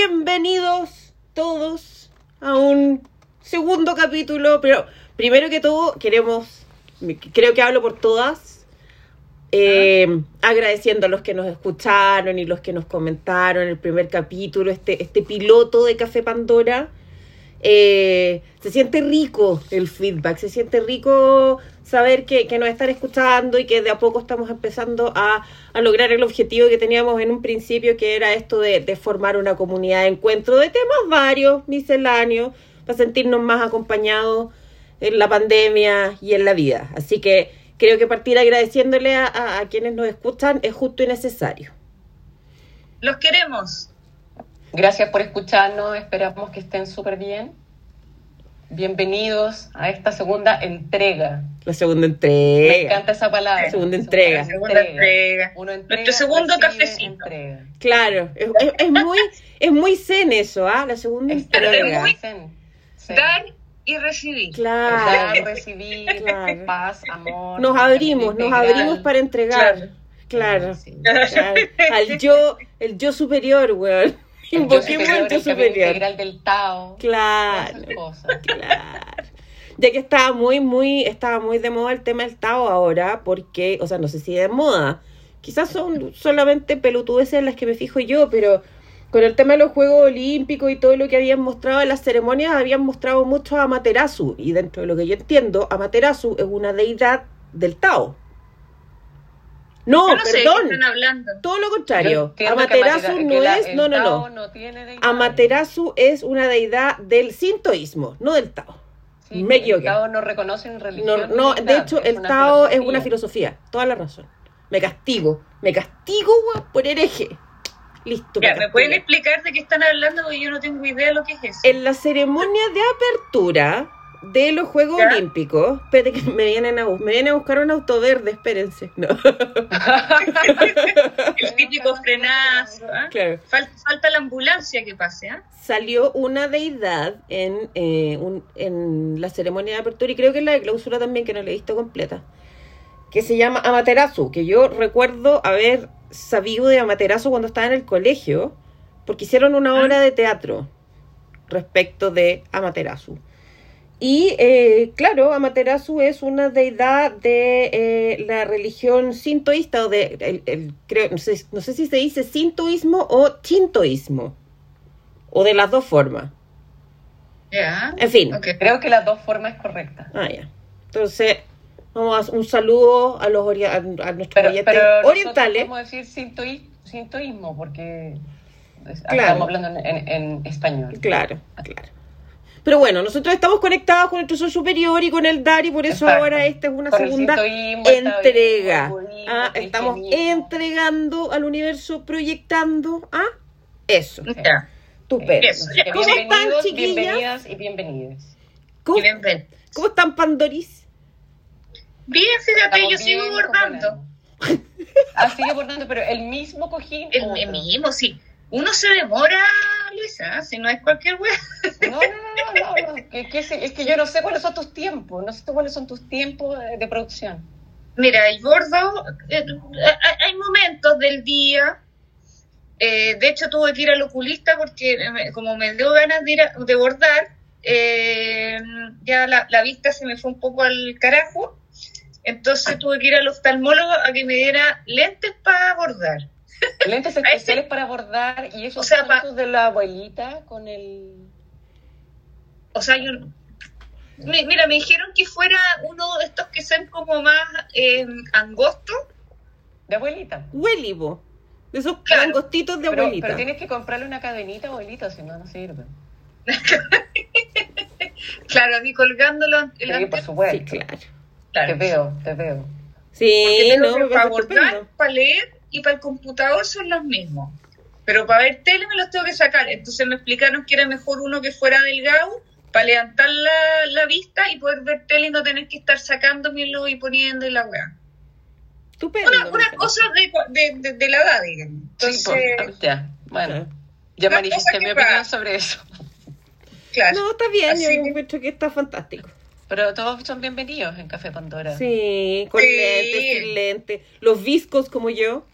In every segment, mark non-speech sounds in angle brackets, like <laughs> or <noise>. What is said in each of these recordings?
Bienvenidos todos a un segundo capítulo, pero primero que todo queremos, creo que hablo por todas, eh, agradeciendo a los que nos escucharon y los que nos comentaron el primer capítulo, este, este piloto de Café Pandora. Eh, se siente rico el feedback, se siente rico saber que, que nos están escuchando y que de a poco estamos empezando a, a lograr el objetivo que teníamos en un principio, que era esto de, de formar una comunidad de encuentro de temas varios, misceláneos, para sentirnos más acompañados en la pandemia y en la vida. Así que creo que partir agradeciéndole a, a- a quienes nos escuchan es justo y necesario. Los queremos. Gracias por escucharnos, esperamos que estén súper bien. Bienvenidos a esta segunda entrega. La segunda Me entrega. encanta esa palabra. Segunda entrega. La segunda entrega. Uno Nuestro segundo recibe cafecito. entrega. Claro, es, es- es muy es muy zen eso, ¿ah? La segunda Pero es entrega. muy- Zen, zen. Dar y recibir. Claro. Dar, recibir, Claro. paz, amor. Nos abrimos, nos integral. abrimos para entregar. Claro. Sí. claro. Al yo, el yo superior, weón. El yo Invoquemos el superior, yo el camino superior. integral del Tao. todas Claro. esas cosas. Claro. Ya que estaba muy, muy, estaba muy de moda el tema del Tao ahora, porque, o sea, no sé si de moda. Quizás son solamente pelotudeces en las que me fijo yo, pero con el tema de los Juegos Olímpicos y todo lo que habían mostrado en las ceremonias, habían mostrado mucho a Amaterasu. Y dentro de lo que yo entiendo, Amaterasu es una deidad del Tao. No, Yo no sé de qué perdón. están hablando. Todo lo Yo contrario. entiendo que Amaterasu Amatera- no que la- es. el No, no, Tao no. no tiene deidades. Amaterasu es una deidad del sintoísmo, no del Tao. Sí, Me El equivoqué. Tao no reconoce en No, religión. no, ni de nada, hecho, el una Tao es una filosofía. Toda la razón. Me castigo. Me castigo, weón, por hereje. Listo. me Ya, ¿Me castigo. pueden explicar de qué están hablando? Porque yo no tengo idea de lo que es eso. En la ceremonia de apertura de los Juegos ¿Ya? Olímpicos, espérate que me vienen a, bus- me vienen a buscar un auto verde, espérense. No, <laughs> El típico frenazo. ¿ah? claro. Fal- falta la ambulancia que pase. ¿ah? Salió una deidad en, eh, un- en la ceremonia de apertura y creo que en la de clausura también, que no la he visto completa, que se llama Amaterasu, que yo recuerdo haber sabido de Amaterasu cuando estaba en el colegio, porque hicieron una Ah. obra de teatro respecto de Amaterasu. Y eh, claro, Amaterasu es una deidad de eh, la religión sintoísta, o de, el- el- creo- no, sé, no sé si se dice sintoísmo o chintoísmo, o de las dos formas. Ya. En fin. Ok. Creo que las dos formas es correcta. Ah, ya. Entonces, vamos a un saludo a los ori- a, a nuestros Pero, oyentes pero nosotros orientales. Podemos decir sintoi- sintoísmo porque es- Claro. estamos hablando en, en- en Ah. español. Claro, claro. Pero bueno, nosotros estamos conectados con nuestro ser superior y con el dar y por eso Exacto. ahora esta es una Con el segunda sintoísmo, el taoísmo, entrega. el budismo, Ah, el estamos cristianismo. entregando al universo, proyectando a eso. Mm, Ya. Estupendo. Eso, ya. ¿Cómo están, Eh, Bienvenidos, chiquillas? bienvenidas y bienvenidos. ¿Cómo, Bien, bien. cómo están, Pandoris? Bien, fíjate, yo sigo bordando. bordando. Ah, sigue bordando, pero el mismo cojín. El, o el otro. mismo, sí. Uno se demora, Luisa, ¿ah? si no es cualquier wea. No, no, no, no, no, no, que- que se- es que yo no sé cuáles son tus tiempos, no sé cuáles son tus tiempos de, de producción. Mira, el gordo, eh, hay- hay momentos del día. eh, de hecho, tuve que ir al oculista porque eh, me- como me dio ganas de ir a- de bordar, eh, ya la, la vista se me fue un poco al carajo. Entonces tuve que ir al oftalmólogo a que me diera lentes para bordar. Lentes especiales para bordar y O esos sea, pa- fotos de la abuelita con el... O sea, yo... Mi- Mira, me dijeron que fuera uno de estos que son como más eh, angostos. De abuelita. Huelibo. De esos Claro. langostitos de Pero- abuelita. Pero, tienes que comprarle una cadenita, abuelita, si no, no sirve. Claro, a mí colgándolo en Sí, la por Sí, supuesto. claro. Te veo, te veo. Sí, Porque no, tengo me que para parece bordar, estupendo. para leer y para el computador son los mismos. Pero para ver tele me los tengo que sacar. Entonces me explicaron que era mejor uno que fuera delgado para levantar la, la vista y poder ver tele y no tener que estar sacándomelo y poniendo y la weá. Estupendo. Una, me una parece. cosa de, cua- de, de- de la edad, digamos. Entonces, Sí, pues, ya, bueno. Ya Una manifesté cosa mi que opinión va. sobre eso. claro. No, está bien, Así yo que- encuentro que está fantástico. Pero todos son bienvenidos en Café Pandora. Sí, con Sí. lentes, sin lentes. Los viscos como yo,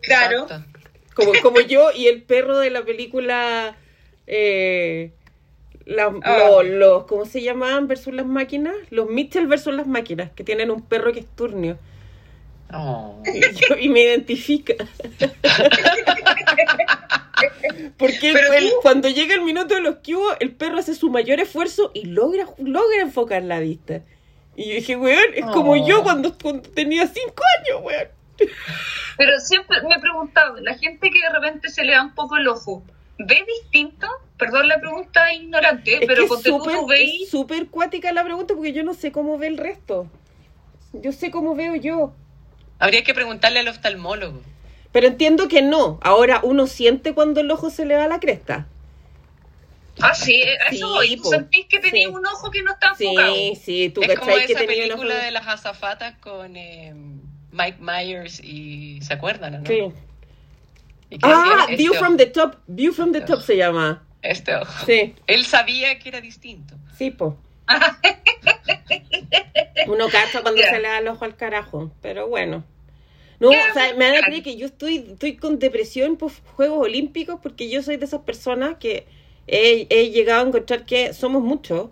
Claro. Exacto. Como, como yo y el perro de la película. eh, la- Ah. lo- los, ¿Cómo se llamaban versus las máquinas? Los Mitchell versus las máquinas, que tienen un perro que es <laughs> turnio. Oh. Y, yo- y me identifica. Porque Pero el- tú- cuando llega el minuto de los cubos, el perro hace su mayor esfuerzo y logra, logra enfocar la vista. Y yo dije, weón, es como Oh. yo cuando, cuando tenía cinco años, weón. <laughs> Pero siempre me he preguntado, la gente que de repente se le da un poco el ojo, ¿ve distinto? Perdón la pregunta ignorante, Es Eh, pero que es ponte tú, súper tú veis... es súper cuática la pregunta porque yo no sé cómo ve el resto. Yo sé cómo veo yo. Habría que preguntarle al oftalmólogo. Pero entiendo que no. Ahora uno siente cuando el ojo se le va a la cresta. Ah, sí, a Sí, eso voy. ¿Tú po. sentís que tenés Sí. un ojo que no está Sí, enfocado? sí, tú es como cachai que esa tenía el ojo- película de las azafatas con eh, Mike Myers y... ¿Se acuerdan o no? Sí. Y que Ah, decían, View este from ojo, the Top. View from the Top se llama. Este ojo. Sí, Él sabía que era distinto. sí, po. <laughs> Uno cacha cuando Ya. se le da el ojo al carajo. Pero bueno. No, o sea, me van a creer que yo estoy, estoy con depresión por Juegos Olímpicos porque yo soy de esas personas que he, he llegado a encontrar que somos muchos,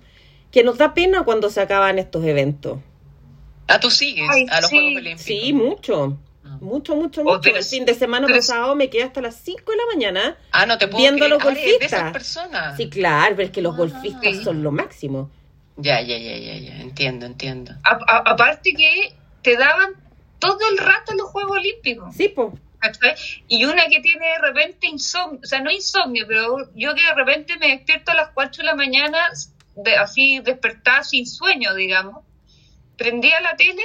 que nos da pena cuando se acaban estos eventos. Ah, tú sigues Ay, a los sí. Juegos Olímpicos. Sí, mucho. Ah. Mucho, mucho, Oh, mucho. pero el sí, fin de semana pero sí. pasado me quedé hasta las 5 de la mañana. Ah, no te puedo Viendo creer. los Ah, eres de golfistas. esas personas. Sí, claro, pero es que los Ah. golfistas son lo máximo. Ya, ya, ya, ya, ya. Entiendo, entiendo. A- a- aparte que te daban todo el rato los Juegos Olímpicos. Sí, pues. ¿cachai? Y una que tiene de repente insomnio, o sea, no insomnio, pero yo que de repente me despierto a las 4 de la mañana, de, así despertada sin sueño, digamos, prendía la tele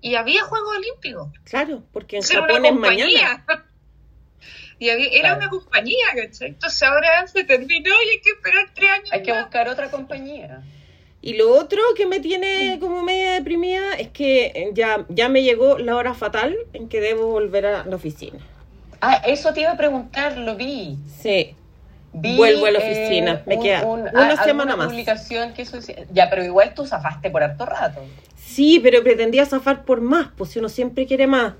y había Juegos Olímpicos. Claro, porque en Eso Era Japón una es mañana. compañía. <laughs> Y había- era Claro. una compañía, ¿cachai? Entonces ahora se terminó y hay que esperar tres años. Hay que más. buscar otra compañía. Y lo otro que me tiene como media deprimida es que eh, ya, ya me llegó la hora fatal en que debo volver a la oficina. Ah, eso te iba a preguntar, lo vi. Sí. Vi, eh, Vuelvo a la oficina, me queda una a- semana alguna más. publicación que eso decía- Ya, pero igual tú zafaste por harto rato. Sí, pero pretendía zafar por más, pues si uno siempre quiere más.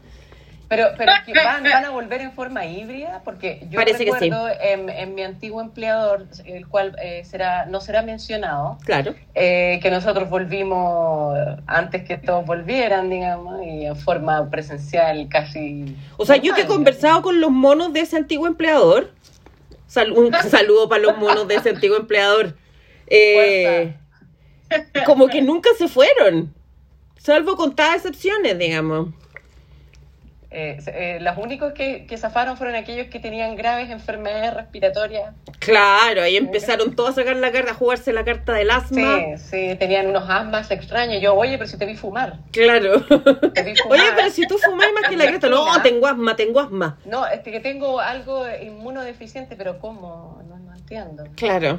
Pero, pero que <laughs> van, van a volver en forma híbrida, porque yo Parece que sí. recuerdo en, en mi antiguo empleador, el cual eh, será no será mencionado, Claro. eh, que nosotros volvimos antes que todos volvieran, digamos, y en forma presencial casi. O sea, yo que he normal, digamos. conversado con los monos de ese antiguo empleador, sal- un saludo para los monos de ese antiguo empleador, eh, como que nunca se fueron, salvo contadas excepciones, digamos. Eh, eh, los únicos que, que zafaron fueron aquellos que tenían graves enfermedades respiratorias. Claro, ahí empezaron todos a sacar la carta, a jugarse la carta del Sí, asma. sí, tenían unos asmas extraños. Yo, oye, pero si te vi fumar. <laughs> Claro. Te vi <laughs> fumar. Oye, pero si tú fumáis más que la cresta, no, tengo asma, tengo asma. No, este que tengo algo inmunodeficiente, pero ¿cómo? No, no entiendo. Claro.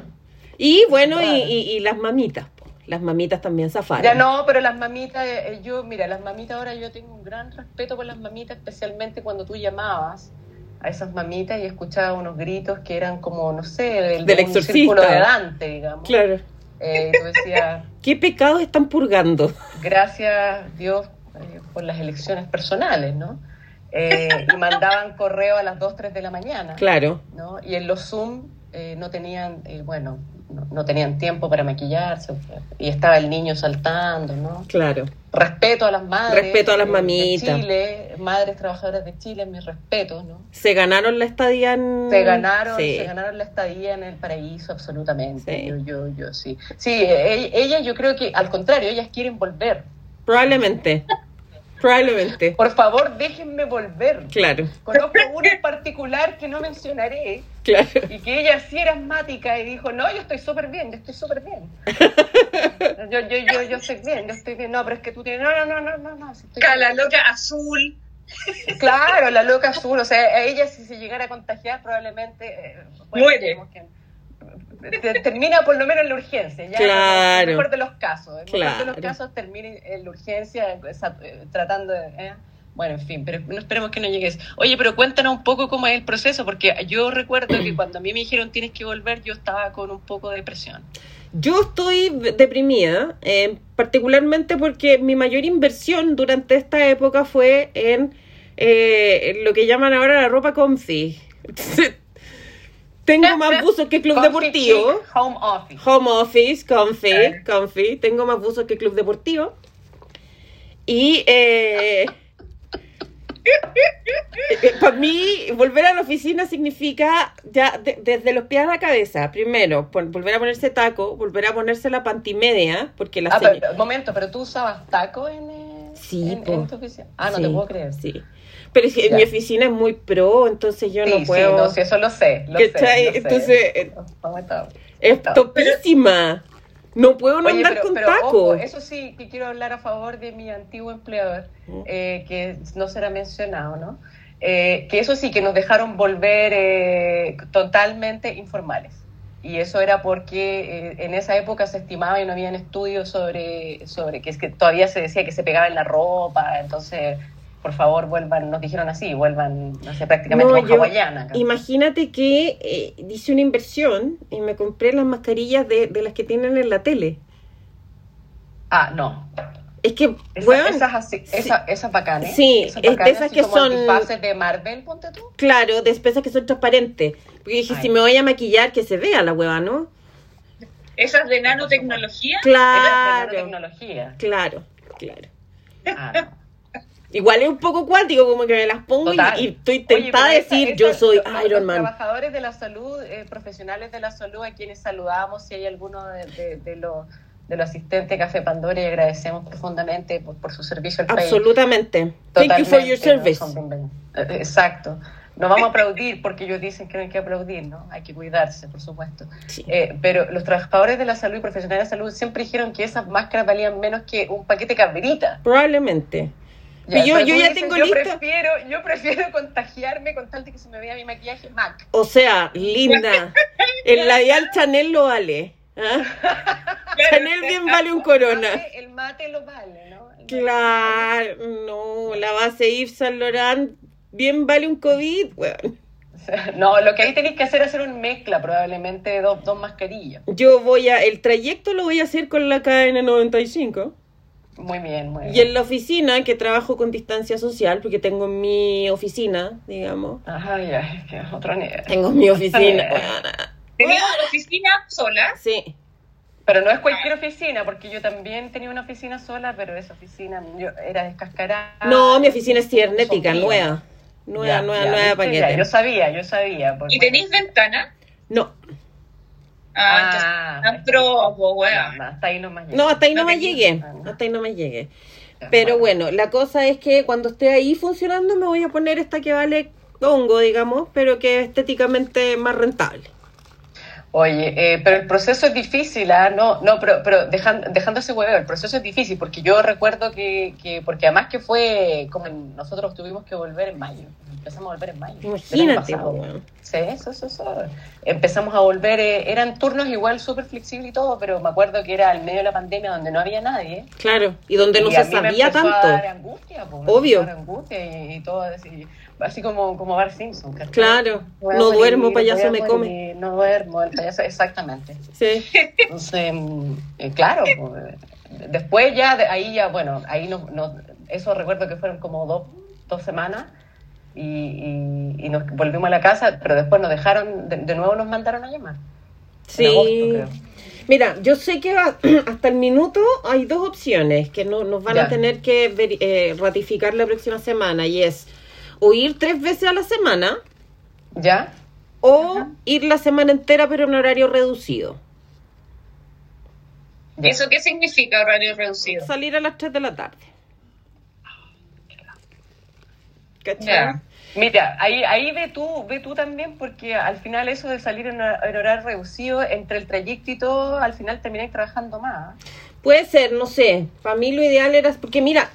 Y bueno, y, y- y las mamitas, po. las mamitas también zafaron. Ya no, pero las mamitas, eh, yo, mira, las mamitas ahora yo tengo un gran respeto por las mamitas, especialmente cuando tú llamabas a esas mamitas y escuchabas unos gritos que eran como, no sé, Del del, de un exorcista. círculo de Dante, digamos. Claro. Eh, y tú decías, ¿Qué pecados están <laughs> purgando? gracias Dios eh, por las elecciones personales, ¿no? Eh, y mandaban correo a las 2, 3 de la mañana. Claro. ¿no? Y en los Zoom eh, no tenían, eh, bueno, no, no tenían tiempo para maquillarse y estaba el niño saltando, ¿no? Claro. Respeto a las madres. Respeto a las eh, mamitas. De Chile, madres trabajadoras de Chile, mis respetos, ¿no? Se ganaron la estadía en... Se ganaron, Mm, Sí. se ganaron la estadía en el paraíso, absolutamente. Sí. Yo, yo, yo, sí. Sí, eh, ellas yo creo que, al contrario, ellas quieren volver. Probablemente. Probablemente. Por favor, déjenme volver. Claro, Conozco una en particular que no mencionaré, claro. Y que ella sí era asmática y dijo, no, yo estoy súper bien, yo estoy <laughs> súper bien. Yo, yo, yo, yo estoy bien, yo estoy bien. No, pero es que tú tienes, no, no, no, no, no, no. si estoy Ca- bien". La loca azul. Claro, la loca azul, o sea, a ella si se llegara a contagiar probablemente... eh, Muere. digamos que, eh, te- termina por lo menos en la urgencia, ya Claro. en el mejor de los casos, en el mejor de los Claro. casos termina en la urgencia esa- eh, tratando de... eh, Bueno, en fin, pero no esperemos que no llegues. Oye, pero cuéntanos un poco cómo es el proceso, porque yo recuerdo <clears throat> que cuando a mí me dijeron tienes que volver, yo estaba con un poco de depresión. Yo estoy deprimida, eh, particularmente porque mi mayor inversión durante esta época fue en eh, lo que llaman ahora la ropa comfy, <laughs> Tengo más buzos que club Comfy deportivo. chic, Home office. Home office, comfy, Claro. comfy. Tengo más buzos que club deportivo. Y eh, <laughs> para mí, volver a la oficina significa ya de- desde los pies a la cabeza. Primero, pon- volver a ponerse taco, volver a ponerse la pantimedia, porque la Ah, seña- pero, pero, momento, pero tú usabas taco en, eh, Sí, en, po. en tu oficina. Ah, no Sí, te puedo creer. Sí, Sí. Pero es que Ya. mi oficina es muy pro, entonces yo sí, no puedo. no, sí, eso lo sé. Lo sé, ¿Cachai? lo sé. Entonces, eh, Momento. es topísima. No puedo no Oye, andar pero, con pero, taco. ojo, eso sí que quiero hablar a favor de mi antiguo empleador, Mm. eh, que no será mencionado, ¿no? Eh, que eso sí, que nos dejaron volver eh, totalmente informales. Y eso era porque eh, en esa época se estimaba y no habían estudios sobre, sobre que es que todavía se decía que se pegaba en la ropa, entonces, por favor, vuelvan, nos dijeron así, vuelvan, no sé, prácticamente No, con yo- hawaiana. ¿cachai? Imagínate que eh, hice una inversión y me compré las mascarillas de, de las que tienen en la tele. Ah, no. Es que, Esa- weón, esas así, esa- esas bacanes. Sí, esas es de bacanes, esas así que como son- antifaces de Marvel, ponte tú. claro, de especies que son transparentes. Porque dije, Ay. si me voy a maquillar, que se vea la hueva, ¿no? Esas de nanotecnología. Claro, tecnología. Ah, claro, claro. Igual es un poco cuántico, como que me las pongo y, Total. y estoy tentada a decir, yo soy Iron Los Man. trabajadores de la salud, eh, profesionales de la salud, a quienes saludamos, si hay alguno de, de- de los de los asistentes de Café Pandora y agradecemos profundamente por, por su servicio al país. Absolutamente. Thank you for Totalmente, your no service. son bienvenidos. Eh, Exacto. No vamos a aplaudir porque ellos dicen que no hay que aplaudir, ¿no? Hay que cuidarse, por supuesto. Sí. Eh, pero los trabajadores de la salud y profesionales de la salud siempre dijeron que esas máscaras valían menos que un paquete de cabrita. Probablemente. Pero yo- pero yo tú ya tengo yo listo- Prefiero, yo prefiero <laughs> contagiarme con tal de que se me vea mi maquillaje MAC. O sea, <laughs> linda. El labial Chanel lo vale. ¿ah? Chanel bien vale un corona. El mate lo vale, ¿no? El mate Claro, no. La base Yves Saint Laurent bien vale un COVID. weón. No, lo que ahí tenéis que hacer es hacer una mezcla probablemente de dos, dos mascarillas. yo voy a. El trayecto lo voy a hacer con la KN95. Muy bien, muy bien. Y en la oficina, que trabajo con distancia social, porque tengo mi oficina, digamos. Ajá, ya, es que es otro nivel. Tengo mi <laughs> oficina. weona. Teníamos Ah. la oficina sola. Sí. Pero no es cualquier oficina, porque yo también tenía una oficina sola, pero esa oficina yo, era descascarada. No, mi oficina es cibernética, sombría. nueva. Nueva, Ya, nueva, ya, nueva viste, ya, paquete. Yo sabía, yo sabía. porque- ¿Y tenéis ventana? No, Ah, entonces. Ah, ah, pro, po, weón. no, hasta ahí nomás llegué. No, hasta ahí no No me te- llegué. Ah, no. Hasta ahí no me llegué. Ya, Pero bueno, la cosa es que cuando esté ahí funcionando me voy a poner esta que vale hongo, digamos, pero que es estéticamente más rentable. Oye, eh, pero el proceso es difícil, ¿ah? No, no, pero, pero dejando, dejando ese hueveo, el proceso es difícil, porque yo recuerdo que, que porque además que fue como en- nosotros tuvimos que volver en mayo, empezamos a volver en mayo. del año Imagínate, pasado. po, weón. Sí, eso, eso, eso. Empezamos a volver, eh, eran turnos igual súper flexibles y todo, pero me acuerdo que era al medio de la pandemia donde no había nadie. Claro, y donde no Y a se mí me sabía empezó a tanto. dar angustia, po, me Obvio. empezó a dar angustia y, y todo así, así como, como Bar Simpson. ¿cachai? Claro, Voy a no morir, duermo, voy payaso a me come. morir, No duermo, el payaso, exactamente. Sí. <laughs> Entonces, mm, eh, claro, pues, eh, después ya, de ahí ya, bueno, ahí no, no- eso recuerdo que fueron como dos, dos semanas y, y- y nos volvimos a la casa, pero después nos dejaron, de, de nuevo nos mandaron a llamar. Sí. agosto, Mira, yo sé que va- <clears throat> hasta el minuto hay dos opciones que no, nos van a Ya. tener que veri- eh, ratificar la próxima semana y es o ir tres veces a la semana ¿Ya? o ir la semana entera pero en horario reducido. Ya. ¿Eso qué significa horario reducido? Salir a las 3 de la tarde. ¿Cachai? Ya. Mira, ahí, ahí ve tú, ve tú también, porque al final eso de salir en, hor- en horario reducido, entre el trayecto y todo, al final termináis trabajando más. ¿ah? Puede ser, no sé. Para mí lo ideal era. Porque mira,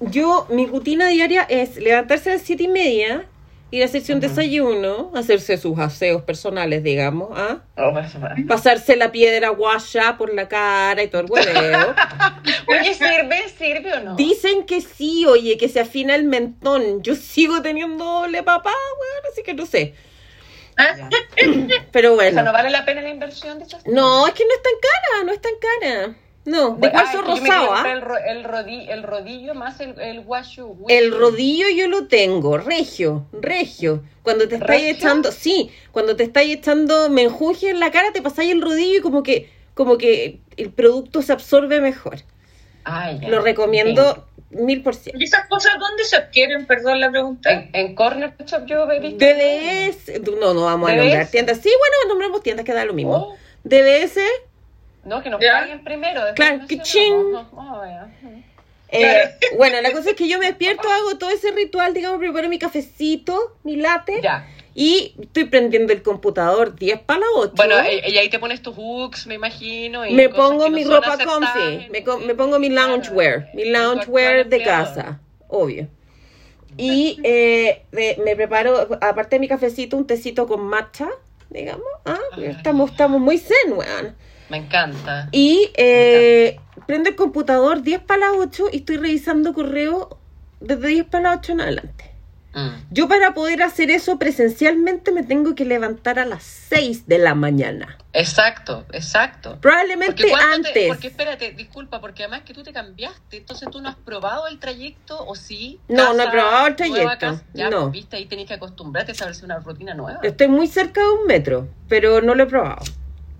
yo, mi rutina diaria es levantarse a las 7 y media, ir a hacerse un desayuno, hacerse sus aseos personales, digamos, ¿ah? Oh, pues, va. Pasarse la piedra guaya por la cara y todo el hueveo. Oye, ¿sirve? ¿Sirve o no? Dicen que sí, oye, que se afina el mentón. Yo sigo teniendo doble papá, weón, así que no sé. Ah, Pero O sea, bueno. ¿no vale la pena la inversión de esas No, es que no es tan cara, no es tan cara. No, de Bueno, cuarzo ah, es que yo me rosado, quería ¿ah? comprar El, ro- el, rodi- el rodillo más el, el guayu. guyu. El rodillo yo lo tengo, regio, regio. Cuando te estáis ¿Regio? echando, sí, cuando te estáis echando menjunje en la cara, te pasáis el rodillo y como que, como que el producto se absorbe mejor. Ay, ya. Lo recomiendo mil por ciento. ¿Y esas cosas dónde se adquieren? Perdón la pregunta. En, en Corner Shop yo he visto. DBS, no, no vamos a DBS. nombrar tiendas. Sí, bueno, nombramos tiendas que da lo mismo. Oh, DBS, no, que nos Ya. paguen primero. después Claro, nosotros. que ching. Oh, ya. eh, bueno, la cosa es que yo me despierto, hago todo ese ritual, digamos, preparo mi cafecito, mi latte, Ya. y estoy prendiendo el computador 10 para la 8. Bueno, eh, y, y ahí te pones tus hooks, me imagino. Y me cosas pongo que no mi son ropa aceptadas comfy, en- me, co- me pongo mi loungewear, mi en tu loungewear actual de empleador. casa, obvio. Y eh, de- me preparo, aparte de mi cafecito, un tecito con matcha, digamos. Ah, Ay. estamos, estamos muy zen, weón. Me encanta. Y eh, prendo el computador 10 para las 8 y estoy revisando correo desde 10 para las 8 en adelante. Mm. Yo para poder hacer eso presencialmente me tengo que levantar a las 6 de la mañana. Exacto, exacto. Probablemente cuánto antes. te- porque espérate, disculpa, porque además que tú te cambiaste, entonces tú no has probado el trayecto o sí. No, no he probado el nueva trayecto, casa, ya, no. pues, viste, ahí tenés que acostumbrarte a saberse una rutina nueva. Estoy muy cerca de un metro, pero no lo he probado.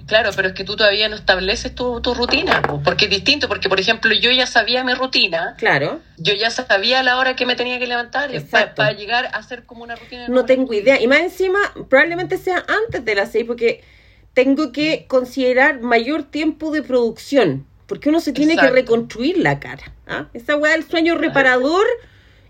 Claro, pero es que tú todavía no estableces tu, tu rutina, pues, porque es distinto, porque por ejemplo yo ya sabía mi rutina, Claro, yo ya sabía la hora que me tenía que levantar para Exacto. llegar a hacer como una rutina. no nueva. tengo idea. Y más encima, probablemente sea antes de las 6 porque tengo que considerar mayor tiempo de producción. Porque uno se tiene Exacto. que reconstruir la cara. ¿ah? Esa weá del sueño reparador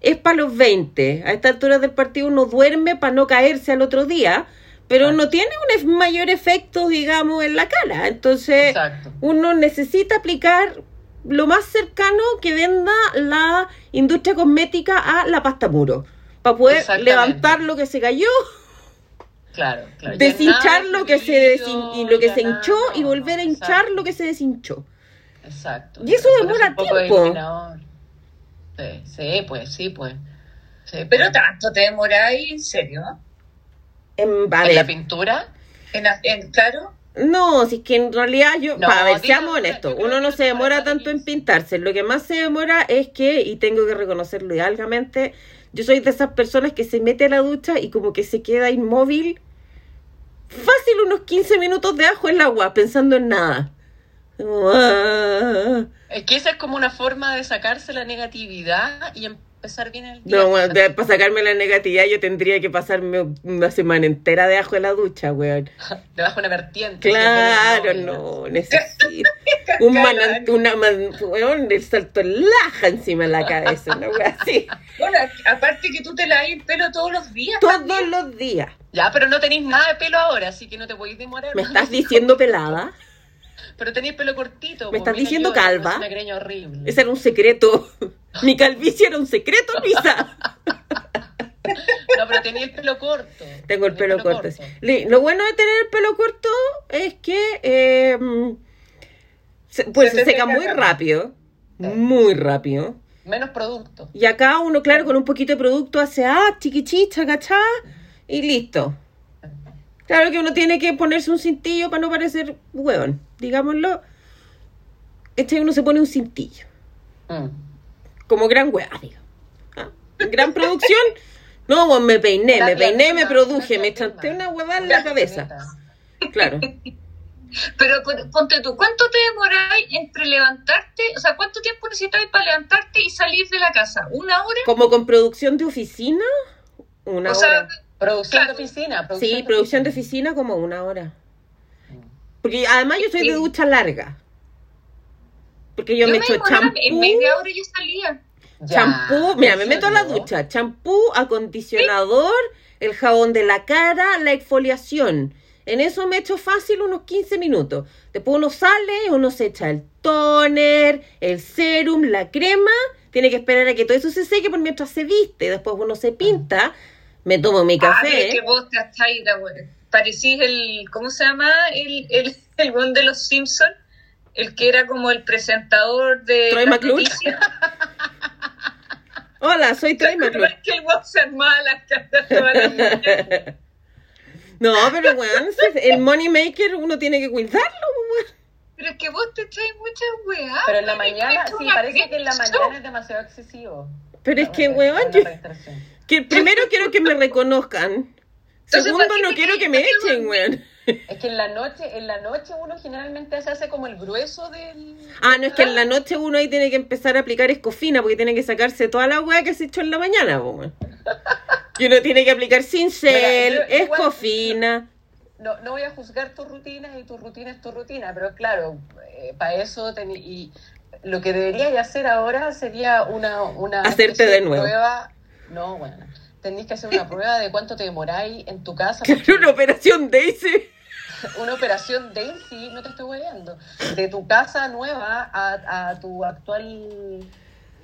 es para los 20. A esta altura del partido uno duerme para no caerse al otro día, pero Exacto. no tiene un ef- mayor efecto, digamos, en la cara. Entonces, Exacto. uno necesita aplicar lo más cercano que venda la industria cosmética a la pasta muro. Para poder Exactamente. levantar lo que se cayó, Claro, claro. Ya nada deshinchar de lo que se fibrillo, deshin- y lo que ya se nada, hinchó y no, volver a no, hinchar lo que se deshinchó. Exacto. Y eso Pones demora un poco de tiempo. iluminador. Sí, sí, pues, sí, pues. Sí, pues. Pero tanto te demoráis, en serio. En, a ¿En la ver, pintura? En, en- claro. no, si es que en realidad yo, No, pa- a ver, diga seamos una, honestos, yo creo uno que no se una demora semana, tanto en 15. pintarse, lo que más se demora es que, y tengo que reconocerlo idealmente, yo soy de esas personas que se mete a la ducha y como que se queda inmóvil fácil unos 15 minutos de ajo en el agua, pensando en nada. Como, ah. Es que esa es como una forma de sacarse la negatividad y empezar bien el día. No, bueno, de- para sacarme la negatividad yo tendría que pasarme una semana entera de ajo en la ducha, weón. <laughs> Debajo de una vertiente. Claro, no, <laughs> necesito un manant, una man- weón, el salto en laja encima de la cabeza, una weá así. Bueno, aparte que tú te lavas el pelo todos los días. Todos los días. Ya, pero no tenéis nada de pelo ahora, así que no te podéis demorar. ¿Me estás diciendo pelada? <laughs> Pero tenéis pelo cortito. ¿Me pues, estás mira diciendo yo, tengo calva? Una <laughs> greña horrible. Ese era un secreto. Mi calvicie era un secreto, <laughs> Luisa. No, pero tenía el pelo corto. Tengo el Tenía pelo corto. Li- Lo bueno de tener el pelo corto es que eh, se- pues Se se, te seca seca muy rápido, rápido. Sí. muy rápido. Menos producto. Y acá uno, claro, con un poquito de producto hace ah, chiquichicha, cachá, y listo. Claro que uno tiene que ponerse un cintillo para no parecer hueón, digámoslo. Este uno se pone un cintillo, Mm. como gran hueá, digo. Ah, Gran producción. No, bueno, me peiné, me La- la peiné, me misma, produje, la me misma. chanté una huevada en la cabeza. Claro. Pero pon- ponte tú, ¿cuánto te demoráis entre levantarte? O sea, ¿cuánto tiempo necesitáis para levantarte y salir de la casa? ¿Una hora? Como con producción de oficina, una o sea, hora. Producción Claro. de oficina. Sí, de producción de oficina. oficina como una hora. Porque además yo soy de ducha larga. Porque yo, me echo demoraba en champú, media hora yo salía. Ya, champú, mira, me ¿en meto a la serio? ducha, champú, acondicionador, el jabón de la cara, la exfoliación. En eso me echo fácil unos 15 minutos. Después uno sale, uno se echa el toner, el serum, la crema. Tiene que esperar a que todo eso se seque por mientras se viste. Después uno se pinta. Me tomo mi Ah, pero café. ¿eh? es que vos te estáis, la wea. Parecís el, ¿cómo se llama? El, el, el buen de los Simpsons, el que era como el presentador de Troy las McClure. noticias. Hola, soy <laughs> <laughs> Troy McClure. que el weón se armaba las cartas <laughs> todas las mañanas. No, pero weón, si es el money maker uno tiene que cuidarlo, weón. Pero es que vos te echáis muchas weas. Pero en la weón, y mañana, traes sí, una parece que en la gripe. mañana es demasiado excesivo. Pero es que, Una weón, yo- restricción. que primero quiero que me reconozcan. Entonces, Segundo, ¿para qué no me quiero que me queréis? echen, weón. Es que en la noche, en la noche uno generalmente se hace como el grueso del... Ah, no, es que en la noche uno ahí tiene que empezar a aplicar escofina porque tiene que sacarse toda la weá que se echó en la mañana, po, weón. Y uno tiene que aplicar cincel, Mira, yo- igual- escofina. No, no voy a juzgar tus rutinas y tu rutina es tu rutina, pero claro, para eso teni- y lo que deberías hacer ahora sería una, una Hacerte especie de nuevo. prueba. No, bueno, tenéis que hacer una prueba de cuánto te demoráis en tu casa. porque Claro, una operación Daisy. Una operación Daisy, no te estoy hueveando, de tu casa nueva a, a tu actual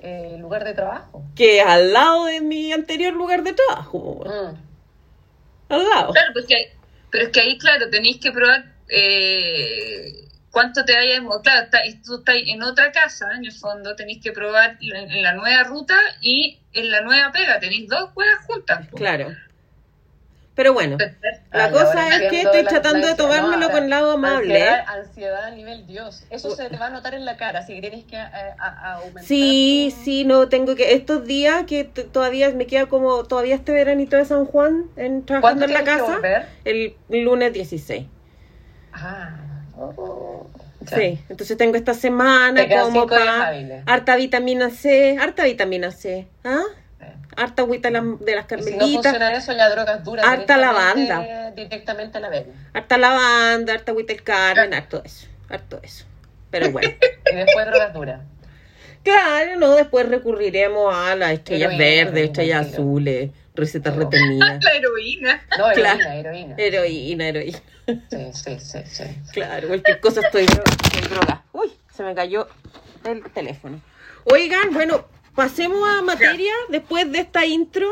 eh, lugar de trabajo. Que es al lado de mi anterior lugar de trabajo, po, weón. Mm. Al lado. Claro, pues que hay- pero es que ahí, claro, tenéis que probar eh, cuánto te vayas. mo- Claro, está, tú estás en otra casa, en el fondo, tenéis que probar la- en, la nueva ruta y en la nueva pega. Tenéis dos huevas juntas. pues. po. Claro. Pero bueno. La Ay, cosa ahora es que entiendo estoy la- tratando la de ansiedad. tomármelo No, con lado amable. Ansiedad, ansiedad a nivel Dios. Eso se te va a notar en la cara, así que tienes que eh, a- a aumentar. Sí, tu- sí, no, tengo que... Estos días que t- todavía me queda como... Todavía este veranito de San Juan, en, trabajando ¿Cuándo en la tienes que casa, volver? el lunes 16. Ah. oh, ya. Sí, entonces tengo esta semana Te quedan como cinco días para... hábiles. Harta vitamina C, harta vitamina C, ¿ah? Sí. Harta agüita de las- de las Y si no carmelitas, funciona eso, ya drogas duras. Harta directamente- lavanda. Directamente a la vena. harta lavanda, harta agüita del Carmen, harto eso, harto eso. Pero <laughs> bueno. Y después drogas duras. Claro, no, después recurriremos a las estrellas Heroína, verdes, estrellas mentira. azules, recetas Pero- <laughs> retenidas, <laughs> La heroína. No, heroína, <laughs> Claro. Eh. heroína. heroína, heroína. <laughs> Sí, sí, sí, sí. Claro, cualquier cosa estoy dro- estoy droga. Uy, se me cayó el teléfono. Oigan, bueno, pasemos a materia después de esta intro.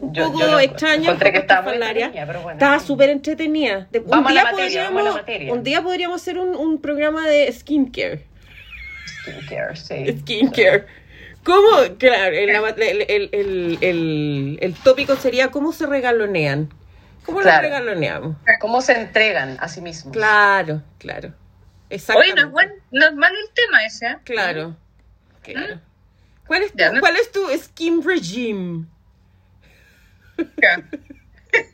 Un Yo- poco yo lo extraña. encontré que un poco estaba muy estrafalaria. entretenida, pero bueno. Estaba súper entretenida. De- Vamos a la materia, vamos a la materia. un día podríamos hacer un, un programa de skincare. Skincare, sí. <laughs> Skincare. ¿Cómo? Claro, el, el, el- el- el- el tópico sería cómo se regalonean. ¿Cómo lo Claro. regaloneamos? ¿Cómo se entregan a sí mismos? Claro, claro. Oye, Exactamente. no es, buen- no es malo el tema ese. ¿eh? ¿Mm? Claro, claro. ¿Cuál es, tu, Ya, me- ¿Cuál es tu skin regime? Ya.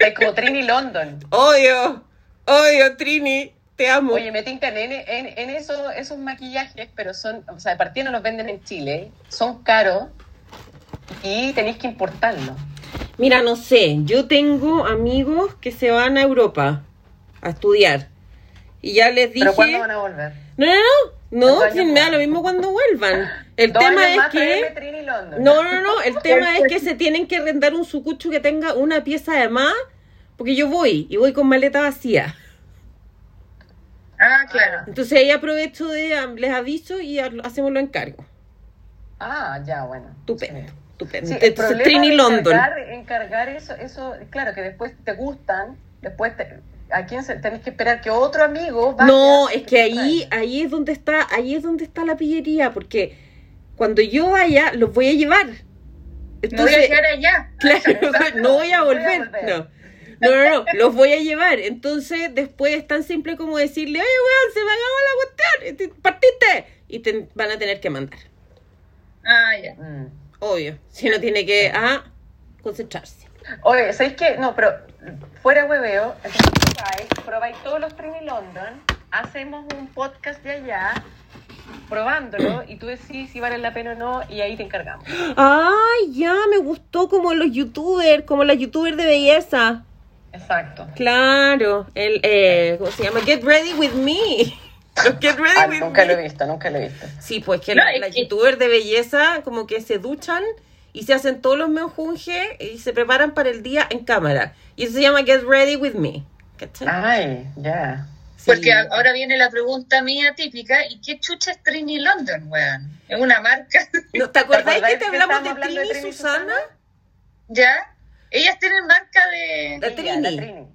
Es como Trini London. Odio, odio, Trini, te amo. Oye, me tincan en, en, en eso- esos maquillajes, pero son, o sea, de partida no los venden en Chile, son caros y tenéis que importarlos. Mira, no sé, yo tengo amigos que se van a Europa a estudiar. Y ya les dije... ¿Pero cuándo van a volver? No, no, no, Dos no, años si me da más. lo mismo cuando vuelvan. El Dos tema años es más tráeme que... Trini London. No, no, no, <laughs> el tema es que se tienen que rentar un sucucho que tenga una pieza de más, porque yo voy y voy con maleta vacía. Ah, claro. Entonces ahí aprovecho de, am- les aviso y ha- hacemos los encargos. Ah, ya, bueno. Estupendo, Sí. estupendo. Sí, el Entonces, problema Trini de London. Encargar, encargar eso, eso, claro, que después te gustan, después te- a quién se, tenés que esperar que otro amigo vaya No, y es te que lo ahí, traiga. ahí es donde está, ahí es donde está la pillería, porque cuando yo vaya, los voy a llevar. Me voy a Entonces, llegar allá. claro, <laughs> no voy a no voy a volver. volver. No. No, no, no, los voy a llevar. Entonces, después es tan simple como decirle, oye, weón, se me acabó la cuestión, te- partiste. Y te van a tener que mandar. Ah, ya. Mm. Obvio. Si no tiene que ah, concentrarse. Oye, ¿sabéis qué? No, pero fuera hueveo, entonces probáis, probáis todos los Trini London, hacemos un podcast de allá, probándolo, y tú decís si vale la pena o no, y ahí te encargamos. Ay, ya, me gustó como los youtubers, como las youtubers de belleza. Exacto. Claro, el, eh, ¿cómo se llama? Get Ready With Me. <laughs> Los Get Ready Ah, With nunca Me. lo he visto, nunca lo he visto. Sí, pues que No, la- es las que- youtubers de belleza como que se duchan y se hacen todos los menjunjes y se preparan para el día en cámara. Y eso se llama Get Ready With Me. ¿Cachai? Ah, Ay, ya. Sí. Porque a- ahora viene la pregunta mía típica, ¿y qué chucha es Trini London, weón? Es una marca, <laughs> ¿No, ¿Te ¿Te acordáis que te que hablamos estábamos de hablando Trini y Susana? ¿ya? Ellas tienen marca de... La Sí, ya, la Trini. Trini.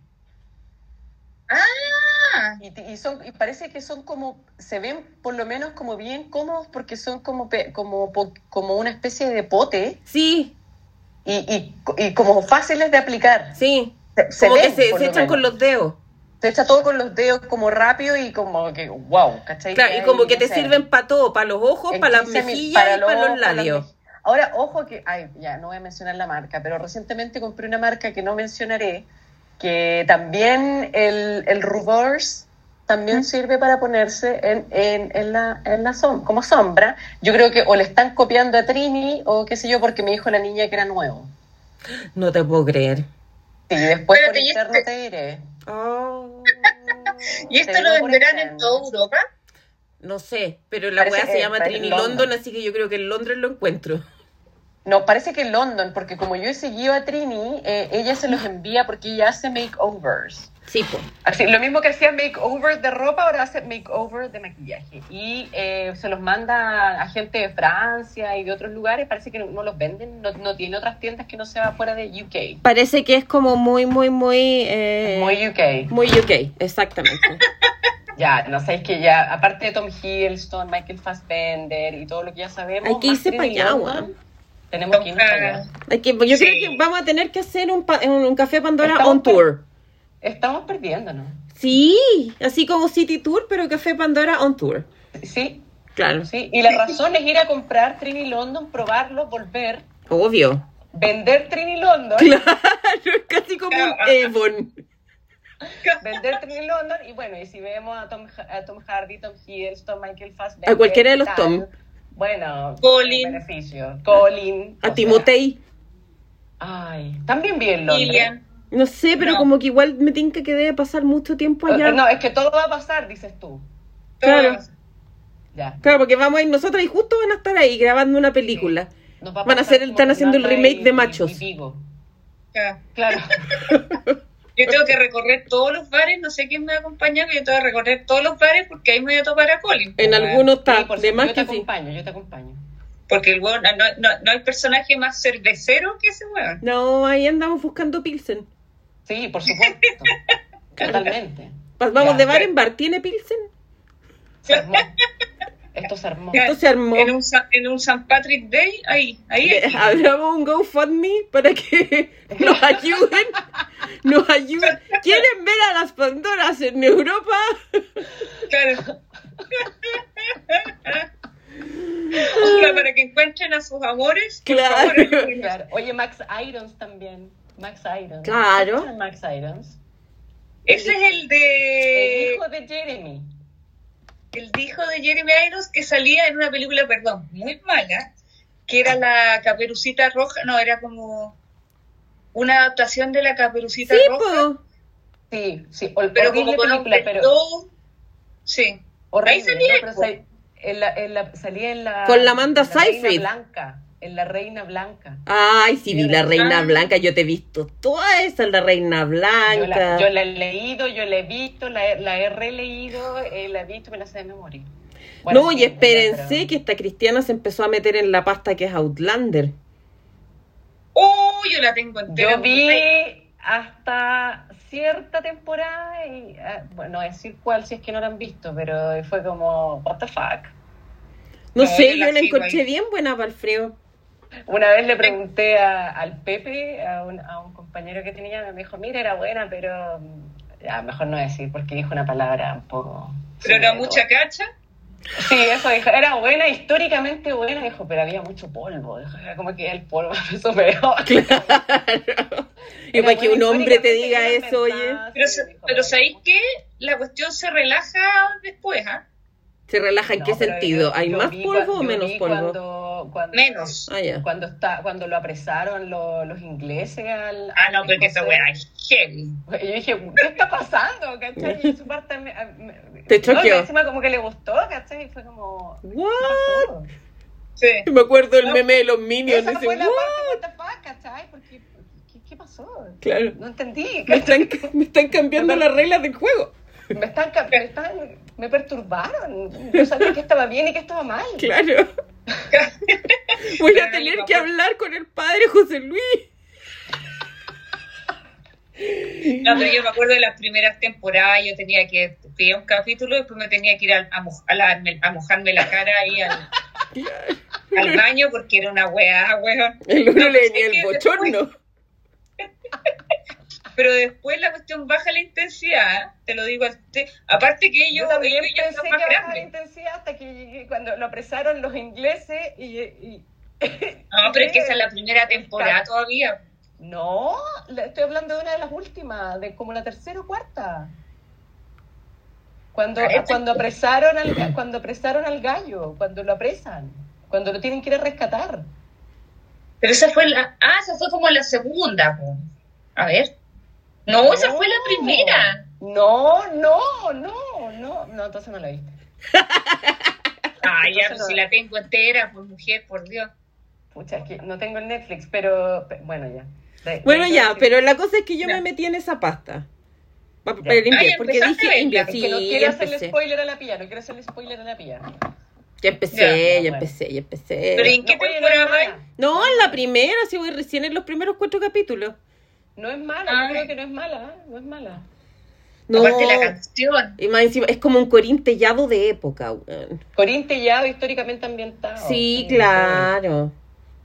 Ah, Y, te- y son, y parece que son como, se ven por lo menos como bien cómodos porque son como, pe- como, po- como una especie de pote Sí, y, y, y como fáciles de aplicar. sí. Se- se como que ven, se, por se lo echan con menos. los dedos. te echa todo con los dedos como rápido y como que, wow, ¿cachai? Claro, y hay, como que no te sé, sirven para todo, para los ojos, en para las 15 mil- mejillas y los para los ojos, para las labios. mejillas. Ahora, ojo que, ay, ya, no voy a mencionar la marca, pero recientemente compré una marca que no mencionaré, que también el, el reverse también sirve para ponerse en, en, en la, en la som- como sombra. Yo creo que o le están copiando a Trini o qué sé yo, porque me dijo la niña que era nuevo. No te puedo <laughs> creer. Y después por Espérate, ¿y interno este- te diré. Oh. ¿Y Te esto digo lo por venderán en interno. toda Europa? No sé, pero la Parece weá se que llama está en Trini London. London, así que yo creo que en Londres lo encuentro. No, parece que en London, porque como yo he seguido a Trini, eh, ella se los envía porque ella hace makeovers. Sí, pues. po. Así, lo mismo que hacía makeover de ropa, ahora hace makeover de maquillaje. Y eh, se los manda a gente de Francia y de otros lugares. Parece que no, no los venden, no, no tiene otras tiendas que no sea fuera de UK. Parece que es como muy, muy, muy. eh, Muy UK. muy UK, exactamente. <laughs> Ya, no sé, es que ya, aparte de Tom Hiddleston, Michael Fassbender y todo lo que ya sabemos. Hay que más irse Trini pa' allá, London, weón. Tenemos que irnos para allá. Hay que- yo Sí. creo que vamos a tener que hacer un, pa- eh, un- un café Pandora Estamos on tour. Estamos perdiéndonos. Sí, así como City Tour, pero café Pandora on tour. Sí, Claro, Sí, y la razón es ir a comprar Trini London, probarlo, volver, obvio. <laughs> vender Trini London, Claro, es casi como un Evon. vender Trini London, y bueno, y si vemos a Tom, a Tom Hardy, Tom Hiddleston, Michael Fassbender. A cualquiera de los tal, Tom. Bueno, Colin. un beneficio. Colin. o A sea, Timotei. ay, también vi en Londres. Lilian. No sé, pero No. como que igual me tinca que debe pasar mucho tiempo O- allá. Eh, No, es que todo va a pasar, dices tú. Claro. todos. Ya. Claro, porque vamos a ir nosotras y justo van a estar ahí grabando una película. Nos va Van a pasar hacer el- como están haciendo el Fernanda remake de y- Machos. y Vigo. Ya. Claro. <laughs> Yo tengo que recorrer todos los bares, no sé quién me va a acompañar, pero yo tengo que recorrer todos los bares porque ahí me voy a topar a Colin. En algunos Sí, está, por de supuesto, más yo te que sí. acompaño, yo te acompaño. Porque el weón, ah, no, no- no hay personaje más cervecero que ese weón. No, ahí andamos buscando Pilsen. Sí, por supuesto. <laughs> Totalmente. Pas- Vamos Ya. de bar en bar. ¿Tiene Pilsen? Se armó. Esto se armó. Ya. Esto se armó. En un, Sa- en un San Patrick Day, ahí, ahí. Eh, Abramos un GoFundMe para que nos ayuden. Nos ayuden. ¿Quieren ver a las Pandoras en Europa? Claro. <laughs> Puta, para que encuentren a sus amores. por Claro. favor, encuentren. Claro. Oye, Max Irons también. Max Irons. Claro. ¿Escuchan Max Irons. Ese es el El de. hijo de Jeremy. El hijo de Jeremy Irons que salía en una película, perdón, muy mala, que era la Caperucita Roja. No, era como una adaptación de la Caperucita Sí, Roja. po. Sí, sí. hol- Pero pues, horrible como con un película, pero perdón. Sí. horrible, Ahí salía, ¿no? Pero po. sal- en la- en la- salía en la. Con la Amanda en Reina Seyfried. Blanca. En la Reina Blanca. Ay, sí, vi la Reina Ah. Blanca. Yo te he visto toda esa, la Reina Yo la, yo Blanca. la he leído, yo la he visto, la, he- la he releído, eh, la he visto, me la sé de memoria. Bueno, No, sí, y espérense pero- que esta cristiana se empezó a meter en la pasta que es Outlander. Oh, yo la tengo entera. Yo vi hasta cierta temporada y, ah, bueno, decir cuál si es que no la han visto, pero fue como, what the fuck. No No, sé, yo la yo la sigo encontré ahí. bien buena para <laughs> Alfredo. Una vez le pregunté a- al Pepe, a un, a un compañero que tenía, me dijo, mira, era buena, pero mm, ya, mejor no decir porque dijo una palabra un poco... Pero era Sí, mucha cacha. <laughs> Sí, eso dijo, era buena, históricamente buena, dijo, pero había mucho polvo, dijo, era como que el polvo <laughs> me hizo peor. Y Era para que buena un hombre te históricamente, diga era eso, oye, inventada, Pero, sí, sa- dijo, pero pero- ¿sabéis qué? La cuestión se relaja después, ¿ah? ¿se relaja en No, qué pero sentido? yo- ¿Hay yo más vi polvo cua- o yo menos vi polvo? Cuando, cuando- Menos. Ah, ya. Cuando, está, cuando lo apresaron lo- los ingleses al. Ah, al no, porque esa escocés. weá es heavy. Yo dije, ¿qué está pasando? ¿Cachai? Y su parte. me- a- me- Te no, choqueó. y encima como que le gustó, ¿cachai? Y fue como. ¿qué What? pasó? Sí. Me acuerdo del No. meme de los Minions. Esa dice, fue la "What?". parte, ¿what the fuck? ¿cachai? Porque, ¿qué, qué pasó? Claro. No entendí. Me ¿cachai? están, me están cambiando las reglas del juego. Me, están, ca- me, están- me perturbaron. Yo sabía que estaba bien y que <laughs> estaba mal. <laughs> Claro. Voy a Pero tener no, que no. hablar con el padre José Luis. No, pero yo me acuerdo de las primeras temporadas, yo tenía que pedir un capítulo y después me tenía que ir a, a moj- a lavarme- a mojarme la cara ahí <laughs> al, al baño porque era una weá, weón. <laughs> El uno No, le pues, venía es el que bochorno. pero después la cuestión baja la intensidad, ¿eh? te lo digo a usted. Aparte que ellos, Yo también ellos ya pensé están que más bajaba la grandes. intensidad hasta que llegué- cuando lo apresaron los ingleses y... y- No, pero es que esa es la primera temporada Está. todavía. No, le estoy hablando de una de las últimas, de como la tercera o cuarta. Cuando, Ah, esta- cuando, apresaron al, cuando apresaron al gallo, cuando lo apresan, cuando lo tienen que ir a rescatar. Pero esa fue la. Ah, esa fue como la segunda. po. A ver. No, esa No. fue la primera. No, no, no, no, no, entonces no la viste. Ay, ya, Entonces pues, no. si la tengo entera, pues mujer, por Dios. Pucha, es que no tengo el Netflix, pero pe- bueno, ya. De- Bueno, de- ya, pero la cosa es que yo Ya. me metí en esa pasta. Pa- Para, Ya. limpiar, Ah, ya porque dije empezaste a verla, India, es Es sí, que no quiero ya hacerle empecé. spoiler a la pía, no quiero hacerle spoiler a la pía. Ya empecé, Ya, ya, bueno. empecé, ya Pero empecé. ¿en qué no, oye, no es temporada mala. va? No, en la primera, sí voy recién en los primeros cuatro capítulos. No es mala, yo Ay. creo que no es mala, ¿eh? no es mala. No, Aparte la canción. y más encima, es como un corín tellado de época, weón. Corintellado, históricamente ambientado. Sí, claro.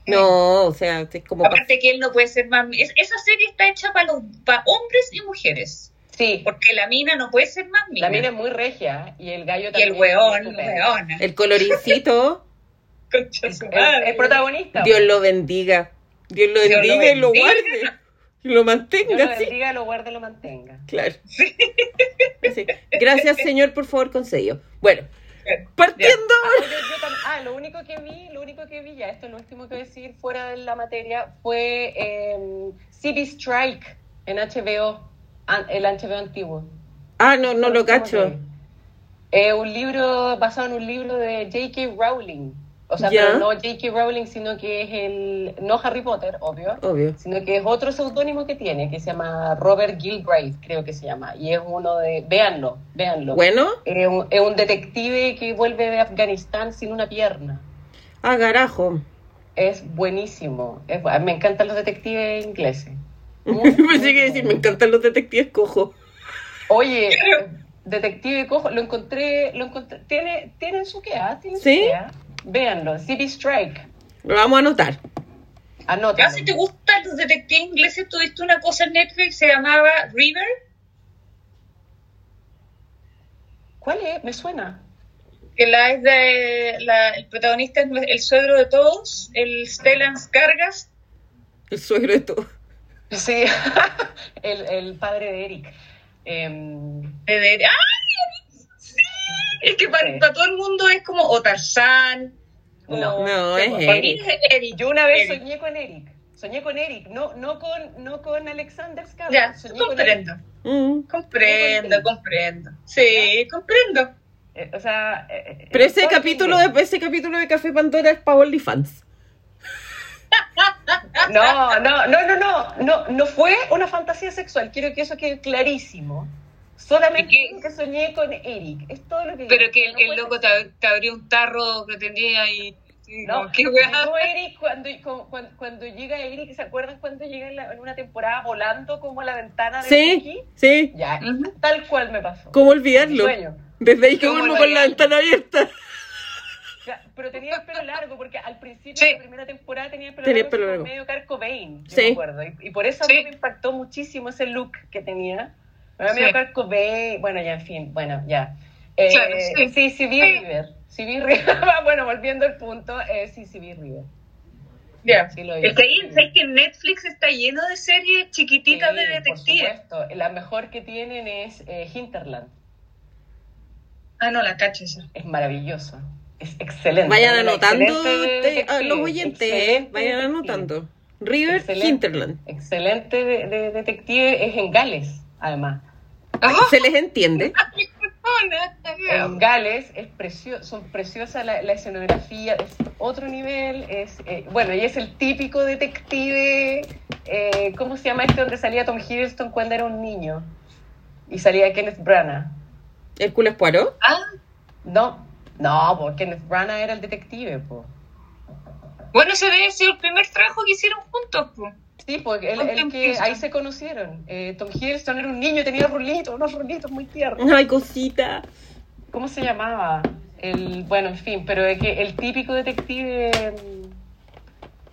No, o sea, es como... pa- Aparte que él no puede ser más... es- esa serie está hecha para los pa' hombres y mujeres. Sí, Porque la mina no puede ser más mina. la mina es muy regia y el gallo y también. el weón, es el estupendo. weón. El colorincito, Concha Es, su es- madre. es protagonista. Dios lo bendiga. Dios lo Dios lo bendiga y lo bendiga. guarde. Y lo Dios lo mantenga, sí. bendiga, lo guarde, lo mantenga. Claro. Sí. Gracias, Señor, por favor, concedido. Bueno, partiendo Ah, yo- yo tam- ah, lo único que vi, lo único que vi, ya esto es lo último que voy a decir fuera de la materia, fue eh, City Strike en HBO, an- el HBO antiguo. Ah, no, no lo ¿Cómo se cacho. llama? Eh, un libro basado en un libro de J.K. Rowling. O sea, Ya. pero no J.K. Rowling, sino que es el. No Harry Potter, obvio. Obvio. Sino que es otro seudónimo que tiene, que se llama Robert Gilgrave, creo que se llama. Y es uno de. Véanlo, véanlo. Bueno, Es un, es un detective que vuelve de Afganistán sin una pierna. a garajo. Es buenísimo. Es bu- me encantan los detectives ingleses. Muy, muy <laughs> Pensé que iba a decir, me bueno. encantan los detectives cojo. <laughs> Oye, Detective Cojo, lo encontré, lo encontré, tiene, tienen su que ah, tiene ¿Sí? su que ah. Véanlo, City Strike, Lo vamos a anotar. Ya, anótalo. si te gustan los detectives ingleses, tuviste una cosa en Netflix, se llamaba River. ¿Cuál es? Me suena. <laughs> Que la es de. la- el protagonista es el suegro de todos, el Stellan Cargas. El suegro de todo. Sí, el, el padre de Eric. Em, De, de- ¡Ay! ¡Sí! Es que para, para todo el mundo es como o Tarzán. o- No, No, es Para mí Eric. es Eric. yo una vez Eric. soñé con Eric, soñé con Eric, no, no con, no con Alexander Skarsgård. Ya, soñé con Eric. comprendo. Mm. Comprendo, comprendo. Sí, comprendo. Eh, o sea, eh, eh, Pero ese todo capítulo, inglés. de, ese capítulo de Café Pandora es para OnlyFans. <laughs> No, no, no, no, no, no, no fue una fantasía sexual. Quiero que eso quede clarísimo. Solamente ¿Y qué? que soñé con Eric. Es todo lo que. Pero que el, no el fue- loco te, ab- te abrió un tarro que tenía y. y No, como, qué weá. llegó Eric cuando, como- cuando, cuando llega Eric, ¿se acuerdan cuando llega en, la- en una temporada volando como a la ventana de Sí, Ricky? sí. Ya, Ujú. tal cual me pasó. ¿Cómo olvidarlo? Sueño. Desde ahí que ¿Cómo duermo con la olvidarlo? ventana abierta. Ya, Pero tenía el pelo largo, porque al principio Sí. de la primera temporada tenía el pelo Tenía el largo, pelo como largo. medio Kurt Cobain, yo Sí. me acuerdo. Y, y por eso a Sí. mí me impactó muchísimo ese look que tenía. Me medio Sí. Kurt Cobain, bueno, ya, en fin, bueno, ya. Eh, Claro, sí. sí. sí, vi Sí. River. Sí vi River, <laughs> bueno, volviendo al punto, eh, sí, sí vi River. Ya. Sí lo vi. Es que ahí es que Netflix está lleno de series chiquititas Sí, de Por detectives. supuesto, la mejor que tienen es eh, Hinterland. Ah, no, la cacho <laughs> esa. Es maravilloso, es excelente. Vayan Una anotando excelente ustedes, ah, detective, los oyentes, eh, excelente vayan detective. anotando. River Excelente. Hinterland. Excelente de- de- detective es en Gales, además. ¡Ah! ¿Se les entiende? ¡Qué persona! En Gales es precio son preciosa la, la escenografía, es otro nivel, es eh, bueno, y es el típico detective, eh, ¿cómo se llama este donde salía Tom Hiddleston cuando era un niño? Y salía Kenneth Branagh. Hércules Poirot. Ah, No, no, porque Kenneth Branagh era el detective, po. bueno, ese debe ser el primer trabajo que hicieron juntos, po. Sí, porque él- Con él Tom que- Hiddleston. ahí se conocieron. Eh, Tom Hiddleston era un niño, tenía rulitos, unos rulitos muy tiernos. Ay, cosita. ¿Cómo se llamaba? El, bueno, en fin, pero es que el típico detective mm,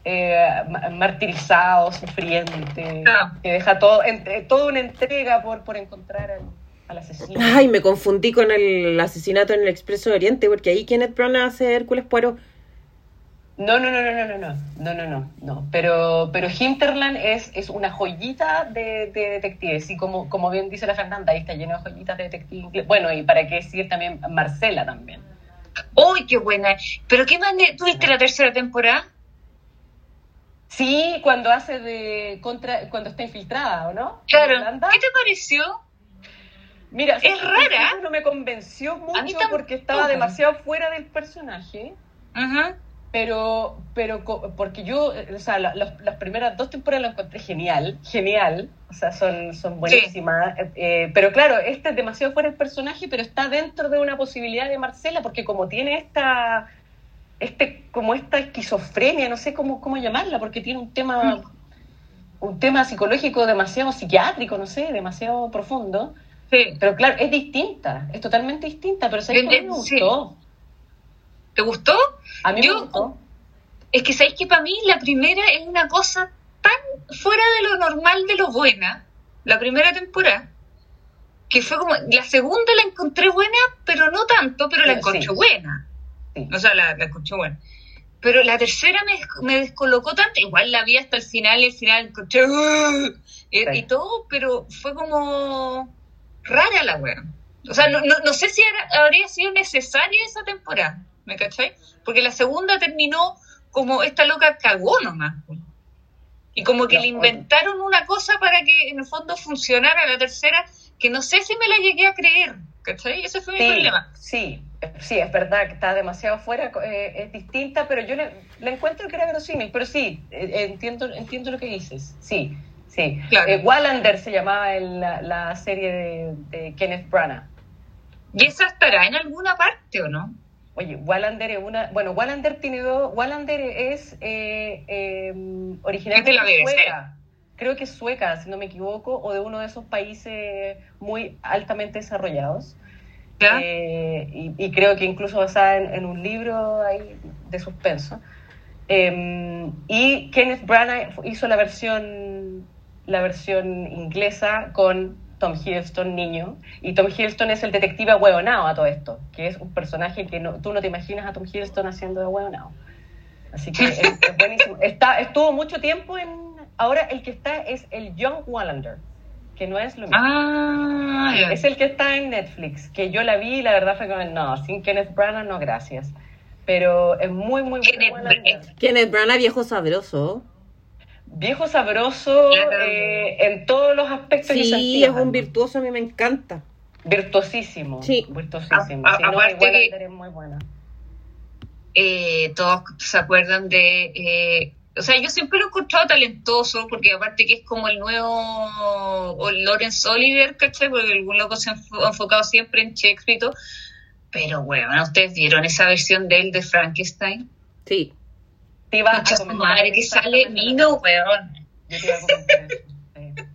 eh, ma- martirizado, sufriente, Claro. que deja todo, entre- toda una entrega por, por encontrar al, al asesino. Ay, me confundí con el asesinato en el Expreso de Oriente, porque ahí Kenneth Branagh hace Hércules Poirot. No, no, no, no, no, no, no, no, no, no, no. Pero, pero Hinterland es, es una joyita de, de detectives. Y como, como bien dice la Fernanda, ahí está lleno de joyitas de detectives inglés. Bueno, y para qué decir también Marcela también. ¡Uy, qué buena! ¿Pero qué más le- tuviste la tercera temporada? Sí, cuando hace de contra, cuando está infiltrada, ¿o no? Claro. Irlanda. ¿Qué te pareció? Mira, Es sí, rara. sí, No me convenció mucho tampoco. porque estaba demasiado fuera del personaje. Ujú. Pero, pero, co- porque yo, eh, o sea, la- las- las primeras dos temporadas las encontré genial, genial, o sea, son, son buenísimas, eh, eh, pero claro, este es demasiado fuera el personaje, pero está dentro de una posibilidad de Marcela, porque como tiene esta, este, como esta esquizofrenia, no sé cómo, cómo llamarla, porque tiene un Mm. tema, un tema psicológico demasiado psiquiátrico, no sé, demasiado profundo, Sí. pero claro, es distinta, es totalmente distinta, pero ¿sabes Yo qué? a mí me entiendo, sí. gustó, ¿Te gustó? a mí me Yo- gustó. Es que sabéis que para mí la primera es una cosa tan fuera de lo normal de lo buena, la primera temporada, que fue como, la segunda la encontré buena, pero no tanto, pero la Sí. encontré buena. Sí. O sea, la, la encontré buena. Pero la tercera me, des- me descolocó tanto, igual la vi hasta el final, y el final encontré "Ugh", y, Sí. y todo, pero fue como rara la wea. O sea, no, no, no sé si era- habría sido necesaria esa temporada, ¿me cachai? Porque la segunda terminó como esta loca cagó nomás. po. Y como que No, le oye. inventaron una cosa para que en el fondo funcionara la tercera, que no sé si me la llegué a creer, ¿cachai? Ese fue mi Sí, problema. sí, sí, es verdad que está demasiado fuera, eh, es distinta, pero yo le, le encuentro que era verosímil, pero sí, eh, entiendo, entiendo lo que dices, sí, sí. Claro. Eh, Wallander se llamaba el- la, la serie de, de Kenneth Branagh. ¿Y esa estará en alguna parte o no? Oye, Wallander es una, bueno, Wallander tiene dos, Wallander es eh, eh, Es de la originalmente BBC. sueca, creo que es sueca, si no me equivoco, o de uno de esos países muy altamente desarrollados. ¿Ya? Eh, y, y creo que incluso basada en, en un libro ahí de suspenso. Eh, y Kenneth Branagh hizo la versión, la versión inglesa con Tom Hiddleston niño. Y Tom Hiddleston es el detective ahueonado a todo esto, que es un personaje que no, tú no te imaginas a Tom Hiddleston haciendo de ahueonado. Así que es, es buenísimo. Está, estuvo mucho tiempo en... Ahora el que está es el John Wallander, que no es lo mismo. Ah, ya. Es el que está en Netflix, que yo la vi y la verdad fue como, no, sin Kenneth Branagh no, gracias. Pero es muy, muy Kenneth eh, bueno. Branagh. Kenneth Branagh, viejo sabroso. Viejo sabroso Claro. eh, en todos los aspectos. y Sí, sentidos, es un además. virtuoso, a mí me encanta. virtuosísimo. Sí. Virtuosísimo. A- a- Sí, no, aparte igual que- Ander es muy buena. eh, todos se acuerdan de... eh, o sea, yo siempre lo he encontrado talentoso, porque aparte que es como el nuevo o Lawrence Oliver, ¿cachai? Porque algún loco se ha enfo- enfocado siempre en Shakespeare y todo. Pero, bueno, ¿ustedes vieron esa versión de él de Frankenstein? Sí. Te Ah, iba Concha a su comentar madre, que sale exactamente lo Mino, weón. Yo te iba a comentar eso, sí.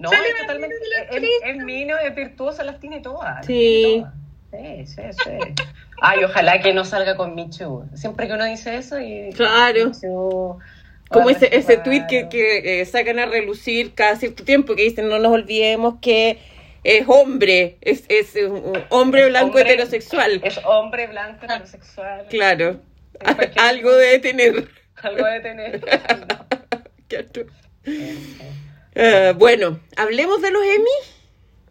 No, Sale es totalmente. la Es, actriz. es mino, es virtuosa, las tiene todas. las Sí. tiene todas. Sí, sí, sí. Ay, ojalá que no salga con Michu. Siempre que uno dice eso y. Claro. Michu, Como Bárbara ese, ese Escobar, tweet que, que, eh, sacan a relucir cada cierto tiempo que dicen no nos olvidemos que es hombre, es, es un- un hombre Es blanco hombre. heterosexual. Es hombre blanco, heterosexual. Claro. Es cualquier- <laughs> Algo debe tener. <laughs> Algo de tener. Ah, No. Qué atroz. Sí, sí. Eh, bueno, hablemos de los Emmy.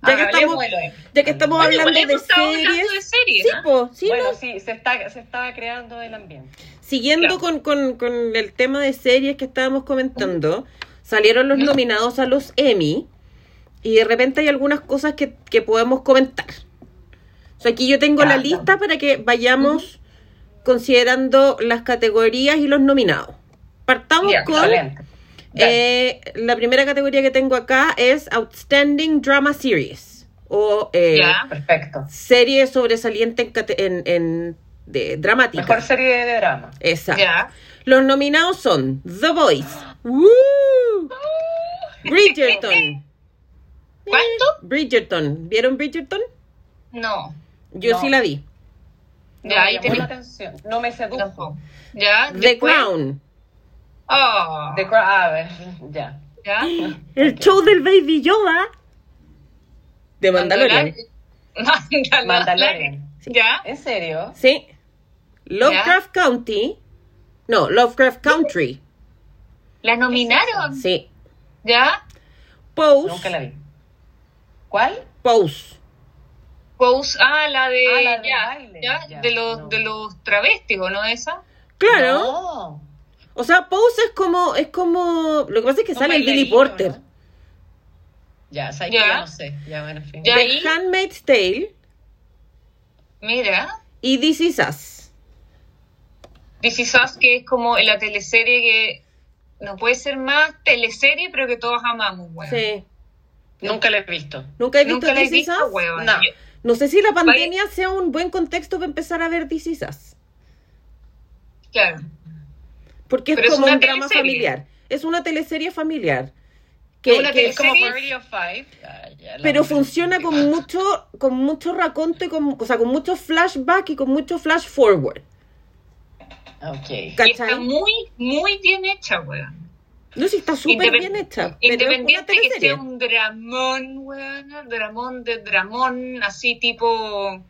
Ya que Ah, Hablemos estamos, de lo de- ya que estamos Bueno, hablando igual de hemos estado series. hablando de series, sí, ¿ah? po, sí, bueno, no. sí, se está, se estaba creando el ambiente. Siguiendo Claro. con, con- con el tema de series que estábamos comentando, salieron Mm. los nominados a los Emmy y de repente hay algunas cosas que, que podemos comentar. O sea, aquí yo tengo la Ah, lista para que vayamos considerando las categorías y los nominados. Partamos Ya, con Excelente. Dale. eh, la primera categoría que tengo acá es Outstanding Drama Series o eh, ¿ah? Ya. Perfecto. serie sobresaliente en, cate- en- en- de, dramática. Mejor serie de drama. Exacto. Ya. Los nominados son The Voice, ¡Woo! Bridgerton. ¿Cuánto? Bridgerton. ¿Vieron Bridgerton? No. Yo No. sí la vi. No Ya, me ahí llamó tenés. la atención. No me sedujo. Tampoco. Ya. The después- Crown. Oh, The Crown, a ver, <laughs> ya. ¿ya? El show del Baby Yoda. De Mandalorian. <laughs> Mandalorian. <laughs> Mandalorian. ¿Ya? ¿En serio? Sí. Lovecraft County. No, Lovecraft Country. ¿La nominaron? Sí. ¿Ya? Pose. Nunca la vi. ¿Cuál? Pose. Pose, ah, la de, Ah, la de ya, baile, ya, ya, de los no. de los travestis, ¿o no esa? Claro. No. O sea, Pose es como, es como. Lo que pasa es que Un sale el Billy bailarín, Porter. ¿no? Ya, ¿sabes Ya. que ya no sé. Ya, bueno, en fin. Ya. The ahí- Handmaid's Tale Mira, y This Is Us. This Is Us, que es como la teleserie que no puede ser más teleserie, pero que todos amamos, weón. Sí. Nunca la he visto. Nunca he visto Nunca la he This Is visto, Us. weón. No. Yo- No sé si la pandemia sea un buen contexto para empezar a ver This Is Us. Claro. Porque es Pero es como una un drama teleserie. familiar. Es una teleserie familiar. Que, una Eh, que- teleserie Es como series? Party of Five. Ah, ya, la pero vi. funciona con mucho, con mucho raconto y con, o sea, con mucho flashback y con mucho flash forward. Ok. Y está ¿Cachai? muy, muy bien hecha, weón. No, sí, está súper Independ- bien hecha. pero es una Independiente que teleserie. sea un dramón, weón, dramón de dramón, así tipo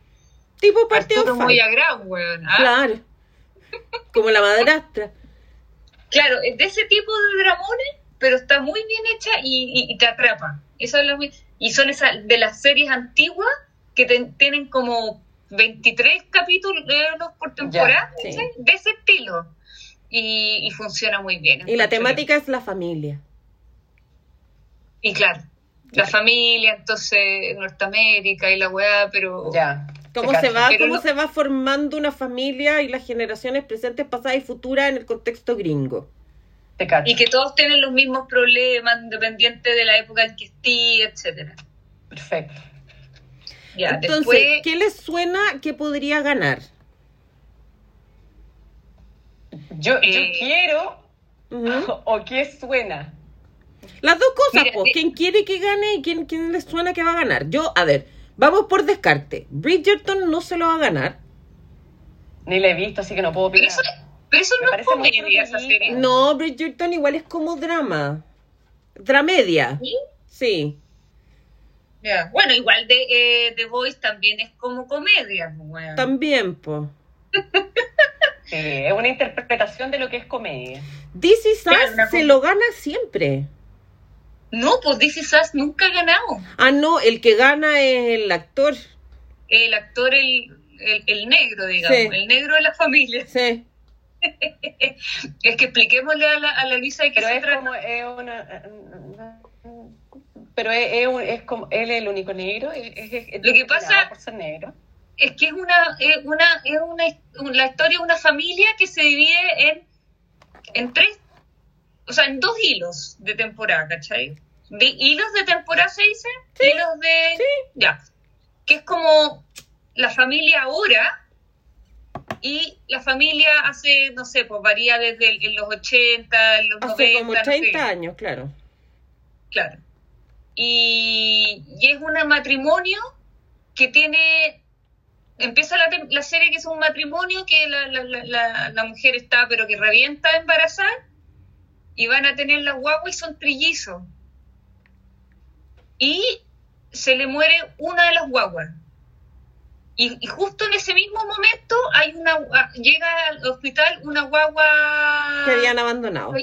Tipo partido Arturo five. Moyagrau, weón. ¿ah? <laughs> Claro. Como la madrastra. Claro, es de ese tipo de dramones, pero está muy bien hecha y, y- y te atrapa. Eso es lo mi- y son esas de las series antiguas que ten- tienen como 23 capítulos eh, por temporada, sí. ¿cachai? de ese estilo. Y, y funciona muy Y bien. la encuentro yo. temática es la familia. Y claro, la familia, entonces Norteamérica y la weá, pero... Ya. Cómo te se cacho. va, pero cómo no- se va formando una familia y las generaciones presentes, pasadas y futuras en el contexto gringo. Te cacho. Y que todos tienen los mismos problemas, independiente de la época en que esté, etcétera. Perfecto. Ya, Entonces, después... ¿qué les suena que podría ganar? Yo, yo Eh. quiero. Ujú. <laughs> ¿O qué suena? Las dos cosas, Mira, po. eh. ¿Quién quiere que gane y quién, quién les suena que va a ganar? Yo, a ver, vamos por descarte. Bridgerton no se lo va a ganar. Ni la he visto, así que no puedo Pero opinar. eso, pero eso Me no es parece muy comedia, esa frutillita. serie. No, Bridgerton igual es como drama. Dramedia. ¿Sí? Sí. Ya. Bueno, igual de eh, The Voice también es como comedia. pues, weón. También, po. Sí, es una interpretación de lo que es comedia. This Is Claro, Us una se com- lo gana siempre. No, pues This Is Us nunca ha ganado. Ah, no, el que gana es el actor. El actor, el, el, el negro, digamos, Sí. el negro de la familia. Sí. Es que expliquémosle a la, a la Luisa de qué Pero se es trata. como. Es una. Pero es, es, un- es como. Él es el único negro. es- es- es Lo que pasa- discriminado Por ser negro. Es que es una, es una, es una, un- la historia de una familia que se divide en, en tres, o sea, en dos hilos de temporada, ¿cachai? De, ¿Hilos de temporada se dice? hilos de... Ya. Que es como la familia ahora y la familia hace, no sé, pues varía desde el- en los 80, en los Hace 90. como no sé. 30 años, claro. Claro. Y, y es un matrimonio que tiene. Empieza la, tem- la serie que es un matrimonio que la, la- la- la- la mujer está, pero que revienta a embarazar y van a tener la guagua y son trillizos. Y se le muere una de las guaguas. Y, y justo en ese mismo momento hay una gua- llega al hospital una guagua Que habían abandonado.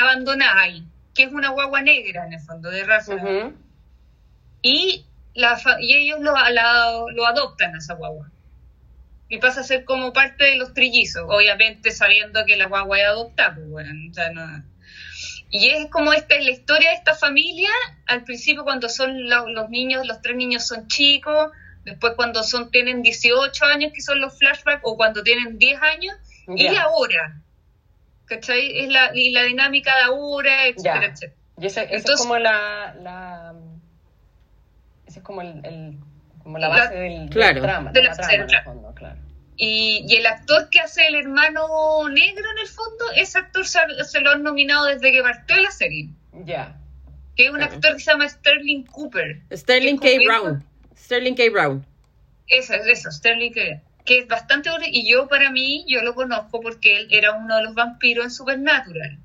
abandonada ahí, que es una guagua negra en el fondo de raza. Ujú. y, la fa- y ellos lo, la- lo adoptan a esa guagua. Y pasa a ser como parte de los trillizos, obviamente sabiendo que la guagua es adoptada. pues, bueno, o sea, no- Y es como esta es la historia de esta familia, al principio cuando son lo- los niños, los tres niños son chicos, después cuando son tienen 18 años que son los flashbacks, o cuando tienen 10 años, Ya. y ahora. ¿Cachai? Es la, y la dinámica de ahora, etcétera, Ya. etcétera. Y esa, esa Entonces- es como la, la esa es como el, el- como la La- base del, Claro. del drama, De de la la trama, en el central. fondo, claro. Y, y el actor que hace el hermano negro en el fondo, ese actor se, ha- se lo han nominado desde que partió la serie. Ya. Que es un Claro. actor que se llama Sterling Cooper. Sterling ¿Qué K. comienza? Brown. Sterling K. Brown. Eso, es eso, Sterling Cooper. Que es bastante bueno. Y yo, para mí, yo lo conozco porque él era uno de los vampiros en Supernatural.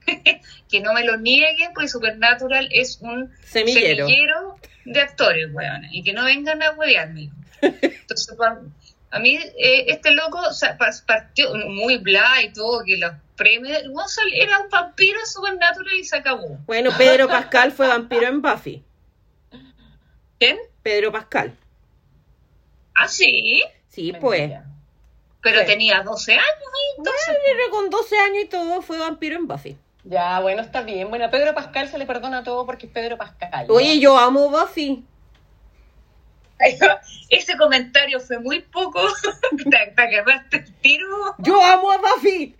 <laughs> que no me lo nieguen, porque Supernatural es un Semillero. semillero de actores, weón, y que no vengan a huevearme. Entonces, pa- a mí, eh, este loco o sea, pa- partió muy bla y todo, que los premios. el weón sal- era un vampiro en Supernatural y se acabó. Bueno, Pedro Pascal fue vampiro en Buffy. ¿Quién? Pedro Pascal. Ah, sí, Sí, pues. Mentira. pero Sí. tenía 12 años ahí, entonces. Bueno, con 12 años y todo fue vampiro en Buffy. Ya, bueno, está bien. Bueno, a Pedro Pascal se le perdona todo porque es Pedro Pascal. ¿no? Oye, yo amo Buffy. <laughs> Ese comentario fue muy poco. <laughs> te, te agarraste el <laughs> tiro. Yo amo a Buffy.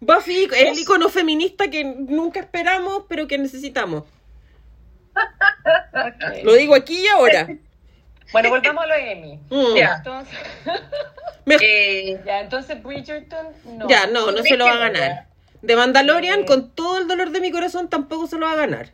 Buffy es el icono feminista que nunca esperamos, pero que necesitamos. Ok. Lo digo aquí y ahora. Bueno, volvamos a lo de Emmy. Mm. Ya. Entonces, Mej- Eh, ya, entonces Bridgerton no. ya, no, no se lo va a ganar. De Mandalorian, con todo el dolor de mi corazón, tampoco se lo va a ganar.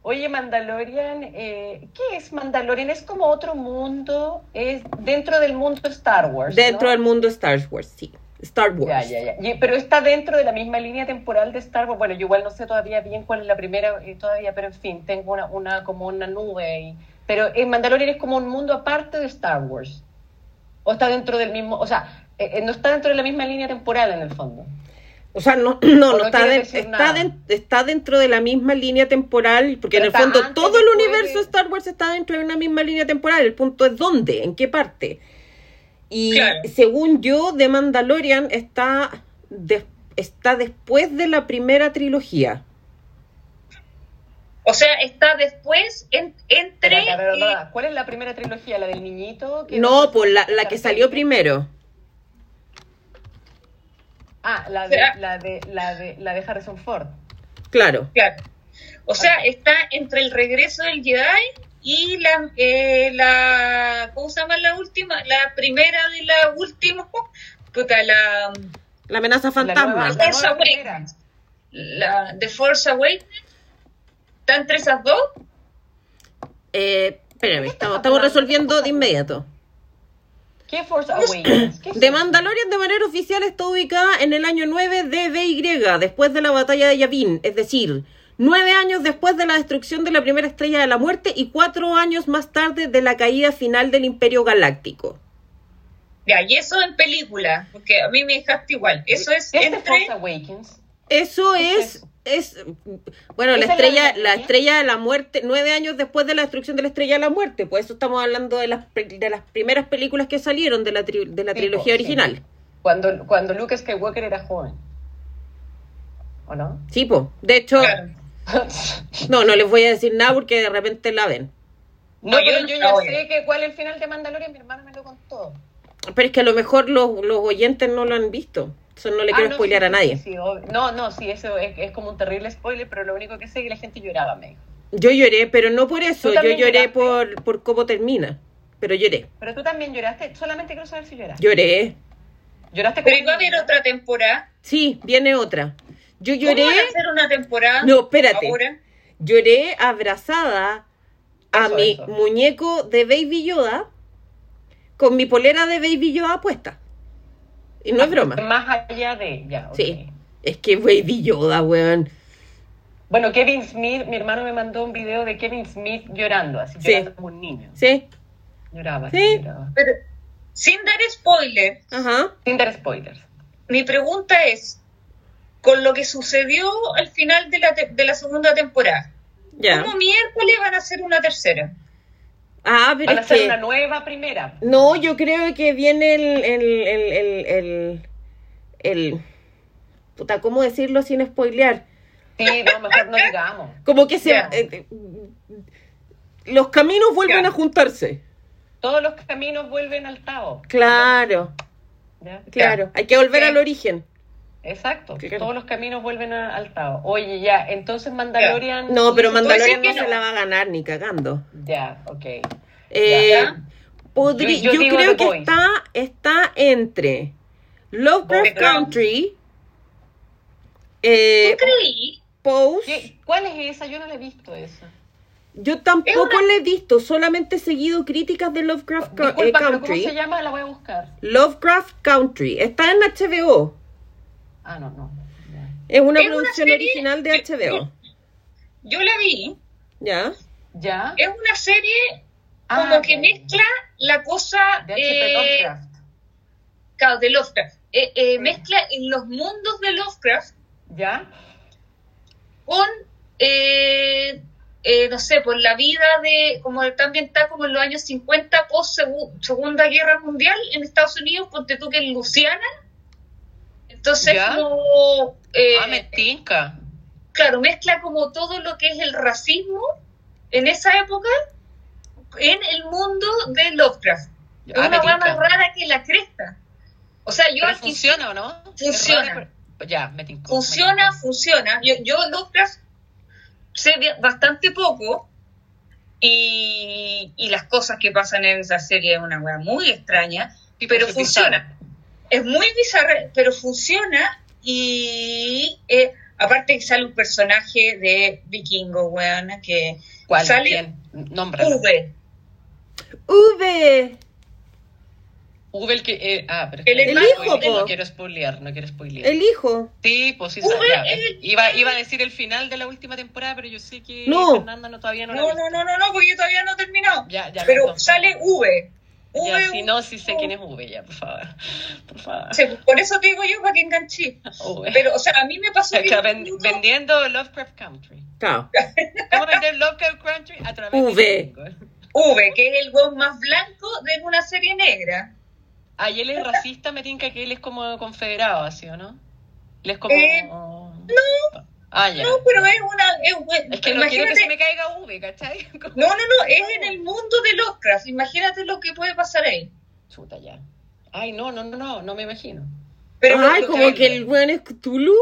Oye, Mandalorian, eh, ¿qué es Mandalorian? Es como otro mundo, es dentro del mundo Star Wars. ¿no? Dentro del mundo Star Wars, sí. Star Ya, Wars. ya, ya. Y- pero está dentro de la misma línea temporal de Star Wars. Bueno, yo igual no sé todavía bien cuál es la primera eh, todavía, pero en fin, tengo una, una como una nube ahí. Pero eh, Mandalorian es como un mundo aparte de Star Wars. O está dentro del mismo, o sea, eh, eh, no está dentro de la misma línea temporal en el fondo. O sea, no, <clears throat> no, no no está, quiere de- decir está, nada. den- está dentro de la misma línea temporal, porque en Pero el está fondo antes, todo el después universo de- Star Wars está dentro de una misma línea temporal. El punto es dónde, en qué parte. Y Claro. según yo, The Mandalorian está, des- está después de la primera trilogía. o sea, está después en- entre. Espérate, a ver, y- Roda, ¿Cuál es la primera trilogía? ¿La del niñito? que- No, pues la, la que salió primero. Ah, la de, la de, la de, la de Harrison Ford. Claro. Claro. O sea, está entre el regreso del Jedi y la, eh, la ¿cómo se llama la última? La primera de la última, puta, la, La amenaza fantasma. nueva- The Force nueva Awakens. La, The Force Awakens. ¿Está entre esas dos? Eh, espérame, estamos, estamos resolviendo de inmediato. ¿Qué Force Awakens? ¿Qué es The eso? Mandalorian de manera oficial está ubicada en el año 9 de BY, después de la batalla de Yavin, es decir, nueve años después de la destrucción de la primera estrella de la muerte y cuatro años más tarde de la caída final del Imperio Galáctico. Ya, y eso en película, porque a mí me dejaste igual. Eso es ¿Qué es The entre... Force Awakens? Eso ¿Qué es, es es, bueno, la ¿Esa es la ¿eh? estrella, de la la niña? estrella de la muerte, nueve años después de la destrucción de la estrella de la muerte, por eso estamos hablando de las, pe- de las primeras películas que salieron de la, tri- de la Sí, trilogía po, sí. original. Cuando, cuando Luke Skywalker era joven. <laughs> ¿O no? Sí, po. De hecho, Claro. no, no les voy a decir nada porque de repente la ven. No, yo pero no yo la ya voy a sé que cuál es el final de Mandalorian, mi hermano me lo contó. Pero es que a lo mejor los, los oyentes no lo han visto. Eso no le Ah, quiero no, spoilear sí, a sí, nadie. sí, obvio. no, no, sí, eso es, es como un terrible spoiler, pero lo único que sé es que la gente lloraba, me dijo. Yo lloré, pero no por eso. Tú Yo también lloré lloraste. por, por cómo termina. Pero lloré. Pero tú también lloraste, solamente quiero saber si lloraste. Lloré. ¿Lloraste Pero como iba a haber niña? otra temporada. Sí, viene otra. Yo ¿Cómo lloré, van a hacer una temporada? No, espérate. Ahora? lloré abrazada a Eso, mi eso. muñeco de Baby Yoda con mi polera de Baby Yoda puesta. Y no es broma. Más allá de. Ya, ok. Sí. Es que Baby Yoda, weón. Bueno, Kevin Smith, mi hermano me mandó un video de Kevin Smith llorando, así Sí. llorando como un niño. Sí. Lloraba, Sí. sí, lloraba. Pero, sin dar spoiler, Ajá. Sin dar spoilers. Mi pregunta es, con lo que sucedió al final de la, te- de la segunda temporada, Ya. ¿cómo miércoles van a hacer una tercera? Ah, pero Van a es hacer que... una nueva primera. No, yo creo que viene el, el, el, el, el, el- puta, ¿cómo decirlo sin spoilear? Sí, no, mejor no digamos. Como que se Ya. eh, eh, los caminos vuelven Ya. a juntarse. Todos los caminos vuelven al Tao. Claro, ¿ya? claro. Hay que volver Sí. al origen. Exacto. Claro. Todos los caminos vuelven a- al Tao. Oye, ya, entonces Mandalorian. No, pero Mandalorian que no se no. la va a ganar ni cagando. Ya, ok. Eh, Ya. podri- Yo- yo yo, digo creo The que Boys. está, está entre Lovecraft Boys. Country, eh, Yo creí, Pose. ¿Qué- ¿Cuál es esa? Yo no la he visto esa. Yo tampoco le he visto, solamente he seguido críticas de Lovecraft Co- eh, Oh, Disculpa, pero ¿cómo se Country. llama? La voy a buscar. Lovecraft Country. Está en HBO. Ah, no, no. Ya. Es una Es una producción serie- original de HBO. Yo la vi. ¿Ya? ¿Ya? Es una serie Ah, como que ya, ya. mezcla la cosa De eh, H.P. Lovecraft. claro, de Lovecraft. Eh, eh, mezcla en los mundos de Lovecraft ¿Ya? con, eh, eh, no sé, por la vida de, como está ambientada como en los años 50, post segu- Segunda Guerra Mundial en Estados Unidos, ponte tú que en Luciana. Entonces, Ya. como, eh, ah, me tinca. claro, mezcla como todo lo que es el racismo en esa época en el mundo de Lovecraft. Es Ah, me una hueá tinca. más rara que la cresta. O sea, yo Pero al principio- funciona o no? Funciona. Es raro, pero- Ya, me tincó. me funciona, tincó. funciona. Yo, yo Lovecraft sé bi- bastante poco y, y las cosas que pasan en esa serie es una weá muy extraña, Sí, pero sí, funciona. Es muy bizarra, pero funciona y eh, aparte que sale un personaje de vikingo, weón, que ¿Cuál? Sale- ¿Quién? Nómbralo. V, V, V el que... eh, ah, pero es El que no hermano, quiero spoilear, po. No quiero spoilear, no quiero spoilear. el hijo. Sí, pues sí, V sabe, ya, es el- iba, iba a decir el final de la última temporada, pero yo sé que No. Fernanda no, todavía no, la ha No, visto. no, no, no, no, porque yo todavía no he terminado. Ya, ya, pero perdón. sale V. Ya, V, si no, sí sé quién es V, ya, por favor. <laughs> Por favor. Sí, Por eso te digo yo para que <laughs> enganché. V. <laughs> Pero, o sea, a mí me pasó que Acá en ven- un minuto- vendiendo Lovecraft Country. Claro. ¿Cómo vender Lovecraft Country? A través V. de Google. V, que es el weón más blanco de una serie negra. Ah, y él es racista, me tinca que él es como confederado, así, ¿o no? Él es como... Eh, no. Ah, ya. No, pero es una. Es, un- Es que no quiero que imagínate. se me caiga V, ¿cachai? <laughs> Como- No, no, no, es en el mundo de Lovecraft. Imagínate lo que puede pasar ahí. Chuta, ya. Ay, no, no, no, no, no me imagino. Pero Ay, no, como que el weón es Cthulhu.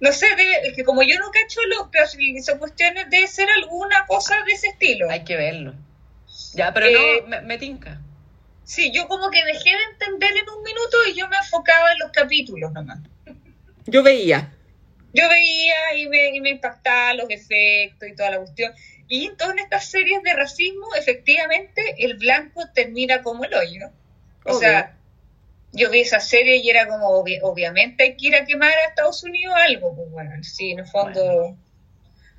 no sé, debe- es que como yo no cacho Lovecraft, y esa cuestión debe ser alguna cosa de ese estilo. Hay que verlo. Ya, pero Eh, no, me, me tinca. Sí, yo como que dejé de entender en un minuto y yo me enfocaba en los capítulos nomás. Yo veía. yo veía y me, y me impactaba los efectos y toda la cuestión. Y en todas estas series de racismo, efectivamente, el blanco termina como el hoyo. O Obvio. sea, yo vi esa serie y era como, obvi- obviamente hay que ir a quemar a Estados Unidos algo, pues bueno, sí, en el fondo.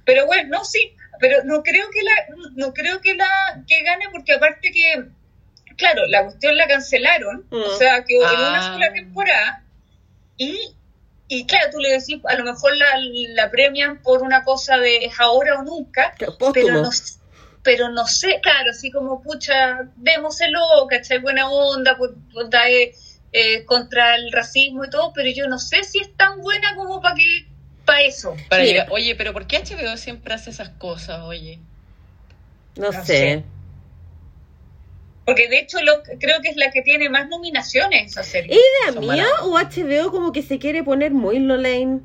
Pero bueno, no, sí, pero no creo que la, no creo que la, que gane porque aparte que, claro, la cuestión la cancelaron, o Mm. sea, que en Ah. una sola temporada y, y claro, tú le decís, a lo mejor la, la premian por una cosa de es ahora o nunca, pero Póstumo. no, s- pero no sé, claro, así como, pucha, démoselo, ¿cachai? Buena onda, pu- puta, eh, eh, contra el racismo y todo, pero yo no sé si es tan buena como para que, para eso. Para Mira. llegar- Oye, pero ¿por qué HBO siempre hace esas cosas, oye? No no sé. sé. Porque de hecho lo, creo que es la que tiene más nominaciones esa serie. ¿Idea Son mía buenas. o HBO como que se quiere poner muy Lolaine?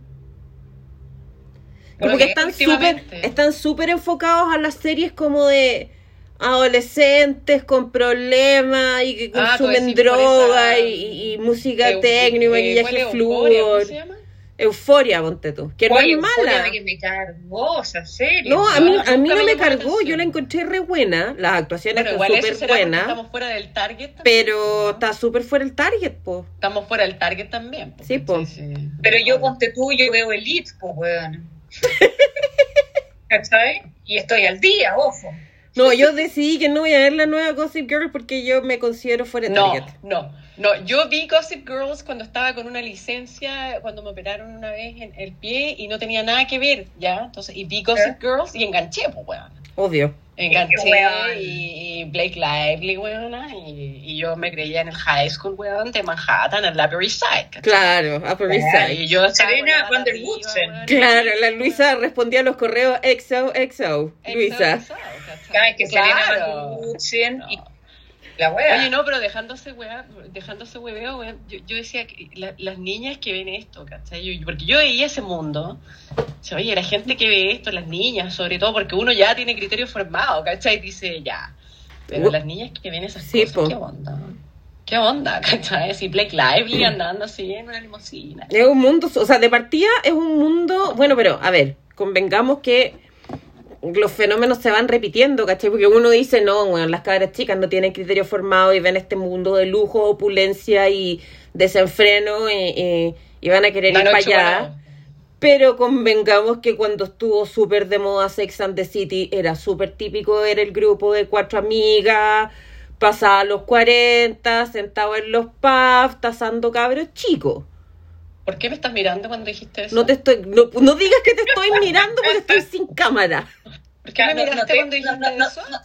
Como Muy que bien, están súper últimamente. están súper enfocados a las series como de adolescentes con problemas y que Ah, tú consumen decís por droga esa- y, y música Eh, técnica y eh, ¿cuál maquillaje es Euforia? ¿Cómo flúor. se llama? Euforia, ponte tú. Que no Oye, es Euforia, mala. que me cargó esa serie. No, a mí, a mí Ah, Nunca no me me llamó la cargó, yo atención. la encontré re buena, las actuaciones Bueno, igual son eso súper será porque buenas, estamos fuera del target también. pero ¿no? está súper fuera el target, po. <laughs> Estamos fuera del target también. porque Sí, po. sí, sí. Pero yo Bueno. ponte tú, yo veo Elite, pues, <laughs> weón. ¿Cachai? Y estoy al día, ojo. No, yo decidí que no voy a ver la nueva Gossip Girl porque yo me considero fuera de No, target. no, no. Yo vi Gossip Girls cuando estaba con una licencia, cuando me operaron una vez en el pie y no tenía nada que ver, ¿ya? Entonces, y vi Gossip Girls y enganché, pues, weón. Obvio. Enganché Weón. y, y Blake Lively, weón, y, y yo me creía en el high school, weón, de Manhattan, en la Upper East Side. ¿cachai? Claro, Upper East Side. Y yo estaba Serena con la pata Van der arriba, Woodsen. weón, Claro, la weón. Luisa respondía a los correos EXO, EXO, Luisa. Exo, exo, ¿cachai? Cada vez que Serena Claro. Vanderwoodsen y No. la wea. Oye, no, pero dejándose weá, dejándose hueveo, weá, yo, yo decía que la- las niñas que ven esto, ¿cachai? Yo- yo- porque yo veía ese mundo, o sea, oye, la gente que ve esto, las niñas, sobre todo, porque uno ya tiene criterio formado, ¿cachai? Dice, ya. Pero Uh. las niñas que ven esas Sí, cosas, po. ¿qué onda? ¿Qué onda, <laughs> cachai? Si Blake Lively andando así en una limusina. Es un mundo, o sea, de partida es un mundo, bueno, pero a ver, convengamos que los fenómenos se van repitiendo, ¿cachai? Porque uno dice, no, bueno, las cabras chicas no tienen criterio formado y ven este mundo de lujo, opulencia y desenfreno y, y- y van a querer La ir para noche allá. buena. Pero convengamos que cuando estuvo súper de moda Sex and the City, era súper típico, era el grupo de cuatro amigas, pasaba los 40, sentado en los pubs, tasando cabros chicos. ¿Por qué me estás mirando cuando dijiste eso? No te estoy, no, no digas que te estoy mirando porque estoy sin cámara. ¿Por qué me Claro, miraste noté- cuando dijiste no, no, no, eso? no,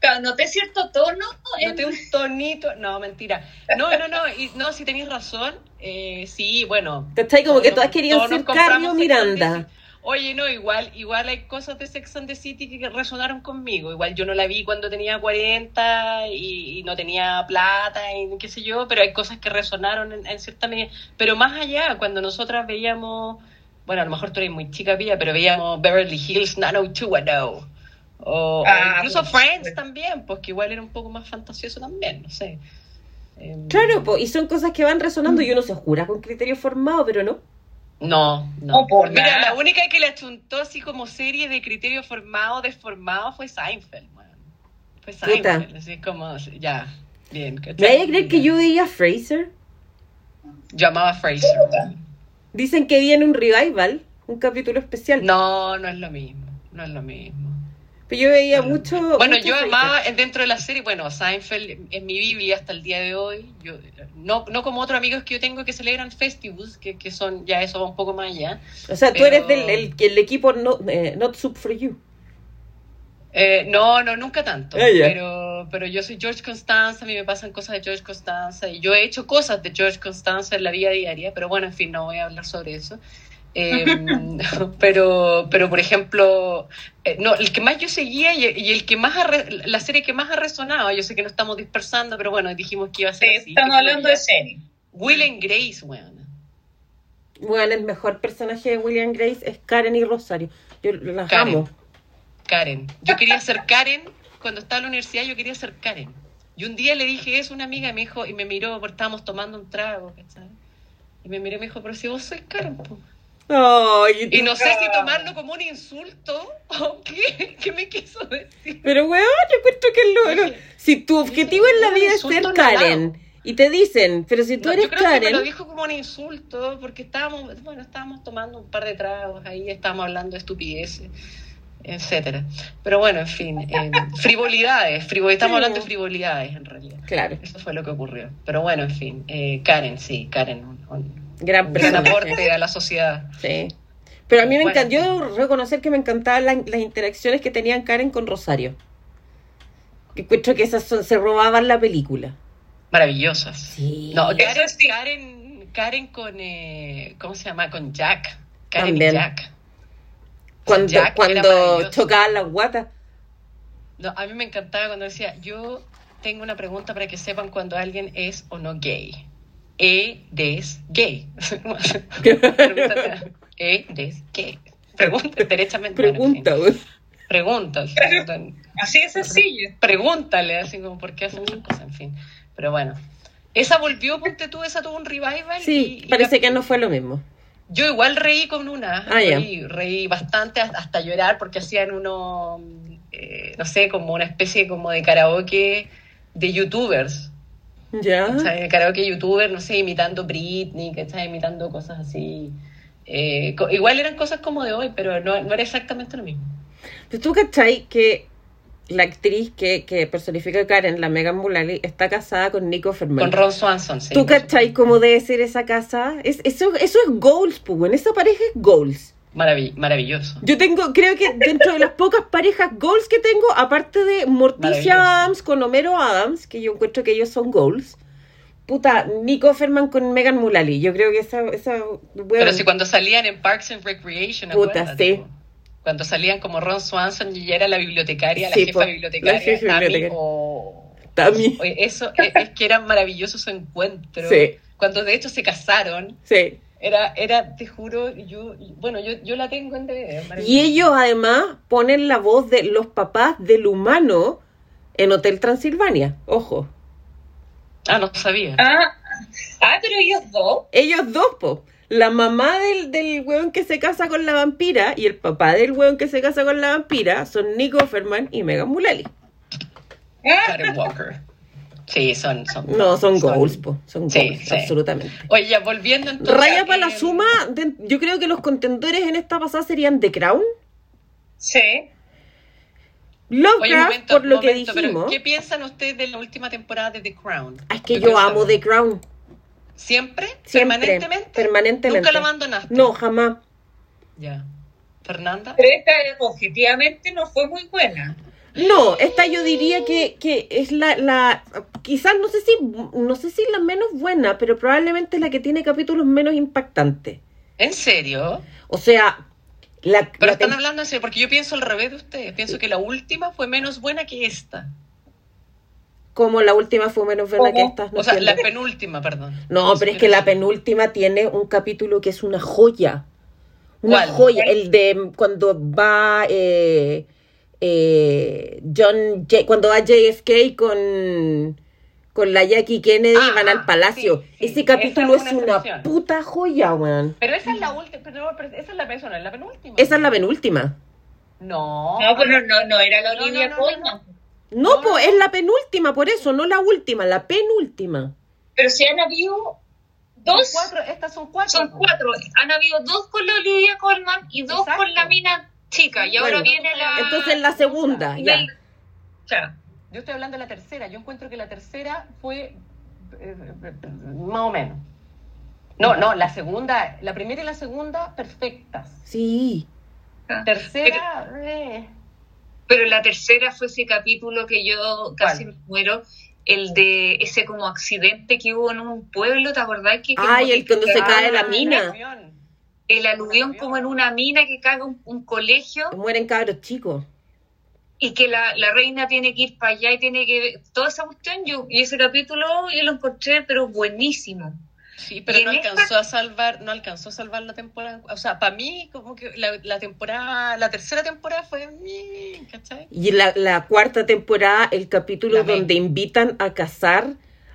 claro, noté cierto tono en- Noté un tonito. No, mentira. No, no, no. Y, no, si tenéis razón. Eh, sí, bueno. ¿Cachai? Como todos que nos- todas querían todos nos ser compramos Cardio Sex and the Miranda. City. Oye, no, igual, igual hay cosas de Sex and the City que resonaron conmigo. Igual yo no la vi cuando tenía 40 y, y no tenía plata y qué sé yo, pero hay cosas que resonaron en, en cierta medida. Pero más allá, cuando nosotras veíamos, bueno, a lo mejor tú eres muy chica, Pía, pero veíamos Beverly Hills 90210. O, o Ah, incluso pues, Friends bueno. también, pues que igual era un poco más fantasioso también, no sé. Em, Claro, po, y son cosas que van resonando y uno se jura con criterio formado, pero no. No, no. Oh, No, por Mira, nada. la única que le achuntó así como serie de criterio formado, desformado, fue Seinfeld, weón. Fue Seinfeld, Puta. así como, ya, bien. ¿cachai? ¿Me vaya a creer que yo veía Fraser? Yo amaba a Fraser, weón. Dicen que viene un revival, un capítulo especial. No, no es lo mismo, no es lo mismo. Pero yo veía mucho. Bueno, mucho yo Fraser. amaba eh, dentro de la serie, bueno, Seinfeld es mi Biblia hasta el día de hoy. Yo, no, no como otros amigos que yo tengo que celebran festivals, que, que son, ya eso va un poco más allá. O sea, tú pero- eres del el, el equipo no, eh, Not Soup for You. Eh, no, no, nunca tanto. Ah, ya. Pero, pero yo soy George Constanza, a mí me pasan cosas de George Constanza y yo he hecho cosas de George Constanza en la vida diaria, pero bueno, en fin, no voy a hablar sobre eso. Eh, pero, pero, por ejemplo, eh, no, el que más yo seguía y, y el que más ha re- la serie que más ha resonado, yo sé que no estamos dispersando, pero bueno, dijimos que iba a ser Sí, así. estamos que hablando de sería serie. Will and Grace, weón. Bueno, el mejor personaje de William Grace es Karen y Rosario. Yo las Karen. amo. Karen. Yo quería ser Karen. Cuando estaba en la universidad, yo quería ser Karen. Y un día le dije eso a una amiga y me dijo, y me miró, porque estábamos tomando un trago, ¿cachai? Y me miró y me dijo, pero si vos sois Karen, po". Ay, Y no sé si tomarlo como un insulto <laughs> o qué, ¿Qué me quiso decir. Pero, weón, yo encuentro que es lo- lo- Si tu objetivo en la Un vida es ser insulto Karen, y te dicen, pero si tú No, eres yo creo que me lo Karen, dijo como un insulto, porque estábamos, bueno, estábamos tomando un par de tragos ahí, estábamos hablando de estupideces, etcétera. Pero bueno, en fin, eh, frivolidades, frivol- estamos hablando de frivolidades en realidad. claro, Eso fue lo que ocurrió. Pero bueno, en fin, eh, Karen, sí, Karen, un, un- gran un gran personaje. aporte a la sociedad. Sí. Pero a mí me Bueno. encantó, yo debo reconocer que me encantaban las, las interacciones que tenían Karen con Rosario. Que encuentro que esas son- se robaban la película. Maravillosas. Sí. este. No, Eso Karen, sí. Karen, Karen con, eh, ¿cómo se llama? Con Jack. Karen También. y Jack. cuando Jack era cuando maravilloso. chocaban las guatas. No, a mí me encantaba cuando decía, yo tengo una pregunta para que sepan cuando alguien es o no gay. ¿Eres gay? <laughs> Pregúntate, ¿Eres gay? <laughs> Pregunta, derechamente. bueno, en fin. Pregunta, weón. Pregunta. o sea, no- Así de sencillo. pregúntale, así como por qué hacen esas cosas, en fin. Pero bueno, esa volvió, ponte tú, esa tuvo un revival. Sí, y- y parece la- que no fue lo mismo. Yo igual reí con una, Ah, ya. reí, reí bastante hasta hasta llorar porque hacían uno, eh, no sé, como una especie como de karaoke de youtubers. ¿Ya? ¿cachai? Karaoke youtuber, no sé, imitando Britney, ¿cachai? Imitando cosas así. Eh, co- igual eran cosas como de hoy, pero no, no era exactamente lo mismo. Pero tú cachai que la actriz que, que personifica a Karen, la Megan Mullally, está casada con Nico Fermón. Con Ron Swanson, sí. ¿Tú cachai cómo debe ser esa casa? Es, eso, eso es goals, pues, en esa pareja es goals. Maravi- maravilloso. Yo tengo, creo que dentro de las pocas parejas goals que tengo, aparte de Maravilloso. Morticia Adams con Homero Adams, que yo encuentro que ellos son goals, puta, Nico Ferman con Megan Mullally. Yo creo que esa, esa Pero weón, si cuando salían en Parks and Recreation, Puta, acuérdate, sí. po. Cuando salían como Ron Swanson y ella era la bibliotecaria, Sí, la po, jefa bibliotecaria. la jefa Tammy, bibliotecaria. o- Tammy. Oye, eso e- es, que eran maravillosos su encuentro. Sí. Cuando de hecho se casaron, Sí. era, era, te juro, yo, bueno, yo, yo la tengo en DVD. es maravilloso. Y ellos además ponen la voz de los papás del humano en Hotel Transilvania. Ojo. Ah, no sabía. Ah, ah, pero ellos dos. Ellos dos, po. la mamá del, del weón que se casa con la vampira y el papá del weón que se casa con la vampira son Nico Offerman y Megan Mullally. Karen Walker. Sí, son. son No, son goals, po. Son Sí, goals, sí. absolutamente. Oye, ya volviendo entonces. Raya a para la que- suma, de- yo creo que los contendores en esta pasada serían The Crown, Sí. Lovecraft, Oye, un momento, por lo momento, que pero dijimos. ¿Qué piensan ustedes de la última temporada de The Crown? Ah, es que quiero yo amo saber. The Crown. ¿Siempre? Siempre. ¿Permanentemente? Permanentemente. ¿Nunca la abandonaste? No, jamás. Ya. ¿Fernanda? Pero esta eh, objetivamente no fue muy buena. No, esta yo diría que, que es la, la quizás no sé si no sé si la menos buena, pero probablemente es la que tiene capítulos menos impactantes. ¿En serio? O sea, la, Pero la están tem- hablando en serio, porque yo pienso al revés de ustedes. Pienso que la última fue menos buena que esta. como la última fue menos buena que ¿Cómo? esta. No, O sea, la entiendo. penúltima, perdón. No, pero es que la penúltima tiene un capítulo que es una joya. Una ¿Cuál? joya. El de cuando va eh, eh, John J- cuando va JFK con, con la Jackie Kennedy Ah, y van al palacio. sí, sí. Ese capítulo Esa es es una una excepción. puta joya, weón. Pero esa es la última, pero, pero esa es la persona, la penúltima. Esa es la penúltima. No. No, pero no, no era la No, Olivia no, no, no, Colman. No, po, es la penúltima, por eso, no la última, la penúltima. Pero si han habido Son dos, cuatro, estas son cuatro. son cuatro. Han habido dos con la Olivia Colman y dos Exacto. con la mina chica. Y ahora Bueno, viene la. Entonces Ah, la segunda, ya. la- ya. Yo estoy hablando de la tercera. Yo encuentro que la tercera fue eh, más o menos. No, no, la segunda, la primera y la segunda perfectas. Sí. Tercera, eh. Pero la tercera fue ese capítulo que yo casi ¿Cuál? me muero, el de ese como accidente que hubo en un pueblo, ¿te acordás? Que, que Ay, como el que cuando se cagaba- cae la Ah, mina. el avión. El aluvión como en una mina que caga un, un colegio Mueren cabros chicos. y que la, la reina tiene que ir para allá y tiene que ver toda esa cuestión. Yo, y ese capítulo yo lo encontré, pero buenísimo. Sí, Y pero en no alcanzó a salvar, no alcanzó a salvar la temporada. O sea, para mí como que la, la temporada, la tercera temporada fue, mm, ¿cachai? Y la, la cuarta temporada, el capítulo La ve. donde invitan a casar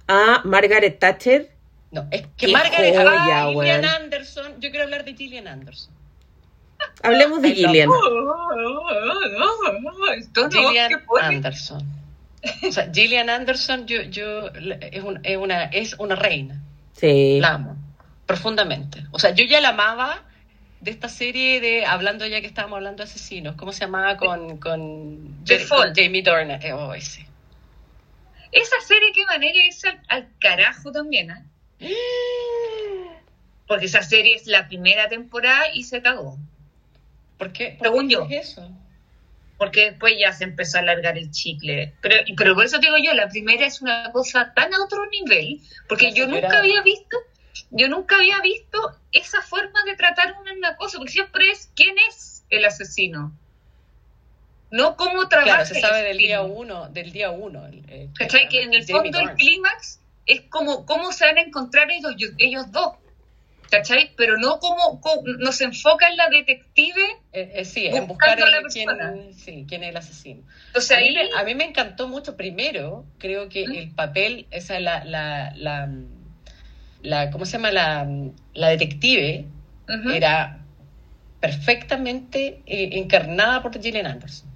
a Margaret Thatcher. No, es que Qué Margaret joya, ah, Gillian weón. Anderson, yo quiero hablar de Gillian Anderson. Hablemos de I love Gillian. Todo que Gillian pone- Anderson. O sea, Gillian Anderson yo, yo, la- es, un- es una, es una reina. Sí. La amo profundamente. O sea, yo ya la amaba de esta serie de, hablando ya que estábamos hablando de asesinos, ¿cómo se llamaba con, con, The con Fall. Jamie Dornan? Eh, oh, ese. Esa serie, qué manera de irse al, al carajo también, ¿ah? Porque esa serie es la primera temporada y se cagó. ¿Por qué? ¿Por Según qué yo. es eso? porque después ya se empezó a alargar el chicle. Pero, pero por eso te digo yo, la primera es una cosa tan a otro nivel, porque La yo señora- nunca había visto, yo nunca había visto esa forma de tratar una, una cosa, porque siempre es quién es el asesino, no cómo trabaja. Claro, se el sabe del día asesino. uno, del día uno. el- eh, ¿Cachai? Que en el Jamie fondo el Dornan. clímax es como cómo se van a encontrar ellos, ellos dos. ¿Cachai? Pero no como, nos enfoca en la detective. Eh, eh, sí, en buscar buscando a la el- persona. quién, sí, quién es el asesino. Entonces a, mí, ahí me- a mí me encantó mucho. Primero, creo que ¿Mm? el papel, esa la, la, la, la- ¿cómo se llama? La, la detective Ujú. era perfectamente eh, encarnada por Gillian Anderson.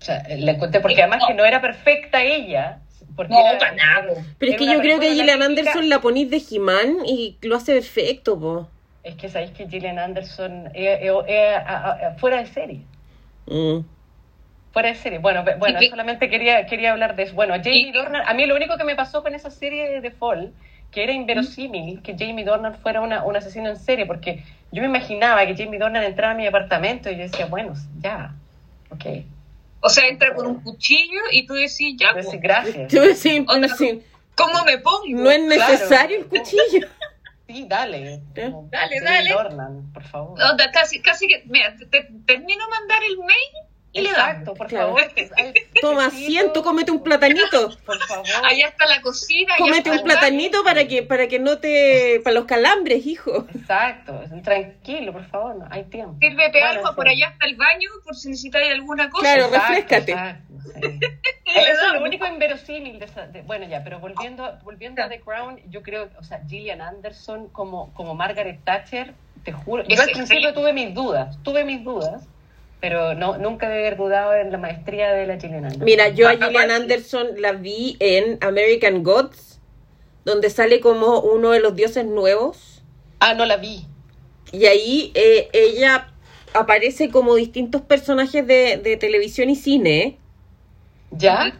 O sea, eh, la encontré porque además que no era perfecta ella. Porque No, era- para nada. Pero es era que una yo creo que persona Gillian típica- Anderson la ponís de He-Man y lo hace perfecto, po. Es que sabéis que Gillian Anderson eh, es, es- es- a- a- fuera de serie. Mm. Fuera de serie. Bueno, pe- bueno, Y que- solamente quería, quería hablar de eso. Bueno, Jamie Y- Dornan, a mí lo único que me pasó con esa serie de The Fall, que era inverosímil que Jamie Dornan fuera una, un asesino en serie, porque yo me imaginaba que Jamie Dornan entraba a mi apartamento y yo decía, bueno, ya, ok. O sea, entra con un cuchillo y tú decís, ya, Ah, pues, Entonces, <laughs> gracias. Tú sí, Otra- no, sí, ¿cómo me pongo? no es <laughs> necesario el Claro. cuchillo. Sí, dale. ¿Eh? Dale, Jamie dale. Dornan, por favor. Onda, casi, casi que, mira, te, te- termino de mandar el mail y le Exacto, damos. por Claro. favor. que- <laughs> ay, Toma sí, asiento, todo. cómete un platanito. Por favor. Allá está la cocina. allá Cómete está un el baño. platanito para que, para que no te. para los calambres, hijo. Exacto, tranquilo, por favor, no hay tiempo. Sírvete Bueno, algo, sí. por allá está el baño, por si necesitáis alguna cosa. Claro. Pero Exacto, refréscate. exacto, <laughs> sí. Le Eso es damos. lo único inverosímil de esa- de- bueno ya, pero volviendo, volviendo a The Crown, yo creo, o sea, Gillian Anderson como, como Margaret Thatcher, te juro, yo Es al principio excelente. tuve mis dudas, tuve mis dudas, pero no, nunca de haber dudado en la maestría de la Gillian Anderson. Mira, yo a Aparte- Gillian Anderson la vi en American Gods, donde sale como uno de los dioses nuevos. Ah, no la vi. Y ahí eh, ella aparece como distintos personajes de, de televisión y cine. ¿eh? ¿Ya?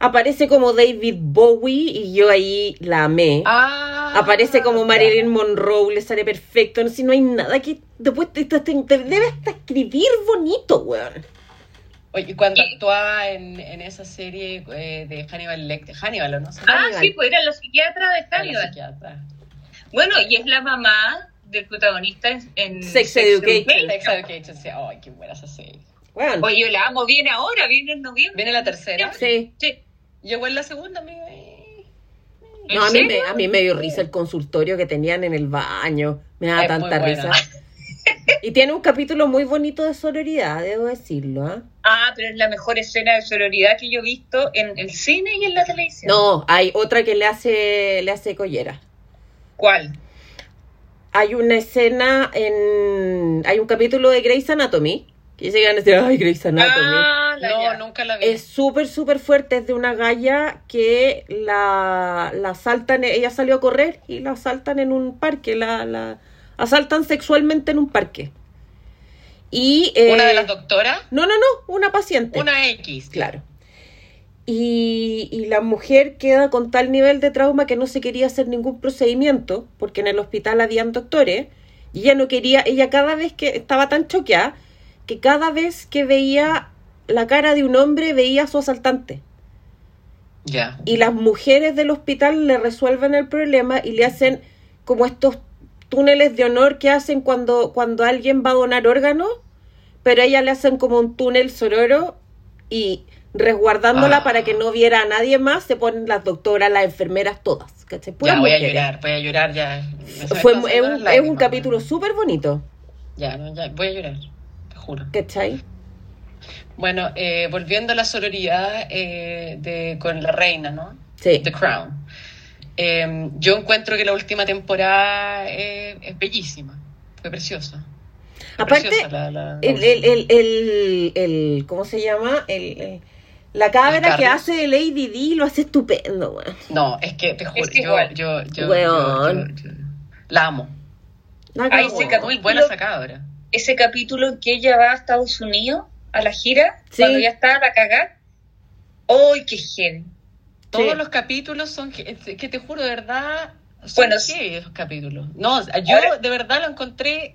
Aparece como David Bowie y yo ahí la amé. Ah. Aparece como ya. Marilyn Monroe, le sale perfecto. No, si no hay nada que. Después te, te- te- te debe hasta escribir bonito, weón. Oye, cuando Y- actuaba en, en esa serie eh, de Hannibal Lecter, Hannibal, ¿o no? sé? Ah, Hannibal. sí, pues era la psiquiatra de Era la Hannibal. psiquiatra. Bueno, y es la mamá del protagonista en, en Sex Education. Sex Education, sí. Ay, qué buena esa serie. Weón. Oye, yo la amo, viene ahora, viene en noviembre. Viene la tercera. Sí. Sí. Llegó en la segunda, amigo. eh. ¿En No, a mí, me, serio? a mí me dio risa el consultorio que tenían en el baño. Me daba Es muy tanta buena. risa. Y tiene un capítulo muy bonito de sororidad, debo decirlo. ¿ah? Ah, pero es la mejor escena de sororidad que yo he visto en el cine y en la televisión. No, hay otra que le hace, le hace collera. ¿Cuál? Hay una escena en. Hay un capítulo de Grey's Anatomy. Que llegan a decir, ay, Grey's Anatomy. Ah, la No, ya. nunca la vi. Es súper, súper fuerte. Es de una galla que la, la asaltan. Ella salió a correr y la asaltan en un parque. La, la asaltan sexualmente en un parque. Y. Una de eh, las doctoras, No, no, no. Una paciente. una X. Claro. Y, y la mujer queda con tal nivel de trauma que no se quería hacer ningún procedimiento, porque en el hospital habían doctores, y ella no quería, ella cada vez que estaba tan choqueada, que cada vez que veía la cara de un hombre veía a su asaltante. Ya. Y las mujeres del hospital le resuelven el problema y le hacen como estos túneles de honor que hacen cuando, cuando alguien va a donar órganos, pero a ella le hacen como un túnel sororo y resguardándola Ah. para que no viera a nadie más, se ponen las doctoras, las enfermeras, todas. ¿cachai? Puras Ya, voy a mujeres. llorar, voy a llorar ya. Me están Fue, saliendo es las un, es lágrimas. un capítulo súper bonito, Ya, no, ya, voy a llorar, te juro. ¿cachai? Bueno, eh, volviendo a la sororidad eh, de, con la reina, ¿no? Sí. The Crown. Eh, yo encuentro que la última temporada eh, es bellísima, fue preciosa. Fue Aparte, preciosa la- la- la El, el, el, el, el- ¿cómo se llama? El, el- la cabra que carne. hace de Lady D lo hace estupendo, weón. No, es que te juro, Es que yo, igual. yo, yo, Weón. yo- yo- yo- la amo. La Ahí cagó. se Es cagó. muy buena esa cabra. Ese capítulo en que ella va a Estados Unidos a la gira, Sí. cuando ya está a la cagada. ¡Ay, qué gen! Todos Sí. los capítulos son que que te juro de verdad son Bueno, heavy esos capítulos. No, yo Ahora- de verdad lo encontré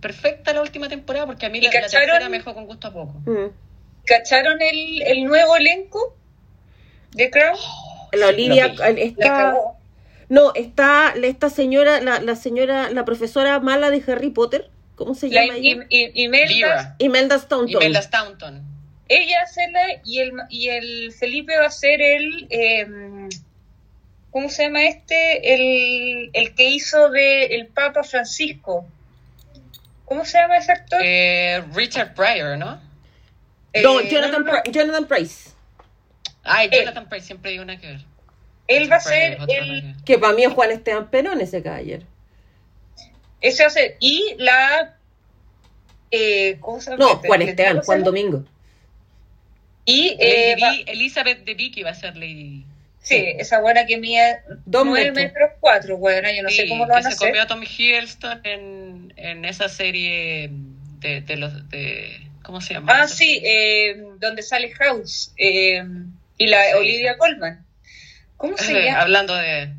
perfecta la última temporada porque a mí ¿Y la, la cacharon? tercera me dejó con gusto a poco. Mm. ¿Cacharon el, el nuevo elenco de Crown? La Olivia Lo vi. eh, La está. cagó. No, está la- esta señora, la, la señora, la profesora mala de Harry Potter. ¿Cómo se La llama I- ella? I- I- Imelda, Lyra Imelda y Staunton. Bella Staunton. ella hace la y el, y el Felipe va a ser el eh, ¿cómo se llama este? el, el que hizo de el Papa Francisco ¿cómo se llama ese actor? Eh, Richard Pryor, ¿no? No, Eh, Jonathan, no, no, no. Pri- Jonathan Price. Ay, Eh. Jonathan Pryor siempre hay una que ver. él va a Pryor ser es otro nada que el, ver. Que para mí es Juan Esteban Perón ese ayer ese va a ser y la eh, ¿cómo se llama? No, Juan ¿Le- Esteban, cómo se Juan llama? Domingo. y eh, Lady va- Di- Elizabeth de Vicky va a ser Lady Di. sí, esa buena que mide Dos 9 metros. metros 4 bueno, yo no sé Sí, cómo lo van que a se hacer comió a Tom Hiddleston en, en esa serie de, de los de ¿cómo se llama? Ah, Esa sí, serie. eh, donde sale House eh, y la Sí. Olivia Colman. ¿Cómo se Eh, llama? hablando de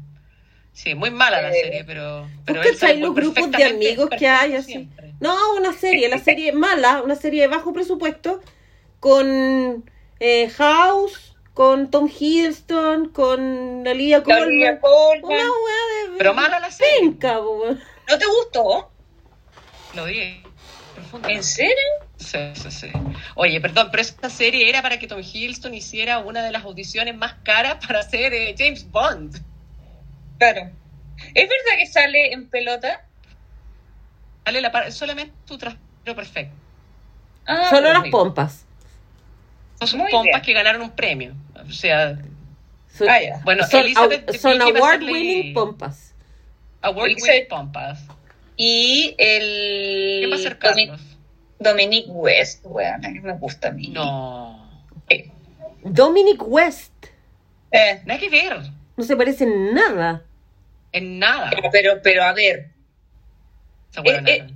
sí, muy mala la Eh, serie, pero ¿Tú pero él sale cachai muy los grupos de perfectamente amigos que hay perfecto así? siempre. No, una serie, la serie mala, una serie de bajo presupuesto, con eh, House, con Tom Hiddleston, con Olivia La Colman. Olivia Una Colman. weá de... Pero mala la serie. Penca, po, weón. ¿No te gustó? Lo di. Profundo. ¿En serio? Sí, sí, sí. Oye, perdón, pero esta serie era para que Tom Hiddleston hiciera una de las audiciones más caras para ser eh, James Bond. Claro. ¿Es verdad que sale en pelota? Dale la par- solamente tu trasero perfecto. Ah, Solo las sí. pompas. Son sus Muy pompas bien. que ganaron un premio. O sea, Son, Ah, ya. bueno, son Elizabeth au- son Debicki va a ser award la- winning pompas. Award winning Elizabeth- pompas. Y el. ¿Quién va a ser Domi- Carlos? Dominic West, weón, que me gusta a mí. No. Dominic West. Eh, Nada que ver. No se parece en nada. En nada. pero, pero a ver, Esa huevona. eh,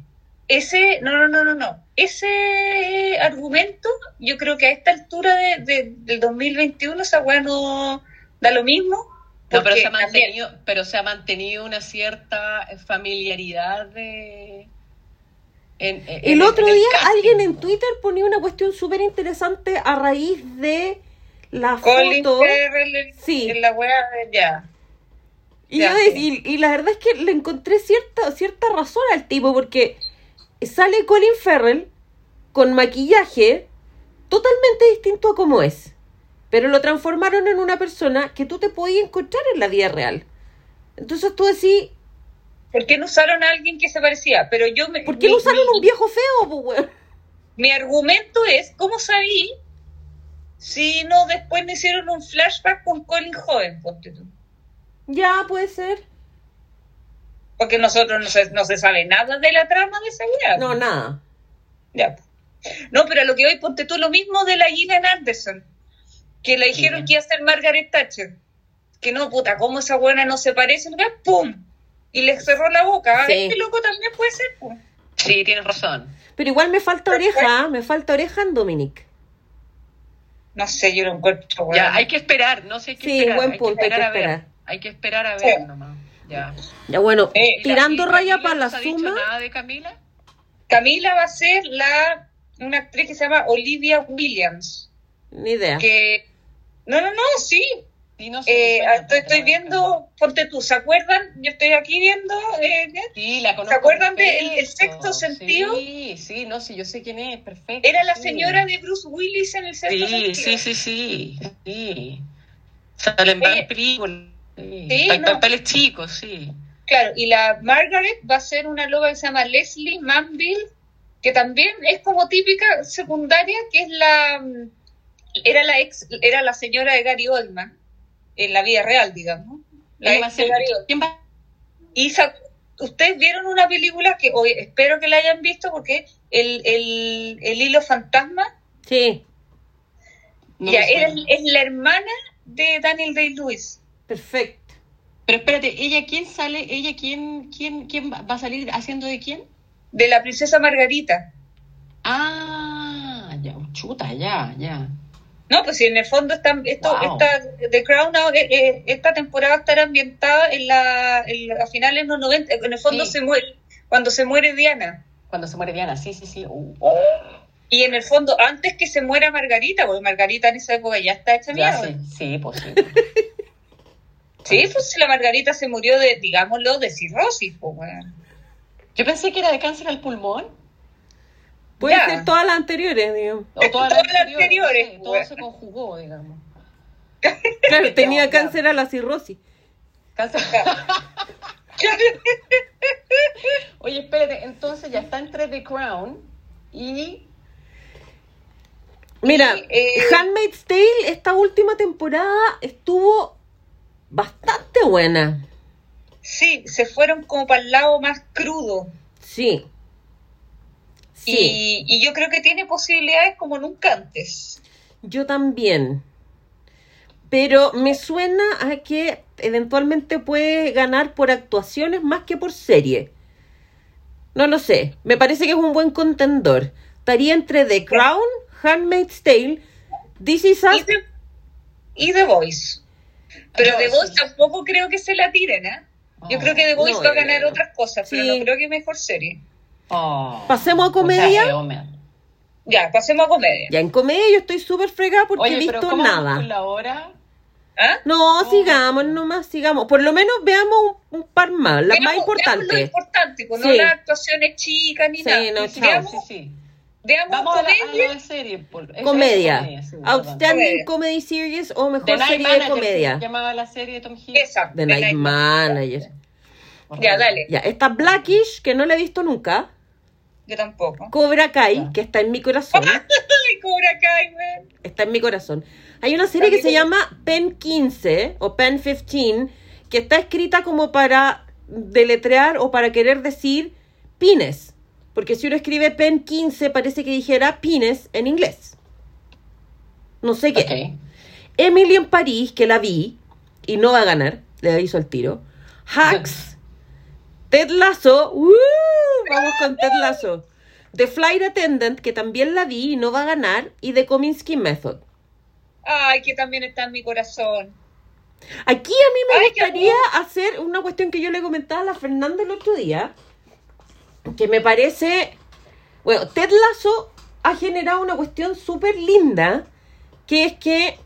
ese, no, no, no, no, no. Ese argumento, yo creo que a esta altura de, de- del 2021 esa weá no da lo mismo. No, pero porque se, ha también- mantenido, pero se ha mantenido una cierta familiaridad de... en- en- El en- otro en el día casting. alguien en Twitter ponía una cuestión súper interesante a raíz de la Colin foto. Farrell en- Sí. en la weá de ya. Y, Ya, yo de- sí. y- y la verdad es que le encontré cierta, cierta razón al tipo, porque sale Colin Farrell con maquillaje totalmente distinto a como es. Pero lo transformaron en una persona que tú te podías encontrar en la vida real. Entonces tú decís, ¿Por qué no usaron a alguien que se parecía? Pero yo me, ¿por qué mi, no usaron mi- un viejo feo, po, weón? mi argumento es, ¿cómo sabí si no después me hicieron un flashback con Colin joven? ponte tú? Ya, puede ser. Porque nosotros no se, no se sabe nada de la trama de esa weá. No, nada. Ya. No, pero a lo que hoy ponte tú lo mismo de la Gillian Anderson, que le dijeron Gillian. que iba a ser Margaret Thatcher. Que no, puta, ¿cómo esa buena no se parece? Mira, ¡Pum! Y le cerró la boca. Sí. Este loco también puede ser. pum. Sí, tienes razón. Pero igual me falta oreja, ¿ah? me falta oreja en Dominic. No sé, yo lo encuentro. weón. Ya, hay que esperar, no sé, hay que Sí, esperar. buen hay punto, que hay que esperar a ver. esperar. Hay que esperar a ver Sí. nomás. Ya. Ya bueno, Eh, tirando ¿Y raya Camila para la nos ha dicho suma. nada de Camila? Camila va a ser la una actriz que se llama Olivia Williams. Ni idea. Que. No, no, no, sí. Sí, no sé, Eh, me suena, estoy, pero estoy no, no. viendo, ponte tú, ¿se acuerdan? Yo estoy aquí viendo. eh, Sí, la conozco. ¿Se acuerdan de perfecto. El- El Sexto Sentido? Sí, sí, no, sí, yo sé quién es, perfecto. era la sí. señora de Bruce Willis en el sexto Sí, sí, sentido. sí, sí, sí. Salen varias películas. Sí, Eh, Sí, Pa- no. papeles chicos, sí. Claro, y la Margaret va a ser una loca que se llama Leslie Manville, que también es como típica secundaria, que es la mm, era la ex, era la señora de Gary Oldman, en la vida real, digamos. La ¿Quién va a ex de ser? Gary Oldman. ¿Quién va? Y sa- ustedes vieron una película que hoy espero que la hayan visto porque el, el, el hilo fantasma Sí, No ya me era, suena. es la hermana de Daniel Day Lewis. perfecto. Pero espérate, ¿ella quién sale? ¿Ella quién, quién, quién va va a salir haciendo de quién? de la princesa Margarita. Ah, ya, chuta, ya, ya. No, pues si en el fondo están, esto, Wow. esta, The Crown, now, eh, eh, esta temporada estará ambientada en la, en la- a finales de los 90, en el fondo Sí. se muere, cuando se muere Diana. Cuando se muere Diana, sí, sí, sí. Uh, Y en el fondo, antes que se muera Margarita, porque Margarita en esa época ya está hecha ya, mierda. sí, sí, pues sí. Sí, pues si la Margarita se murió de, digámoslo, de cirrosis, pues bueno. <laughs> Yo pensé que era de cáncer al pulmón. Puede Ya. ser todas las anteriores, digamos. O todas las Todas las anteriores. pues. anteriores, no sé, todo bueno. se conjugó, digamos. <laughs> Claro, tenía ya. cáncer a la cirrosis. Cáncer. Oye, espérate, entonces ya está entre The Crown y. Mira, Y, eh, Handmaid's Tale, esta última temporada estuvo bastante buena. Sí, se fueron como para el lado más crudo. Sí. Sí, Y, y yo creo que tiene posibilidades como nunca antes. yo también. Pero me suena a que eventualmente puede ganar por actuaciones más que por serie. No lo sé. Me parece que es un buen contendor. Estaría entre The Crown, Handmaid's Tale, This Is Us y The, y The Voice. Pero No, The sí. Voice tampoco creo que se la tiren, ¿eh? Yo Oh. creo que The Voice no, va a yo ganar creo. otras cosas, pero Sí. no creo que mejor serie. Oh. Pasemos a comedia. Mucha eoma. Ya, pasemos a comedia. Ya en comedia yo estoy súper fregada porque he Oye, pero visto ¿cómo vamos con nada. la hora? ¿Ah? No, No. sigamos nomás, sigamos. Por lo menos veamos un, un par más, las Veamos- más veamos Lo importantes. importante, pues, Sí. no las actuaciones chicas ni Sí, nada. no, Veamos- chao, Sí, sí. Veamos Vamos a la, a comedia. la serie. por- es- es Comedia. sí, perdón. Comedia. Outstanding Comedy Series o The mejor Night serie de Manager, comedia. se llamaba la serie de Tom Hiddleston. Esa. The de Night Night Manager. Manager. Ya, dale. Ya, está Blackish, que no la he visto nunca. Yo tampoco. Cobra Kai, Ya. que está en mi corazón. <laughs> Ay, Cobra Kai, man. Está en mi corazón. Hay una serie que se llama Pen 15 o Pen 15, que está escrita como para deletrear o para querer decir pines. Porque si uno escribe Pen 15, parece que dijera pines en inglés. No sé qué. Ok. Emily en París, que la vi y no va a ganar, le aviso al tiro. Hacks, Ted Lasso, ¡uh! vamos con Ted Lasso. The Flight Attendant, que también la vi y no va a ganar, y The Kominsky Method. Ay, que también está en mi corazón. Aquí a mí me Ay, qué gustaría hacer una cuestión que yo le comentaba a la Fernanda el otro día, que me parece, bueno, Ted Lasso ha generado una cuestión súper linda, que es que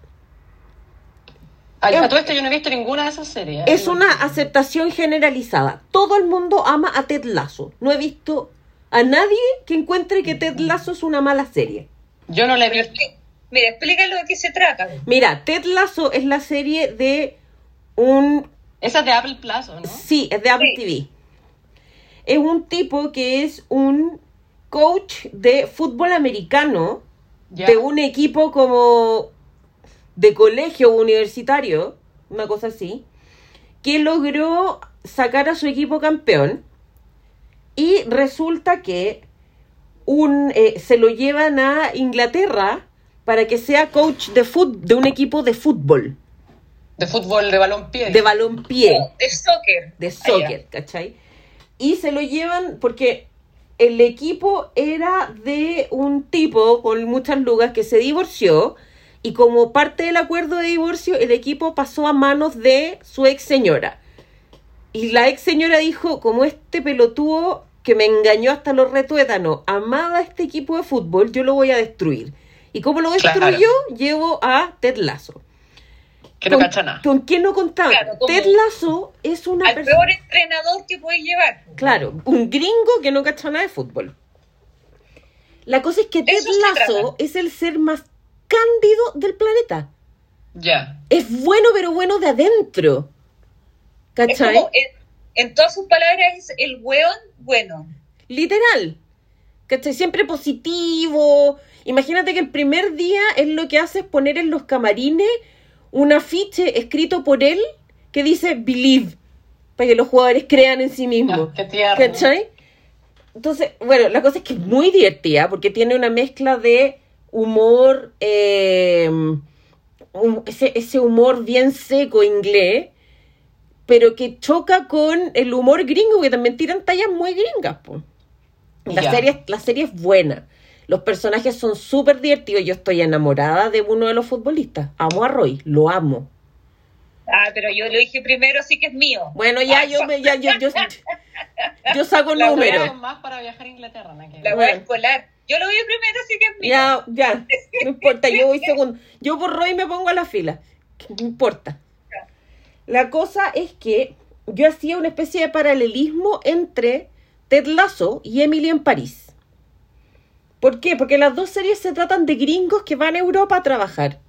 Ay, Es- a todo esto yo no he visto ninguna de esas series. ¿eh? Es una aceptación generalizada. Todo el mundo ama a Ted Lasso. No he visto a nadie que encuentre que Ted Lasso es una mala serie. Yo no la he Pero visto. expli- mira, explícalo de qué se trata. Mira, Ted Lasso es la serie de un... Esa es de Apple Plus, ¿o ¿no? Sí, es de Apple TV. Es un tipo que es un coach de fútbol americano Ya. de un equipo como de colegio universitario, una cosa así, que logró sacar a su equipo campeón y resulta que un, eh, se lo llevan a Inglaterra para que sea coach de, fut- de un equipo de fútbol, De fútbol, de balompié. de balompié De soccer. de soccer, ¿cachai? Y se lo llevan porque el equipo era de un tipo con muchas lugas que se divorció y como parte del acuerdo de divorcio el equipo pasó a manos de su ex señora. Y la ex señora dijo, como este pelotudo que me engañó hasta los retuétanos, amaba este equipo de fútbol, yo lo voy a destruir. ¿Y cómo lo destruyó? Claro. Llevo a Ted Lazo. que no cacha nada. ¿Con quién no contaba? Claro, como- Ted Lazo es una Al persona... peor entrenador que puedes llevar. Claro, un gringo que no cacha nada de fútbol. La cosa es que Ted Eso se Lasso es el ser más cándido del planeta. Ya. Es bueno, pero bueno de adentro. Es ¿Cachai? como, en, en todas sus palabras, es el weón bueno. Literal. ¿Cachai? Siempre positivo. Imagínate que el primer día es lo que hace es poner en los camarines un afiche escrito por él que dice believe, para que los jugadores crean en sí mismos. Ah, Ya, Qué tierno. ¿Cachai? Entonces, bueno, la cosa es que es muy divertida porque tiene una mezcla de humor, eh, un- ese, ese humor bien seco inglés, pero que choca con el humor gringo, que también tiran tallas muy gringas. po. La, Ya. serie, la serie es buena. Los personajes son súper divertidos. Yo estoy enamorada de uno de los futbolistas. Amo a Roy, lo amo. Ah, pero yo lo dije primero, así que es mío. Bueno, ya Ah, yo me, ya, yo, yo, yo saco La Pero números. son más para viajar a Inglaterra, ¿no? Que- La voy a Bueno. escolar. Yo lo vi primero, así que es mío. Ya, ya, no importa, yo voy segundo. Yo por Roy me pongo a la fila. No importa. La cosa es que yo hacía una especie de paralelismo entre Ted Lasso y Emily en París. ¿Por qué? Porque las dos series se tratan de gringos que van a Europa a trabajar.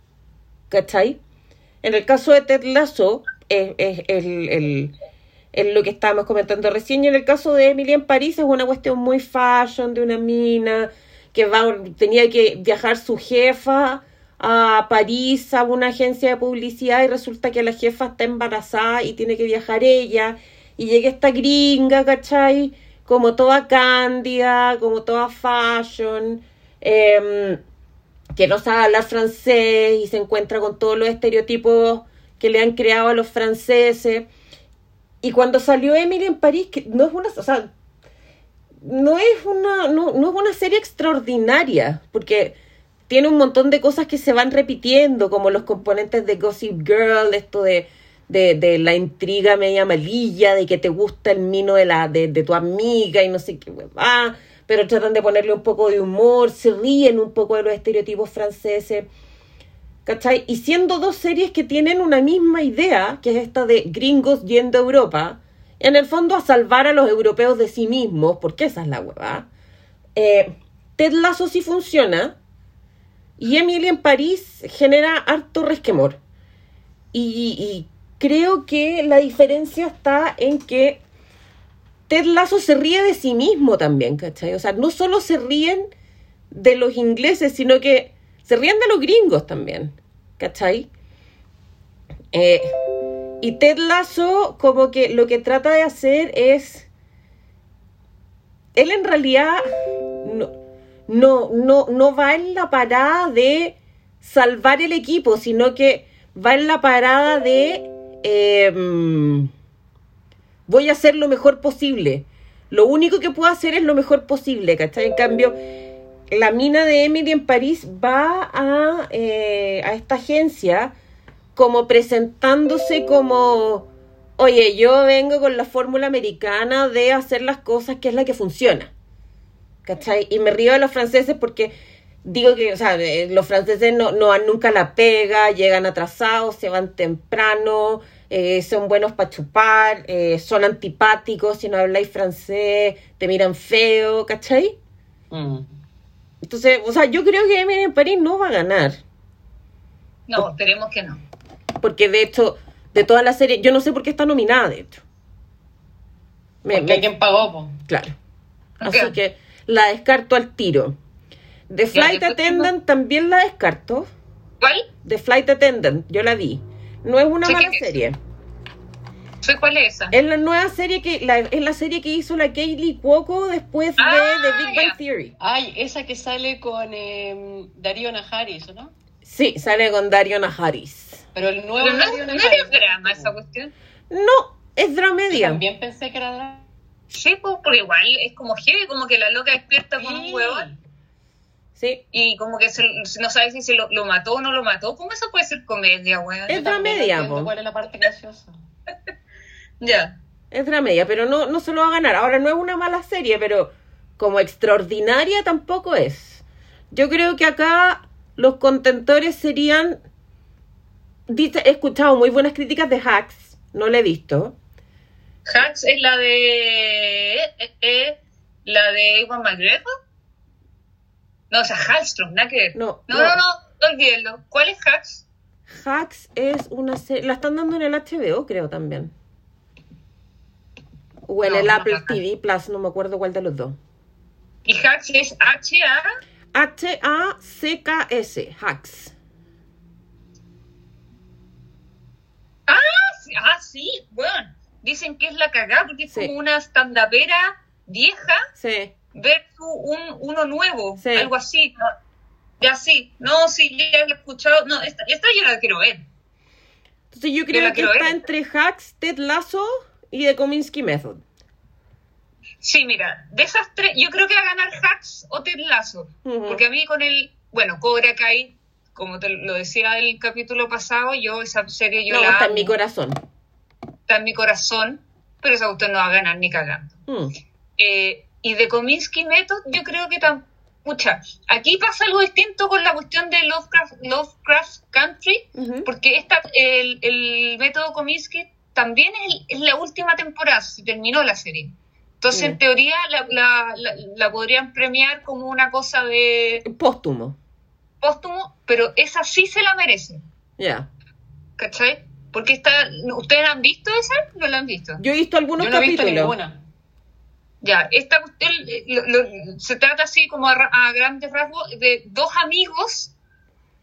¿Cachai? En el caso de Ted Lasso, es, es el- el- es lo que estábamos comentando recién. Y en el caso de Emily en París, es una cuestión muy fashion de una mina que va, tenía que viajar su jefa a París a una agencia de publicidad y resulta que la jefa está embarazada y tiene que viajar ella y llega esta gringa, ¿cachai? Como toda cándida, como toda fashion, em, que no sabe hablar francés y se encuentra con todos los estereotipos que le han creado a los franceses. Y cuando salió Emily en París, que no es una, o sea, no es una, no, no es una serie extraordinaria, porque tiene un montón de cosas que se van repitiendo, como los componentes de Gossip Girl, esto de, de, de la intriga media malilla, de que te gusta el mino de la, de, de tu amiga y no sé qué va, pero tratan de ponerle un poco de humor, se ríen un poco de los estereotipos franceses. ¿Cachai? Y siendo dos series que tienen una misma idea, que es esta de gringos yendo a Europa, en el fondo a salvar a los europeos de sí mismos, porque esa es la huevada, eh, Ted Lasso sí funciona. Y Emily en París genera harto resquemor. Y, y creo que la diferencia está en que Ted Lasso se ríe de sí mismo también, ¿cachai? O sea, no solo se ríen de los ingleses, sino que se ríen de los gringos también, ¿cachai? Eh, y Ted Lasso como que lo que trata de hacer es... Él en realidad no, no, no, no va en la parada de salvar el equipo, sino que va en la parada de... Eh, voy a hacer lo mejor posible. Lo único que puedo hacer es lo mejor posible, ¿cachai? En cambio, la mina de Emily en París va a, eh, a esta agencia como presentándose como, oye, yo vengo con la fórmula americana de hacer las cosas que es la que funciona. ¿Cachai? Y me río de los franceses porque digo que, o sea, eh, los franceses no, no dan nunca la pega, llegan atrasados, se van temprano, eh, son buenos para chupar, eh, son antipáticos, si no habláis francés, te miran feo, ¿cachai? Mm. Entonces, o sea, yo creo que Emily en París no va a ganar. No, esperemos que no. Porque de hecho, de toda la serie, yo no sé por qué está nominada, de hecho. Me- Porque me- alguien pagó, po. claro. Ok. Así que la descarto al tiro. The Ya, Flight después tengo- Attendant también la descarto. ¿Cuál? The Flight Attendant, yo la vi. No es una Sí, mala que- serie. ¿Soy cuál es esa? Es la nueva serie que la, es la serie que hizo la Kaylee Cuoco después de Ah, The Big ya. Bang Theory. Ay, esa que sale con eh, Darío Najaris, ¿o ¿no? Sí, sale con Darion Harris. Pero el nuevo Pero no, Darío no Najaris. era drama esa cuestión. No, es dramedia. También pensé que era drama. Sí, pues, pero igual es como heavy, como que la loca despierta con un huevón Sí, y como que se- no sabe si se lo, lo mató o no lo mató. ¿Cómo eso puede ser comedia, weón? Es Yo también dramedia, entiendo po. ¿Cuál es la parte graciosa? Ya. es dramedia, pero no, no se lo va a ganar. Ahora no es una mala serie, pero como extraordinaria tampoco es. Yo creo que acá los contentores serían. Dice, he escuchado muy buenas críticas de Hacks, no la he visto. Hacks es la de. eh, eh, la de Ewan McGregor. No, o sea, Hallstrom, nada que ver. No, no, no. no, no, no, olvídenlo. ¿Cuál es Hacks? Hacks es una serie. La están dando en el HBO, creo también. O en No, el no, Apple no, no. TV Plus, no me acuerdo cuál de los dos. Y Hacks es ah, H-A. H-A-C-K-S, Hacks. Ah, sí, Ah, sí, bueno. Dicen que es la cagada porque es Sí. como una standapera vieja Sí. versus un, uno nuevo, Sí. algo así. ¿no? Ya sí, no, sí, ya lo he escuchado. No, esta, esta yo la quiero ver. Entonces yo Yo creo la que quiero está ver. entre Hacks, Ted Lasso y The Kominsky Method. Sí, mira, de esas tres, yo creo que va a ganar Hacks o Ted Lasso. Ujú. Porque a mí con el, bueno, Cobra Kai, como te lo decía el capítulo pasado, yo esa serie yo no, la está en amo, mi corazón. está en mi corazón, pero esa cuestión no va a ganar ni cagando. Mm. Eh, y de Kominsky Method, yo creo que tan Pucha, aquí pasa algo distinto con la cuestión de Lovecraft, Lovecraft Country, Ujú. porque esta, el, el método Kominsky también es, es la última temporada, se terminó la serie. Entonces, Mm. en teoría, la, la- la- la podrían premiar como una cosa de Póstumo. póstumo, pero esa sí se la merece, Ya. ¿cachai? Porque está, ¿ustedes han visto esa? No la han visto. Yo he visto algunos Yo no he visto capítulos. ninguna. Ya, esta cuestión eh, lo- lo- se trata así como a, ra- a grandes rasgos de dos amigos,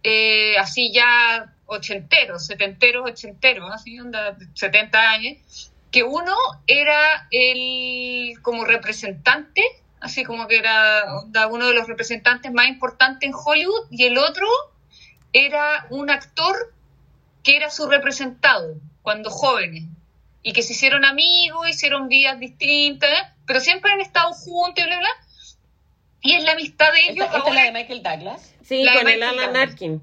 eh, así ya ochenteros, setenteros, ochenteros, así onda, de 70 años, que uno era el como representante, así como que era onda, uno de los representantes más importantes en Hollywood, y el otro era un actor que era su representado cuando jóvenes y que se hicieron amigos, hicieron vidas distintas, ¿eh? pero siempre han estado juntos y bla, bla. Y es la amistad de Esta, ellos esta es ahora. la de Michael Douglas. Sí, La de con el Michael Alan Douglas. Arkin.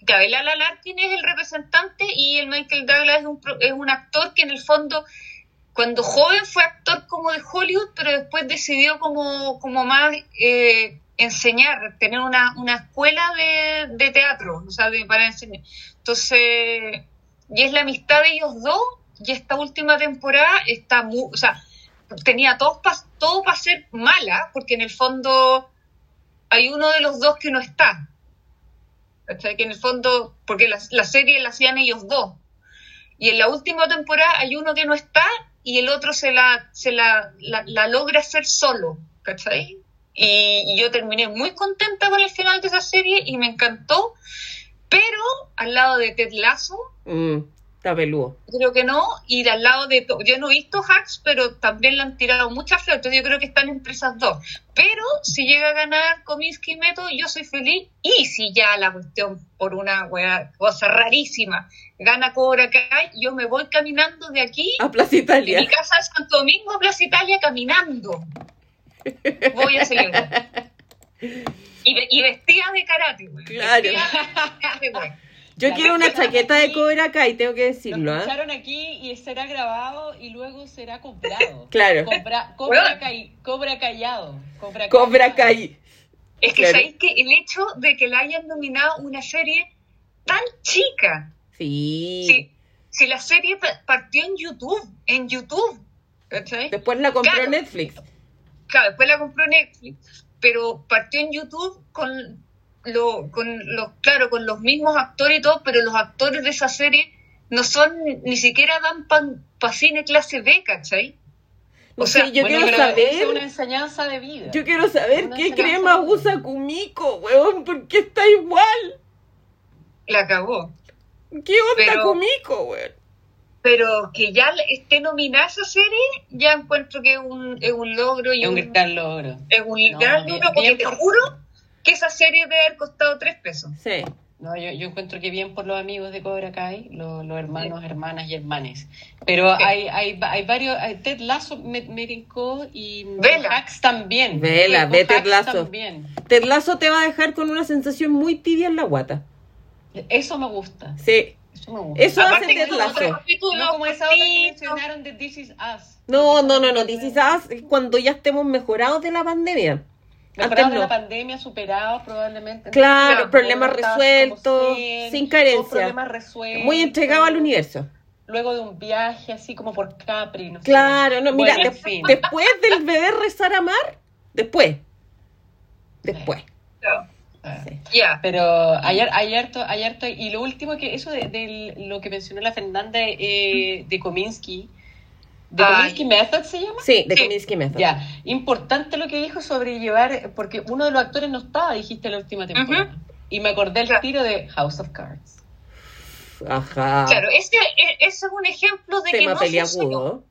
Gabriela Larkin es el representante y el Michael Douglas es un, pro- es un actor que en el fondo, cuando joven fue actor como de Hollywood, pero después decidió como, como más eh, enseñar, tener una, una escuela de, de teatro, o sea, de- para enseñar. Entonces, y es la amistad de ellos dos y esta última temporada está muy, o sea, tenía todo para todo pa ser mala, porque en el fondo hay uno de los dos que no está. ¿Cachai? Que en el fondo, porque la, la serie la hacían ellos dos. Y en la última temporada hay uno que no está y el otro se la, se la, la, la logra hacer solo, ¿cachai? Y, y yo terminé muy contenta con el final de esa serie y me encantó, pero al lado de Ted Lasso, Mm, está peludo. creo que no, y de al lado de... to- Yo no he visto Hacks, pero también le han tirado muchas flores, entonces yo creo que están entre esas dos. Pero si llega a ganar Cominsky y Meto, yo soy feliz, y si ya la cuestión por una wea- cosa rarísima gana Cobra Kai, yo me voy caminando de aquí A Plaza de mi Italia. casa a Santo Domingo, a Plaza Italia, caminando. Voy <laughs> a celebrar. Y, ve- y vestida de karate, güey. Claro. Vestida de karate, güey. Yo La quiero una próxima chaqueta de sí. Cobra Kai, tengo que Lo decirlo, ¿ah? escucharon aquí y será grabado y luego será comprado. Claro. Compra- cobra, Bueno. cai- cobra callado. Cobra, Cobra callado. Kai. Es que Claro. sabéis que el hecho de que la hayan nominado una serie tan chica, Sí. si, si la serie pa- partió en YouTube, en YouTube, ¿cachai? Después la compró Claro. Netflix. Claro, después la compró Netflix, pero partió en YouTube con lo, con los, claro, con los mismos actores y todo, pero los actores de esa serie no son, ni siquiera dan para cine clase B, ¿cachai? No O sea, sé, yo Bueno, quiero pero esa Es saber. una enseñanza de vida. Yo quiero saber Una qué enseñanza crema de vida. usa Kumiko, weón, porque está igual. La cagó. ¿Qué onda Pero- Kumiko, weón? Pero que ya le- esté nominada esa serie, ya encuentro que es un, es un logro y Es un gran logro. es un No, gran bien- logro, porque bien te por- juro que esa serie debe haber costado tres pesos. Sí. No, yo, yo encuentro que bien por los amigos de Cobra Kai, lo- los hermanos, hermanas y hermanes. Pero Sí. hay, hay, hay varios. hay- Ted Lasso me, me tincó y Vela. Hacks también. Vela, Eh, Con ve Ted Hacks Lasso. También. Ted Lasso te va a dejar con una sensación muy tibia en la guata. Eso me gusta. Sí. Eso me gusta. Eso hace que Ted son Lasso. otros capítulos No como esa otra que cortitos. mencionaron de This Is Us. No, no, no, no. This is Us es cuando ya estemos mejorados de la pandemia. Mejorados Antes de no. la pandemia, superados probablemente. Claro, Claro, problemas Como estabas resueltos, como zen, sin todos problemas carencia. resueltos. Muy entregado al universo. Luego de un viaje así como por Capri, no sé. Claro, no, mira, Bueno, en de- fin. después del bebé rezar a mar, después. Después. Claro, Ah. Sí. Ya. Pero ayer, ayer, ayer, y lo último que eso de, del- lo que mencionó la Fernanda eh, de Kominsky, de Ay. Kominsky Method se llama. Sí, de Sí. Cominsky Method. Ya, importante lo que dijo sobre llevar, porque uno de los actores no estaba, dijiste la última temporada. Y me acordé el Claro. tiro de House of Cards. Ajá. Claro, ese, e- ese es un ejemplo de que Ah. Tema no funcionó. peliagudo.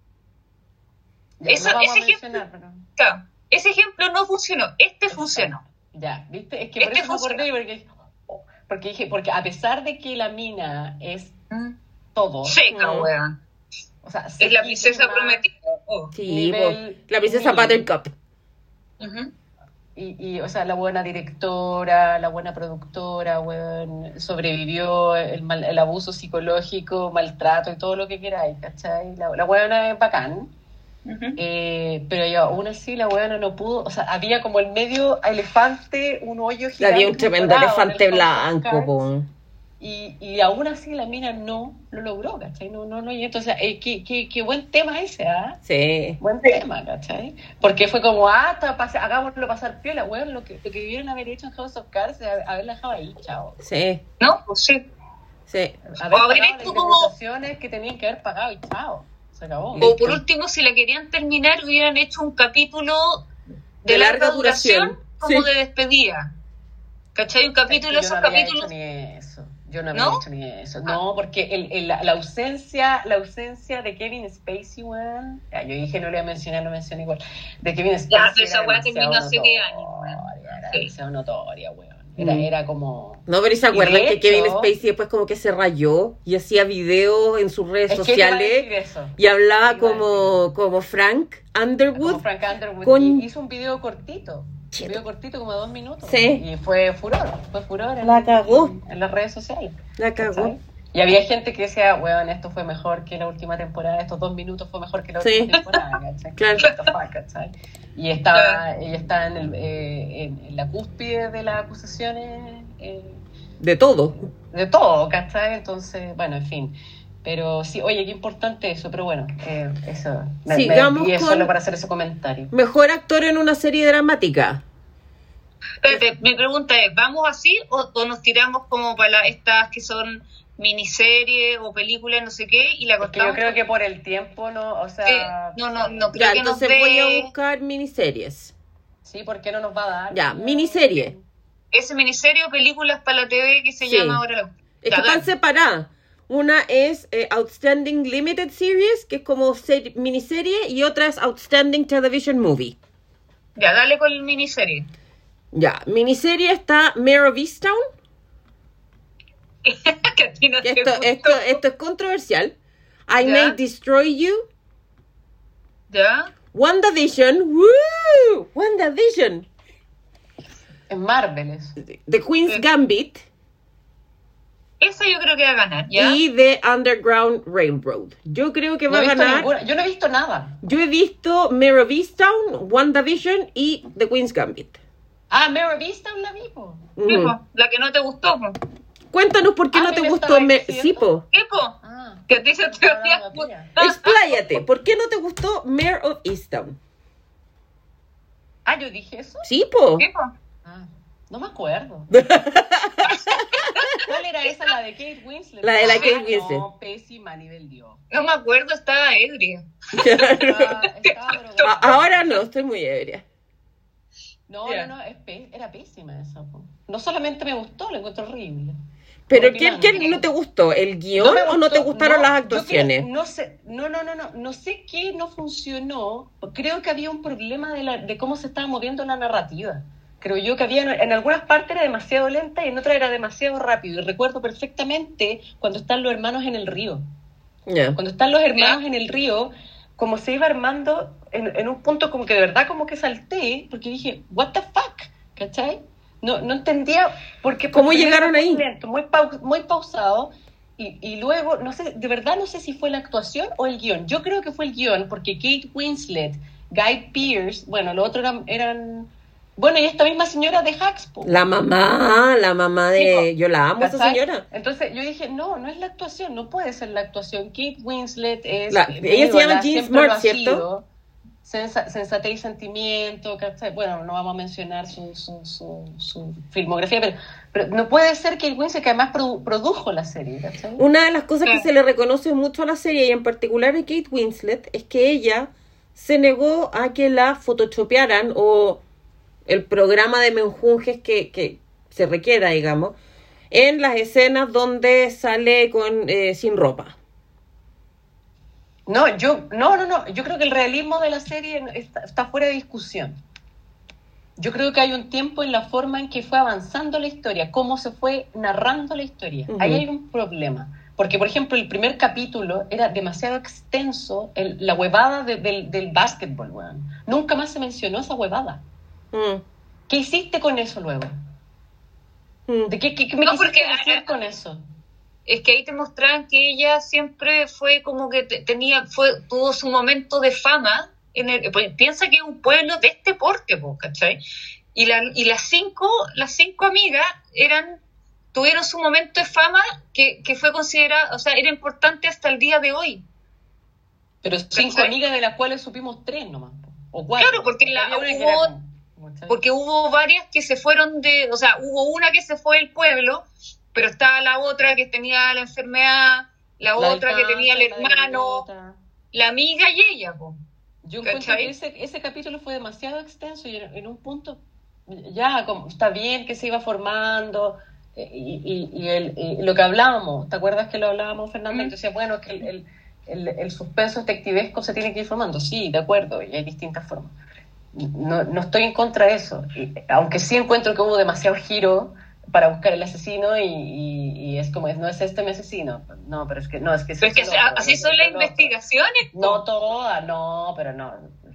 Ya, Eso- no vamos ese a ejemplo- mencionar, pero- Claro, Ese ejemplo no funcionó, este funcionó. Ya, ¿viste? Es que Este por eso me funciona. acordé, porque, oh, porque dije, porque a pesar de que la mina es Mm. todo, Seca, Mm. weón. o sea, Es la sequísima, princesa prometida. oh. Sí, Nivel po. la princesa mil. Buttercup. Ujú. Y, y, o sea, la buena directora, la buena productora, weón, sobrevivió el, mal- el abuso psicológico, maltrato y todo lo que queráis, ¿cachai? La, la buena es bacán, Ujú. eh, pero yo, aún así la buena no pudo, o sea, había como el medio elefante, un hoyo La gigante. había un tremendo dorado en el elefante House of blanco, Cards, po. Y, y aún así la mina no lo logró, ¿cachai? No, no, no, y entonces, eh, qué, qué, qué buen tema ese, ¿ah? Sí. Buen tema, ¿cachai? Porque fue como, ah, está pas- hagámoslo pasar piola, weón, lo que, lo que debieron haber hecho en House of Cards es haber- haberla dejado ahí, chao. Sí, No, pues sí. sí. O Haber haber pagado las hecho como- indemnizaciones que tenían que haber pagado y chao. Se acabó. O por último, si la querían terminar, hubieran hecho un capítulo de, De larga larga, duración, duración, como sí. de despedida. ¿Cachai? Un Es que capítulo, yo esos no había hecho capítulos. ni eso. Yo no había ¿No? Ah. hecho ni eso. No, porque el, el- la la ausencia, la ausencia de Kevin Spacey, weón. Ya, yo dije no le iba a mencionar, lo mencioné igual. De Kevin Spacey. pero esa era weá terminó demasiado hace 10 años, notoria, Era Sí. demasiado notoria, weón. Era, Mm. era como. No, pero ¿y ¿se Y de acuerdan que hecho- Kevin Spacey después como que se rayó y hacía videos en sus redes Es que iba a decir sociales eso. y hablaba Iba a como, como Frank Como Underwood? Frank Underwood con- y hizo un video cortito. Cheto. Un video cortito como de dos minutos. Sí. Y fue furor, fue furor. en- La cagó. En las redes sociales. La cagó. ¿cachai? Y había gente que decía, weón, esto fue mejor que la última temporada, estos dos minutos fue mejor que la Sí. última <laughs> temporada, ¿cachai? Claro. What the fuck, ¿cachai? Y estaba, ella estaba en, el, eh, en, en la cúspide de las acusaciones eh, De todo. de todo, ¿cachai? Entonces, bueno, en fin. Pero sí, oye, qué importante eso, pero bueno, eh, eso. Sigamos y es con- solo para hacer ese comentario. Mejor actor en una serie dramática. Espérate, mi pregunta es, ¿vamos así o, o nos tiramos como para la- estas que son miniseries o películas, no sé qué, y la Porque yo cortamos? creo que por el tiempo, no, o Sí, sea, no, no, no creo Ya, que nos entonces dé- voy a buscar miniseries. sí, ¿por qué no nos va a dar? Ya, miniserie. ese miniserie o películas para la TV que se Sí. llama ahora la... Es Ya, que están dale. separadas. Una es eh, Outstanding Limited Series, que es como ser- miniserie, y otra es Outstanding Television Movie. Ya, dale con el miniserie. <laughs> Ya, miniserie está Mare of Easttown. que a ti no <laughs> que te Esto, gustó. esto, esto es controversial. I Ya. May Destroy You. ¿Ya? WandaVision. ¡Woo! WandaVision. En Marvel es. The Queen's Eh. Gambit. Esa yo creo que va a ganar, ¿ya? Y The Underground Railroad. Yo creo que No va he a visto ganar. ninguna- yo no he visto nada. Yo he visto Mare of Easttown, WandaVision y The Queen's Gambit. Ah, Mary Vista la vi, po. Mm. Sí, po, la que no te gustó. po. Cuéntanos por qué Ah, no me te lo gustó estabais Mer... diciendo. Sí, po. ¿Qué, po? Ah. Que a ti se te No, no, había no, mira. gustado. Expláyate. ¿Por qué no te gustó Mare of Easttown? Ah, yo dije eso. Sí, po. Sí, po. Ah, no me acuerdo. ¿Cuál era esa? La de Kate Winslet. La de la Ah, Kate no, Winslet. pésima a nivel Dios. <laughs> No me acuerdo, estaba ebria. Estaba, estaba drogada. A- Ahora no, estoy muy ebria. No, Ya. no, no, es pe- era pésima esa. po. No solamente me gustó, la encuentro horrible. Pero Porque ¿quién, no, quién no. no te gustó? ¿El guión me o no te gustó, gustaron no, las yo creo- actuaciones? no sé, no, no, no, no, no sé qué no funcionó. Creo que había un problema de, la- de cómo se estaba moviendo la narrativa. Creo yo que había, en algunas partes era demasiado lenta y en otras era demasiado rápido. Y recuerdo perfectamente cuando están los hermanos en el río. Ya. Cuando están los hermanos en el río, como se iba armando en, en un punto como que de verdad como que salté, porque dije, what the fuck, ¿cachai? No, no entendía porque ¿Cómo primero llegaron era muy ahí? lento, muy, pau- muy pausado. Y, y luego, no sé, de verdad no sé si fue la actuación o el guión. Yo creo que fue el guión, porque Kate Winslet, Guy Pearce, bueno, lo otro eran, eran bueno, y esta misma señora de Haxpo. La mamá, la mamá de... Sí, po. Yo la amo, esa ¿Cachai? señora. Entonces yo dije, no, no es la actuación, no puede ser la actuación. Kate Winslet es. La- mi ella se llama Jean siempre Smart, lo ha ¿cierto? sido. Sensa- sensatez y sentimiento, ¿cachai? Bueno, no vamos a mencionar su, su, su, su filmografía, pero, pero no puede ser Kate Winslet, que además produ- produjo la serie, ¿cachai? Una de las cosas que Claro. se le reconoce mucho a la serie y en particular a Kate Winslet es que ella se negó a que la photoshopearan o el programa de menjunjes que, que se requiera, digamos, en las escenas donde sale con eh, sin ropa. No, yo, no, no, no. Yo creo que el realismo de la serie no- está, está fuera de discusión. Yo creo que hay un tiempo en la forma en que fue avanzando la historia, cómo se fue narrando la historia. Ujú. Ahí hay un problema. Porque, por ejemplo, el primer capítulo era demasiado extenso, el- la huevada de- del, del básquetbol, weón. Nunca más se mencionó esa huevada. Mm, ¿Qué hiciste con eso luego? mm. ¿De qué, qué- qué me No, quisiste porque- ah, decir con eso? Es que ahí te mostraban que ella siempre fue como que te- tenía, fue, tuvo su momento de fama. En el, pues, piensa que es un pueblo de este porte, po, ¿cachai? Y, la- y las cinco, las cinco amigas eran, tuvieron su momento de fama que, que fue considerado, o sea, era importante hasta el día de hoy. Pero cinco ¿Cachai? amigas de las cuales supimos tres nomás. po, O cuatro. Claro, porque la- Había una que hubo- era como- ¿cachai? porque hubo varias que se fueron de, o sea, hubo una que se fue del pueblo, pero estaba la otra que tenía la enfermedad, la, La del otra que tenía el cáncer, la de la hermano, gota. la amiga y ella, po. Yo encuentro ¿Cachai? que ese, ese capítulo fue demasiado extenso y en, en un punto ya como, está bien que se iba formando eh, y, y- y el- y lo que hablábamos, ¿te acuerdas que lo hablábamos Fernanda? Mm. Y tú decías, bueno, que el, el, el- el suspenso detectivesco se tiene que ir formando, sí, de acuerdo, y hay distintas formas. No, no estoy en contra de eso, y- aunque sí encuentro que hubo demasiado giro para buscar el asesino y, y- y es como, no es este mi asesino, no, pero es que no, es que, es Pero es que el se- otro, así es son el las otro. investigaciones, po. No pues. toda, ah, no, pero no.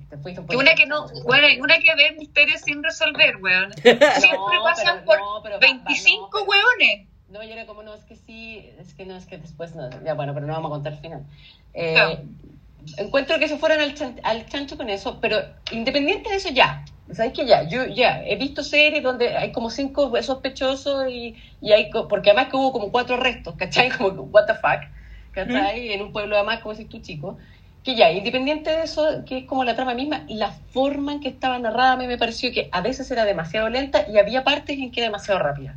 Te fuiste un Que poquito una que no, mucho. bueno, hay una que ve misterios sin resolver, weón. <laughs> No, Siempre pasan pero- por no, pero va- va- no, 25 pero- weones. No, yo era como, no, es que sí, es que no, es que después no. Ya, bueno, pero no vamos a contar el final. Eh, Claro. Encuentro que se fueron al, chan- al chancho con eso, pero independiente de eso, ya. ¿Sabes que Ya, yo ya he visto series donde hay como cinco sospechosos y, y hay, co- porque además que <laughs> hubo como cuatro arrestos, ¿cachai? Como, que, what the fuck, ¿cachai? En un pueblo además, como dices tú, chico. que ya, independiente de eso, que es como la trama misma, la forma en que estaba narrada a mí me pareció que a veces era demasiado lenta y había partes en que era demasiado rápida.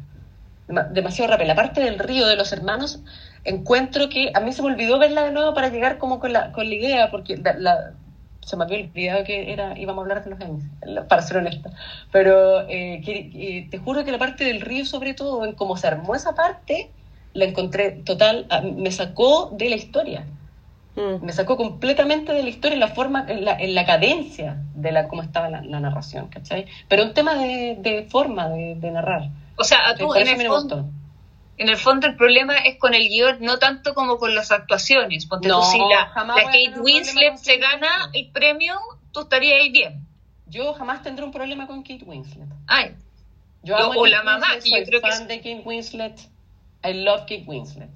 Dema- demasiado rápida. La parte del río de los hermanos, encuentro que a mí se me olvidó verla de nuevo para llegar como con la, con la idea, porque la- la- se me había olvidado que era íbamos a hablar de los Emmys, la- para ser honesta. Pero eh, que- eh, te juro que la parte del río, sobre todo, en cómo se armó esa parte, la encontré total, ah, me sacó de la historia Mm. me sacó completamente de la historia en la forma, en la, en la cadencia de la cómo estaba la, la narración, ¿cachai? Pero un tema de, de forma de, de narrar. O sea, a ¿cachai? Ah, tú, Por en eso a mí el, no me fondo, gustó. en el fondo el problema es con el guión, no tanto como con las actuaciones. Ponte No, tú, si la, jamás la voy a Kate tener un problema Winslet con se Kate gana Winslet. el premio, tú estarías ahí bien. Yo jamás tendré un problema con Kate Winslet. Ay, Yo O- amo a o Kate la mamá, Winslet, que yo soy creo que fan de Kate Winslet. I love Kate Winslet.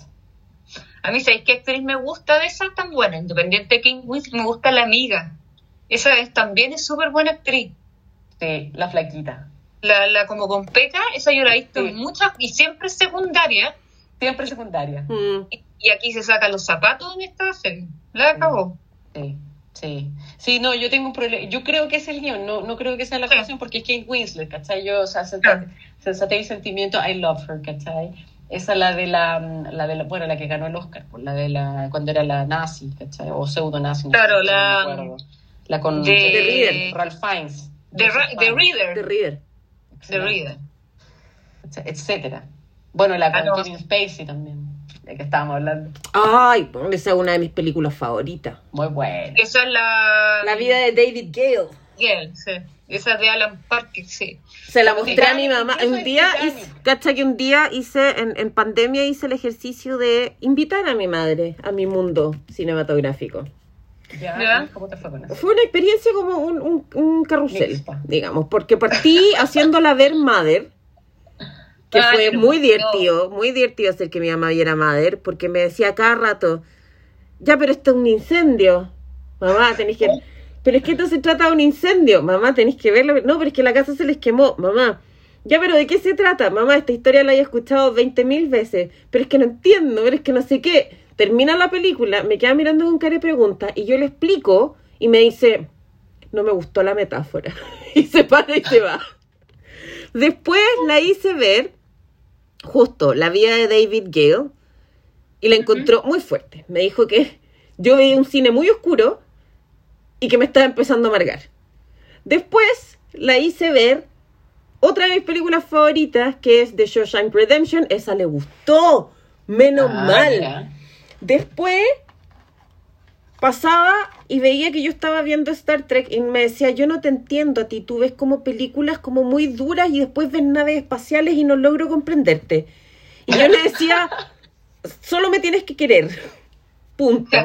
a mí, ¿sabéis qué actriz me gusta de esa tan buena? Independiente de Kate Winslet, me gusta la amiga. Esa es, también es súper buena actriz. Sí, la flaquita. La, la como con peca, esa yo la he visto Sí. en muchas y siempre es secundaria. Siempre secundaria. Mm. Y, y aquí se saca los zapatos en esta serie. La Sí. acabó. Sí, sí. Sí, no, yo tengo un problema. Yo creo que es el guión, no, no creo que sea la Claro. actuación porque es Kate Winslet, ¿cachai? Yo, o sea, sensa- Claro. sensatez y sentimiento, I love her, ¿cachai? Esa la de la, mm, la de la, bueno, la que ganó el Oscar, pues, la de la, cuando era la nazi, ¿cachai? O pseudo nazi. Claro, la- la con de- De Reader. Ralph Fiennes. The, Ra- The The Reader. Reader. The Reader. Etcétera. Bueno, la Ah, no. con Kevin Spacey también, de que estábamos hablando. Ay, esa es una de mis películas favoritas. Muy buena. Esa es la. La vida de David Gale. Miguel, sí. Esa es de Alan Parker, sí. Se la mostré a mi Titanic, mamá. eso Un es día, Titanic. hice, cacha que un día hice, en, en pandemia hice el ejercicio de invitar a mi madre a mi mundo cinematográfico. Ya, ¿Ya? ¿Cómo te fue con eso? Fue una experiencia como un, un- un carrusel, Mixta. digamos, porque partí haciéndola ver Mother, que Ay, fue no, muy no. divertido, muy divertido hacer que mi mamá viera Mother, porque me decía cada rato, ya, pero esto es un incendio, mamá, tenéis que... Pero es que esto se trata de un incendio, mamá, tenéis que verlo. No, pero es que la casa se les quemó, mamá. Ya, pero ¿de qué se trata? Mamá, esta historia la he escuchado 20.000 veces, pero es que no entiendo, pero es que no sé qué. Termina la película, me queda mirando con cara de pregunta y yo le explico y me dice, no me gustó la metáfora. <laughs> Y se para y se va. Después la hice ver, justo, la vida de David Gale y la encontró muy fuerte. Me dijo que yo veía un cine muy oscuro y que me estaba empezando a amargar. Después la hice ver otra de mis películas favoritas, que es The Shawshank Redemption. Esa le gustó, menos Ah, mal. mira. Después pasaba y veía que yo estaba viendo Star Trek y me decía, yo no te entiendo a ti, tú ves como películas como muy duras y después ves naves espaciales y no logro comprenderte. Y yo le decía, solo me tienes que querer. Punto.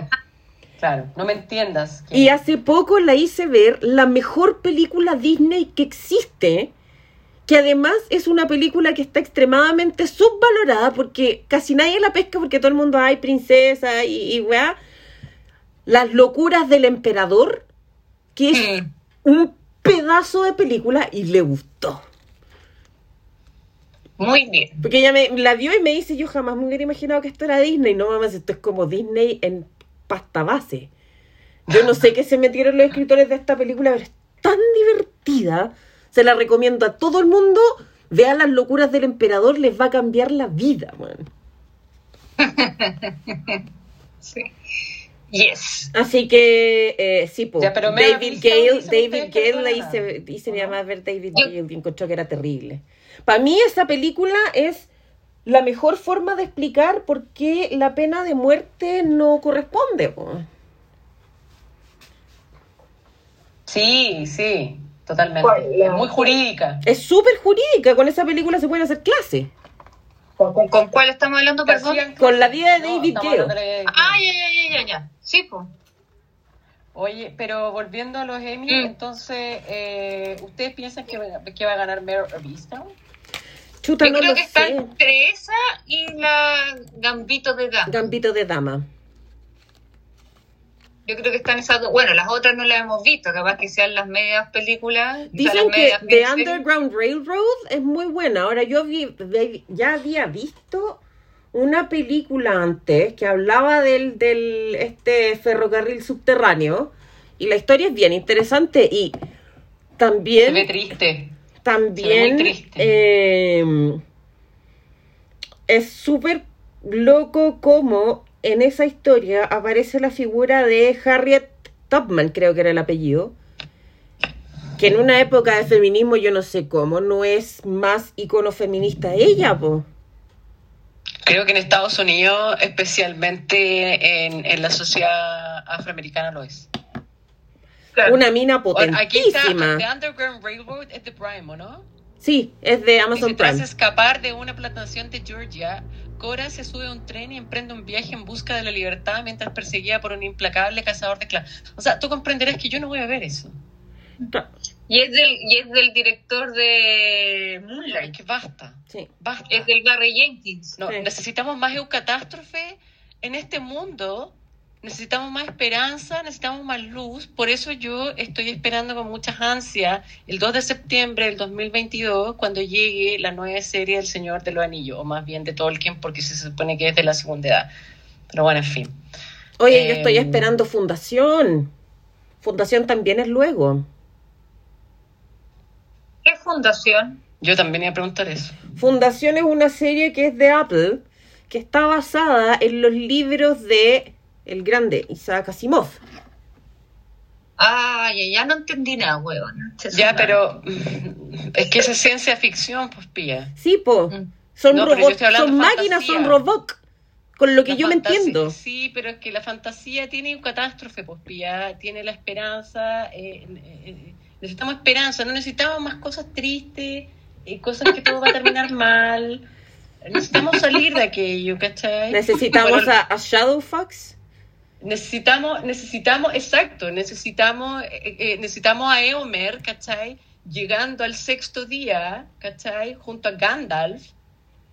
Claro, no me entiendas. que- Y hace poco la hice ver la mejor película Disney que existe, que además es una película que está extremadamente subvalorada porque casi nadie la pesca porque todo el mundo hay princesa y, y weá. Las locuras del emperador, que es Mm. un pedazo de película y le gustó. Muy bien. Porque ella me la vio y me dice, yo jamás me hubiera imaginado que esto era Disney. No, mamá, si esto es como Disney en pasta base. Yo no sé qué se metieron los escritores de esta película, pero es tan divertida. Se la recomiendo a todo el mundo. Vean las locuras del emperador, les va a cambiar la vida, man. Sí. Yes. Así que, eh, sí, po. Ya, pero me David avisan, Gale, dicen David ustedes que Gale, no la era nada. hice, hice mi Ajá. mamá ver David Gale y encontró que era terrible. Para mí esa película es la mejor forma de explicar por qué la pena de muerte no corresponde, po. Sí, sí, totalmente. ¿Cuál? La- Es muy jurídica. Es súper jurídica, con esa película se pueden hacer clases. ¿Con, con- con cuál estamos hablando, perdón? Hacían- Con la vida de No, David estamos Gale. hablando de David Gale. Ah, ya, ya, ya, ya, ya. Sí, pues. Oye, pero volviendo a los Emmy, Mm. entonces, eh, ¿ustedes piensan que, va- que va a ganar Meryl Streep? Chuta, Yo no creo lo que está sé. entre esa y la Gambito de Dama. Gambito de dama. Yo creo que están esas dos. Bueno, las otras no las hemos visto, capaz que sean las medias películas. o sea, las Dicen que medias The miniseries. Underground Railroad es muy buena. Ahora yo vi- vi- ya había visto una película antes que hablaba del, del este ferrocarril subterráneo y la historia es bien interesante y Se ve también triste. también muy triste. eh, es súper loco como en esa historia aparece la figura de Harriet Tubman, creo que era el apellido, que en una época de feminismo yo no sé cómo no es más icono feminista ella, po. Creo que en Estados Unidos, especialmente en, en la sociedad afroamericana, lo es. Claro. Una mina Oye, Aquí está potentísima. The Underground Railroad es de Prime, ¿o ¿no? Sí, es de Y se Amazon tras Prime. escapar de una plantación de Georgia, Cora se sube a un tren y emprende un viaje en busca de la libertad mientras perseguida por un implacable cazador de clan. O sea, tú comprenderás que yo no voy a ver eso. Y es del, y es del director de Moonlight, Porque basta, Sí. basta. es del Barry Jenkins. No, Sí. necesitamos más eucatástrofe en este mundo. Necesitamos más esperanza, necesitamos más luz. Por eso yo estoy esperando con muchas ansias el 2 de septiembre del 2022, cuando llegue la nueva serie del Señor de los Anillos, o más bien de Tolkien, porque se supone que es de la segunda edad. Pero bueno, en fin. Oye, yo Eh, estoy esperando Fundación. Fundación también es luego. ¿Qué fundación? Yo también iba a preguntar eso. Fundación es una serie que es de Apple, que está basada en los libros de el grande Isaac Asimov. Ah, ya, ya no entendí nada, huevón. Ya, pero <laughs> mm, es que esa es ciencia ficción, pues pía. Sí, po. Mm. Son No, pero yo robots, estoy hablando son de máquinas, fantasía. son robots. Con lo que La yo me fantasía- entiendo. Sí, pero es que la fantasía tiene un catástrofe, pues pía, tiene la esperanza, eh, eh, eh, necesitamos esperanza, no necesitamos más cosas tristes, eh, cosas que todo va a terminar <laughs> mal, necesitamos salir de aquello, ¿cachai? Necesitamos Bueno, a, a Shadowfax. necesitamos, necesitamos, exacto, necesitamos, eh, eh, necesitamos a Eomer, ¿cachai? Llegando al sexto día, ¿cachai? Junto a Gandalf,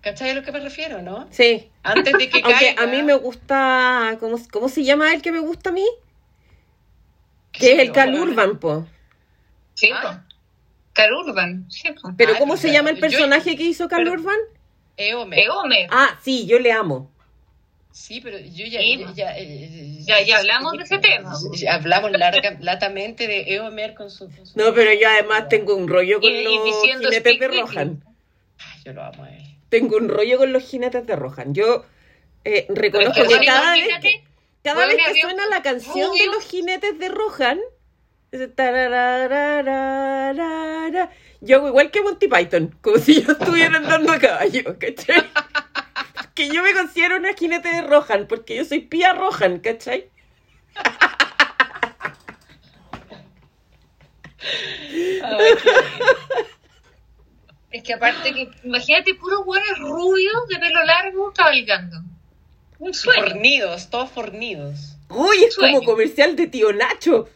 ¿cachai? A lo que me refiero, ¿no? Sí. Antes de que Aunque caiga, a mí me gusta. ¿Cómo, cómo se llama el que me gusta a mí? qué Que sé es el yo, Cal bueno, Urban, po. Sí, Ah. po. Carl Urban, sí, po. Pero Ah, ¿cómo pero se llama el yo- personaje que hizo Cal pero- Urban? Eomer. Eh, Homer. Ah, sí, yo le amo. Sí, pero yo ya... Sí, ya, ma. ya, eh, Ya- ya hablamos de ese tema. Ya hablamos larga, latamente de Eomer con su... con su- Ah, No, pero yo además tengo un rollo con Y- y los diciendo jinetes de Speak Rohan. Ay, Yo lo amo a él. Tengo un rollo con los jinetes de Rohan. Yo eh, reconozco Pero que cada vez imagínate- que, cada bueno, vez que había un suena la canción de rubio. los jinetes de Rohan, ese tararararara, yo hago igual que Monty Python, como si yo estuviera andando a caballo, ¿cachai? <laughs> que yo me considero una jinete de Rohan, porque yo soy pía Rohan, ¿cachai? Ay, Es que aparte que, imagínate, puros hueones rubios de pelo largo cabalgando. Un sueño. fornidos, todos fornidos. Uy, es como Sueño. comercial de tío Nacho.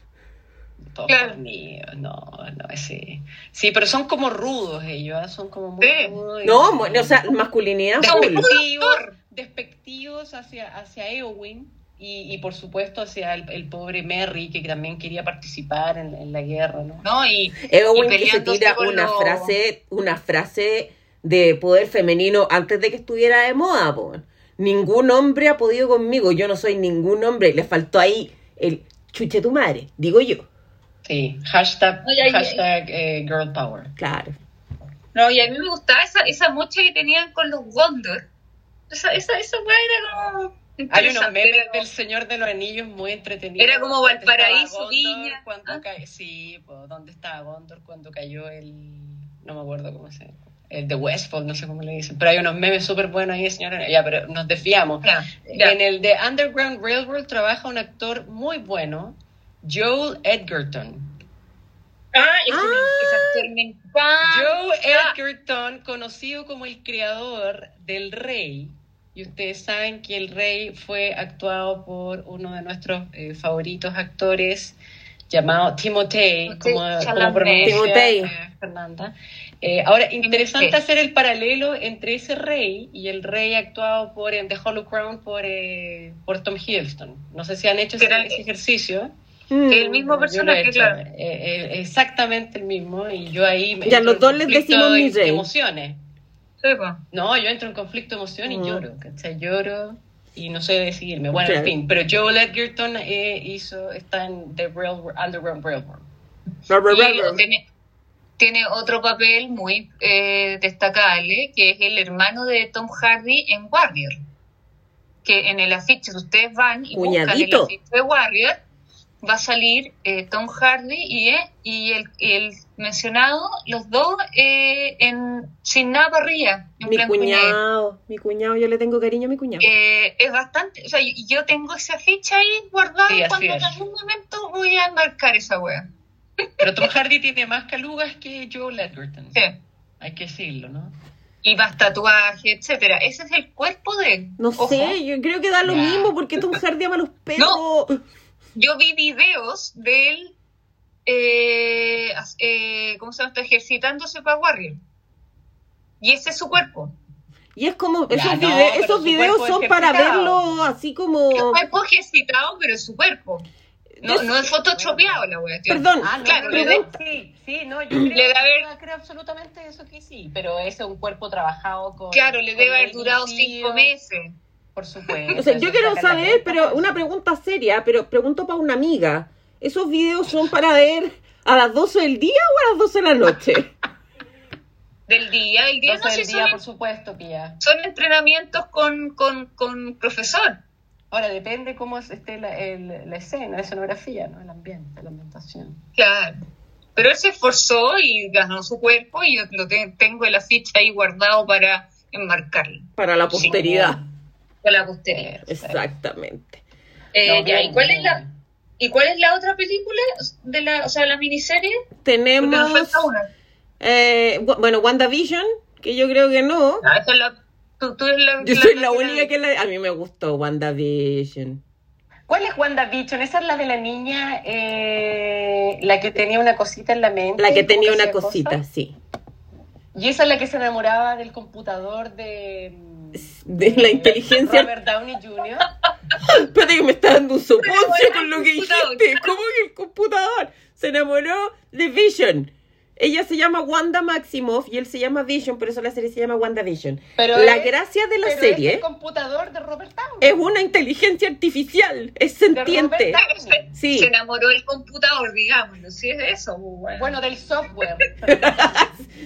Todos Claro. fornidos, no, no, ese... Sí, pero son como rudos ellos, ¿ah? son como muy Sí. rudos. y- No, mo- o sea, masculinidad No, full. no. despectivos, actor. despectivos hacia, hacia Eowyn y, y por supuesto hacia el, el pobre Merry que también quería participar en, en la guerra, ¿no? ¿No? Y, Eowyn Y que se peleándose tira con una los- frase, una frase de poder femenino antes de que estuviera de moda, po. Ningún hombre ha podido conmigo, yo no soy ningún hombre, le faltó ahí el chuche tu madre, digo yo. Sí, hashtag, Ay, ay, ay. hashtag eh, girl power. Claro. no, y a mí me gustaba esa, esa mocha que tenían con los Gondor. Esa, esa, esa hueá era como. Hay unos interesante, memes era como- del Señor de los Anillos muy entretenidos. Era como ¿Dónde Valparaíso, estaba Gondor Viña? cuando ¿Ah? ca- Sí, po, ¿dónde estaba Gondor cuando cayó el... No me acuerdo cómo se... El de Westfall, no sé cómo le dicen. Pero hay unos memes súper buenos ahí, señora. Ya, pero nos desviamos. Ya, ya. En el de Underground Railroad trabaja un actor muy bueno, Joel Edgerton. Ah, ese, me- Ah. ese actor me encanta. Joe Edgerton, conocido como el creador del Rey, y ustedes saben que el Rey fue actuado por uno de nuestros eh, favoritos actores llamado Timothée, Timothée como, como Chalamet. pronuncia Timothée. eh, Fernanda. Eh, ahora, interesante Timothée. hacer el paralelo entre ese Rey y el Rey actuado por en The Hollow Crown por, eh, por Tom Hiddleston. No sé si han hecho Que ese, era- ese ejercicio. Mm. El mismo Yo lo he personaje, hecho, claro. eh, eh, exactamente el mismo. Y yo ahí me. Ya, entro los dos en les conflicto decimos de- mi de rey. emociones. Sí, pues. No, yo entro en conflicto de emoción y Mm. lloro, ¿cachai? Lloro y no sé decidirme. Bueno, en Claro. fin, pero Joel Edgerton eh, hizo, está en The Rail, Underground Railroad. Y tiene, tiene otro papel muy eh, destacable, que es el hermano de Tom Hardy en Warrior. Que en el afiche, si ustedes van y buscan el Cuñadito. afiche de Warrior, va a salir eh, Tom Hardy y, eh, y el, el mencionado, los dos eh, en sin nada parrilla, en Mi blanco y negro. cuñado, mi cuñado, yo le tengo cariño a mi cuñado. Eh, es bastante, o sea, y- yo tengo esa ficha ahí guardada Sí, así cuando en es. algún momento voy a marcar esa wea. Pero Tom Hardy tiene más calugas que Joel Edgerton. Sí. Hay que decirlo, ¿no? y más tatuaje, etcétera. Ese es el cuerpo de él. no Ojo. sé, yo creo que da lo Ya. mismo porque Tom Hardy ama los perros. Yo vi videos de él, eh, as- eh, ¿cómo se llama? esto? Ejercitándose para Warrior. Y ese es su cuerpo. Y es como, Ya, esos, no, vide- pero esos su videos cuerpo son para ejercitado. verlo así como... Es cuerpo ejercitado, pero es su cuerpo. No, Yo- no es photoshopeado la wea. tío. Perdón, Ah, no, Claro, pero pregun- sí, sí, no, yo creo, Le debe haber- yo creo absolutamente eso que sí, pero ese es un cuerpo trabajado con... Claro, le con debe haber el durado líquido, cinco meses. <laughs> Por supuesto. O sea, yo se quiero sacan la saber, cresta. pero una pregunta seria, pero pregunto para una amiga. ¿Esos videos son para ver a las 12 del día o a las 12 de la noche? Del día, el día Entonces, no sé, el día, son, por supuesto, Pía. son entrenamientos con, con, con profesor. Ahora, depende cómo es- esté la, el- la escena, la escenografía, ¿no? El ambiente, la ambientación. Claro. Pero él se esforzó y ganó su cuerpo y yo lo te- tengo en la ficha ahí guardado para enmarcarlo. Para la Sí. posteridad. Para la posteridad. Exactamente. Eh, No, ya, bien, ¿y cuál es la bien. y cuál es la otra película de la, o sea, la miniserie? Porque Tenemos. nos falta una. eh, wa- bueno, WandaVision, que yo creo que no. Ah, esa es la- tú, tú eres la, Yo soy la que única que la. A mí me gustó WandaVision. ¿Cuál es WandaVision? Esa es la de la niña, eh, la que tenía una cosita en la mente. La que y como tenía una hacía cosita, cosas. sí. Y esa es la que se enamoraba del computador de... <laughs> De la inteligencia. Robert Downey Jr. Espérate que me está dando un soponcio bueno, con lo el que computador. dijiste. ¿Cómo que el computador? Se enamoró de Vision. Ella se llama Wanda Maximoff y él se llama Vision, por eso la serie se llama WandaVision. Pero la es- gracia <laughs> de la pero Es serie el computador de Robert Downey. es una inteligencia artificial, es sentiente. Robert Downey. se, Sí. se enamoró del computador, digamos, ¿no? Si es eso, pues, bueno. Bueno, <laughs> del software.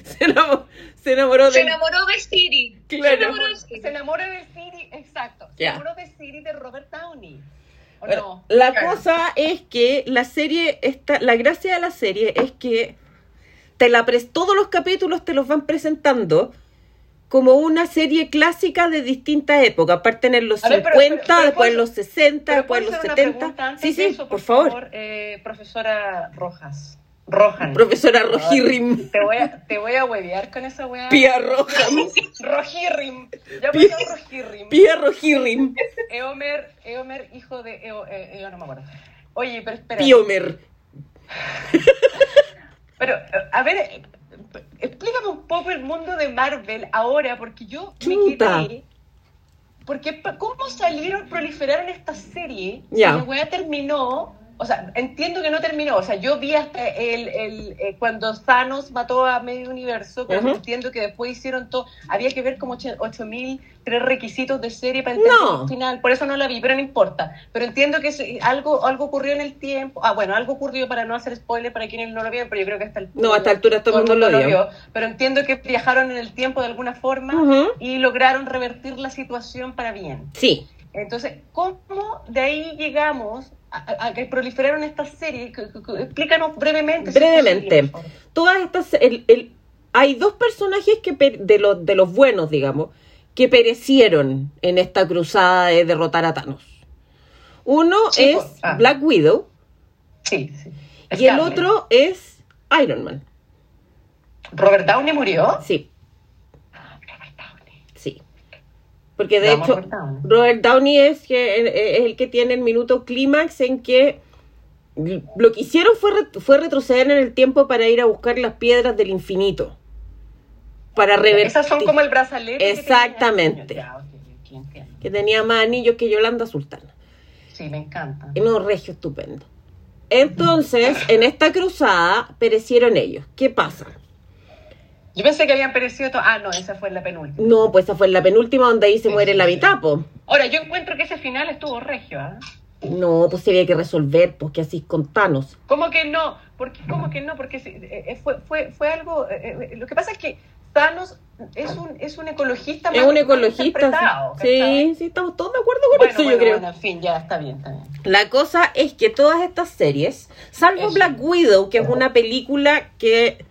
Se enamoró, se enamoró se de... enamoró de Siri. Claro. Se enamoró de Siri. se enamora de Siri, exacto. Se Ya. enamoró de Siri de Robert Downey. ¿O Bueno, no? la Claro. cosa es que la serie está, la gracia de la serie es que te la pres- todos los capítulos te los van presentando como una serie clásica de distintas épocas, parten en los A ver, 50, pero- pero- después pero en puedo- los 60, Pero después en ¿puedo los hacer una 70. pregunta antes Sí, de sí, eso, por favor. eh, profesora Rojas. Rojan. Profesora Rojirrim, Te voy, a, te voy a huevear con esa weá. Pía <laughs> Roja, Rojirrim. Ya Pía- pasó Rojirrim. Pía Rojirrim, Eomer, Eomer, hijo de. Eo, eh, Eo, no me acuerdo. Oye, pero espera. Piomer. Pero, eh, a ver, eh, explícame un poco el mundo de Marvel ahora, porque yo Chuta. me quedé. Porque, pa- ¿cómo salieron, proliferaron esta serie? Ya. Y la weá terminó. O sea, entiendo que no terminó. O sea, yo vi hasta el, el, eh, cuando Thanos mató a medio universo, pero Ujú. entiendo que después hicieron todo. Había que ver como ocho- 8000 tres requisitos de serie para entender No. el final. Por eso no la vi, pero no importa. Pero entiendo que se- algo, algo ocurrió en el tiempo. Ah, bueno, algo ocurrió para no hacer spoiler para quienes no lo vieron, pero yo creo que hasta el No, a esta altura todo el mundo lo vio. Pero entiendo que viajaron en el tiempo de alguna forma Ujú. y lograron revertir la situación para bien. Sí, Entonces, ¿cómo de ahí llegamos a, a que proliferaron estas series? C- c- c- Explícanos brevemente. si es Brevemente. posible, por favor. todas estas el- el- hay dos personajes que per- de los de los buenos digamos que perecieron en esta cruzada de derrotar a Thanos uno Sí, es po- ah. Black Widow Sí, sí. y el Scarlett. otro es Iron Man Robert Downey murió. sí sí porque de Vamos, hecho Robert Downey. Robert Downey es, que- eh, es el que tiene el minuto clímax en que lo que hicieron fue, re- fue retroceder en el tiempo para ir a buscar las piedras del infinito. Para revertir. Esas son como el brazalete. que tenía. Exactamente. Ya, ok, ok, entiendo. Que tenía más anillos que Yolanda Sultana. Sí, me encanta. En un regio estupendo. Entonces, en esta cruzada perecieron ellos. ¿Qué pasa? Yo pensé que habían perecido todos. Ah, no, esa fue la penúltima. No, pues esa fue la penúltima donde ahí se Sí, muere sí, la sí. Vitapo. Ahora, yo encuentro que ese final estuvo regio, ¿ah? No, pues se había que resolver, pues que así con Thanos. ¿Cómo que no? ¿Por qué, ¿Cómo que no? Porque se- eh, eh, fue, fue, fue algo... eh, eh, lo que pasa es que Thanos es un, es un ecologista Es mal- un mal ecologista. interpretado, Sí, ¿cachai? sí, sí, estamos todos de acuerdo con Bueno, eso, bueno, yo creo. bueno, en fin, ya está bien, está bien. La cosa es que todas estas series, salvo Eso. Black Widow, que es una película que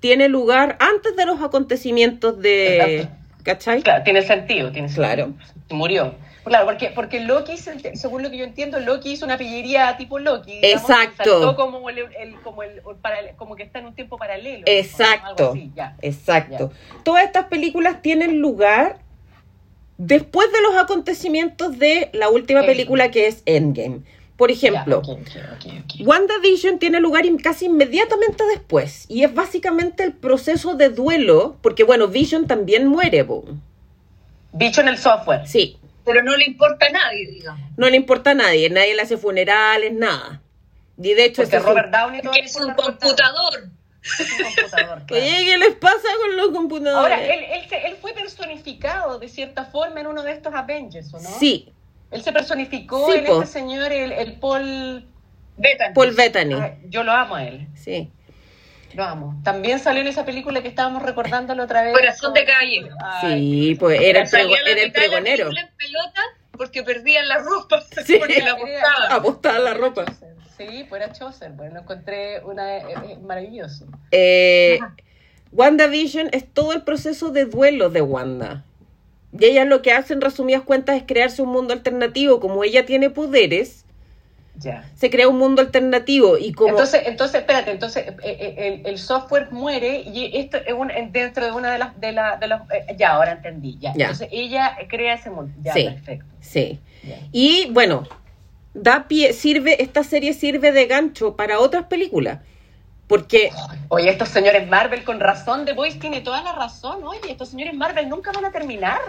tiene lugar antes de los acontecimientos de. Exacto. ¿Cachai? Claro, tiene sentido, tiene sentido. Claro. Murió. Claro, porque, porque Loki, se- según lo que yo entiendo, Loki hizo una pillería tipo Loki. digamos, Exacto. y saltó como, el, el- como, el, o para- como que está en un tiempo paralelo. ¿no? Exacto. Algo así, ya. Exacto. Todas estas películas tienen lugar después de los acontecimientos de la última Eso. película que es Endgame. Por ejemplo, Ya, ok, ok, ok, ok. WandaVision tiene lugar in- casi inmediatamente después y es básicamente el proceso de duelo, porque bueno, Vision también muere, po. Bicho en el software. sí, Pero no le importa a nadie, digamos. no le importa a nadie, nadie le hace funerales, nada. Y de hecho, ese Porque es un- Robert Downey todo Porque le es un importa Robert computador. Downey. Es un computador, claro. Oye, <laughs> ¿qué les pasa con los computadores? Ahora, él, él, se- él fue personificado de cierta forma en uno de estos Avengers, ¿o ¿no? Sí, Él se personificó Sí, en po. este señor, el, el Paul... Betan. Paul Bettany. Ah, yo lo amo a él, Sí. lo amo. También salió en esa película que estábamos recordándolo otra vez. Corazón de caballero. Ay, Sí, pues era el, Salía prego- a la era el mitad de la pregonero. película en pelota porque perdían la ropa <laughs> Sí. Ah, porque la buscaban. Apostada la ropa. Chaucer. Sí, pues era Chaucer, bueno, lo encontré una, eh, eh, maravilloso. Eh, WandaVision es todo el proceso de duelo de Wanda. Y ella lo que hace en resumidas cuentas es crearse un mundo alternativo. Como ella tiene poderes, Ya. se crea un mundo alternativo. Y como. Entonces, entonces, espérate, entonces eh, eh, el, el software muere y esto es un, en- dentro de una de las, de la, de los, eh, ya, ahora entendí, ya. Ya. Entonces ella crea ese mundo, ya, Sí. perfecto. sí. ya. Y bueno, da pie, sirve, esta serie sirve de gancho para otras películas. Porque Oye, estos señores Marvel con razón, The Voice tiene toda la razón, oye, estos señores Marvel nunca van a terminar.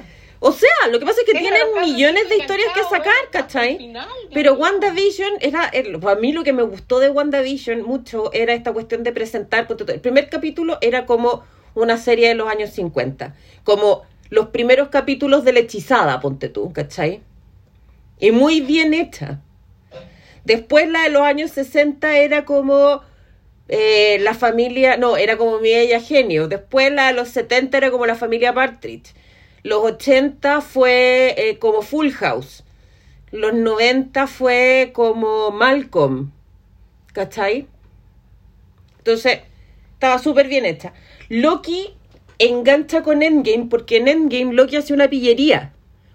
O sea, lo que pasa es que Tienen tienen los millones de casos historias que enganchados, sacar, hasta el ¿cachai? final, Dios Pero mío. WandaVision era, el- a mí lo que me gustó de WandaVision mucho era esta cuestión de presentar, ponte tú, el primer capítulo era como una serie de los años 50, como los primeros capítulos de la hechizada, ponte tú, ¿cachai? Y muy bien hecha. Después la de los años 60 era como eh, la familia, no, era como mi ella genio. Después la de los 70 era como la familia Partridge. Los 80 fue eh, como Full House. Los 90 fue como Malcolm. ¿Cachai? Entonces, estaba súper bien hecha. Loki engancha con Endgame porque en Endgame Loki hace una pillería.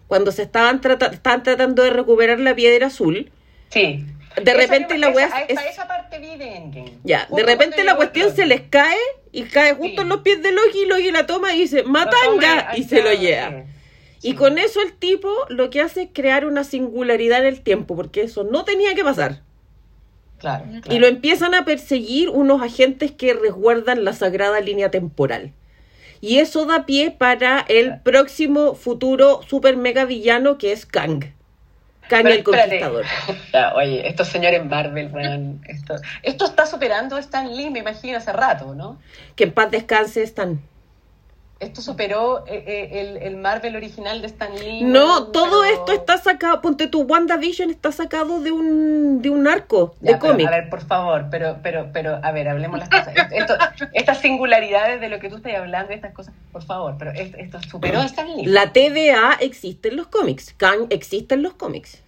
Cuando se estaban, trata- estaban tratando de recuperar la piedra azul, Sí. de repente la wea Esa, es- esa, esa parte vive Endgame. ya, de Justo repente cuando la llegó cuestión Ultron. se les cae y cae justo Sí. en los pies de Loki y Loki la toma y dice, Lo toma matanga, ahí y se lo está, lleva. sí. Y con eso el tipo lo que hace es crear una singularidad en el tiempo, porque eso no tenía que pasar. Claro, Y claro. lo empiezan a perseguir unos agentes que resguardan la sagrada línea temporal. Y eso da pie para el próximo futuro super mega villano que es Kang. Kang Pero el espérate. Conquistador. <laughs> Ya, oye, estos señores Marvel, weón, esto, esto está superando a Stan Lee, me imagino, hace rato, ¿no? Que en paz descanse Stan. Esto superó eh, eh, el, el Marvel original de Stan Lee. No, weón, todo pero- esto está sacado, ponte tu WandaVision está sacado de un, de un arco, Ya, de pero, cómic. A ver, por favor, pero, pero, pero, a ver, hablemos las cosas. Esto- esto- estas singularidades de lo que tú estás hablando, estas cosas, por favor, pero es- esto superó a Stan Lee. La TVA existe en los cómics, Kang existe en los cómics.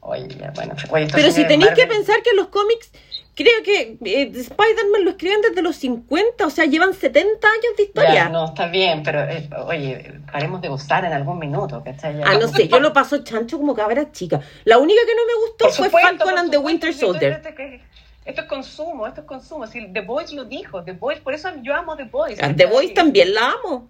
Oye, ya, bueno, oye, estos Pero si señores tenéis que eh, Marvel- pensar que los cómics, creo que eh, Spider-Man lo escriben desde los 50, o sea, llevan 70 años de historia. Ya, no, está bien, pero eh, oye, paremos de gozar en algún minuto, ¿cachai? Ya. Ah, no sé, yo lo paso chancho como cabra chica. La única que no me gustó Por fue supuesto, Falcon por and the supuesto, Winter si esto- Soldier. Esto, esto- esto es consumo, esto es consumo. Si The Voice lo dijo, The Voice, por eso yo amo The Voice. Ah, The Voice también la amo.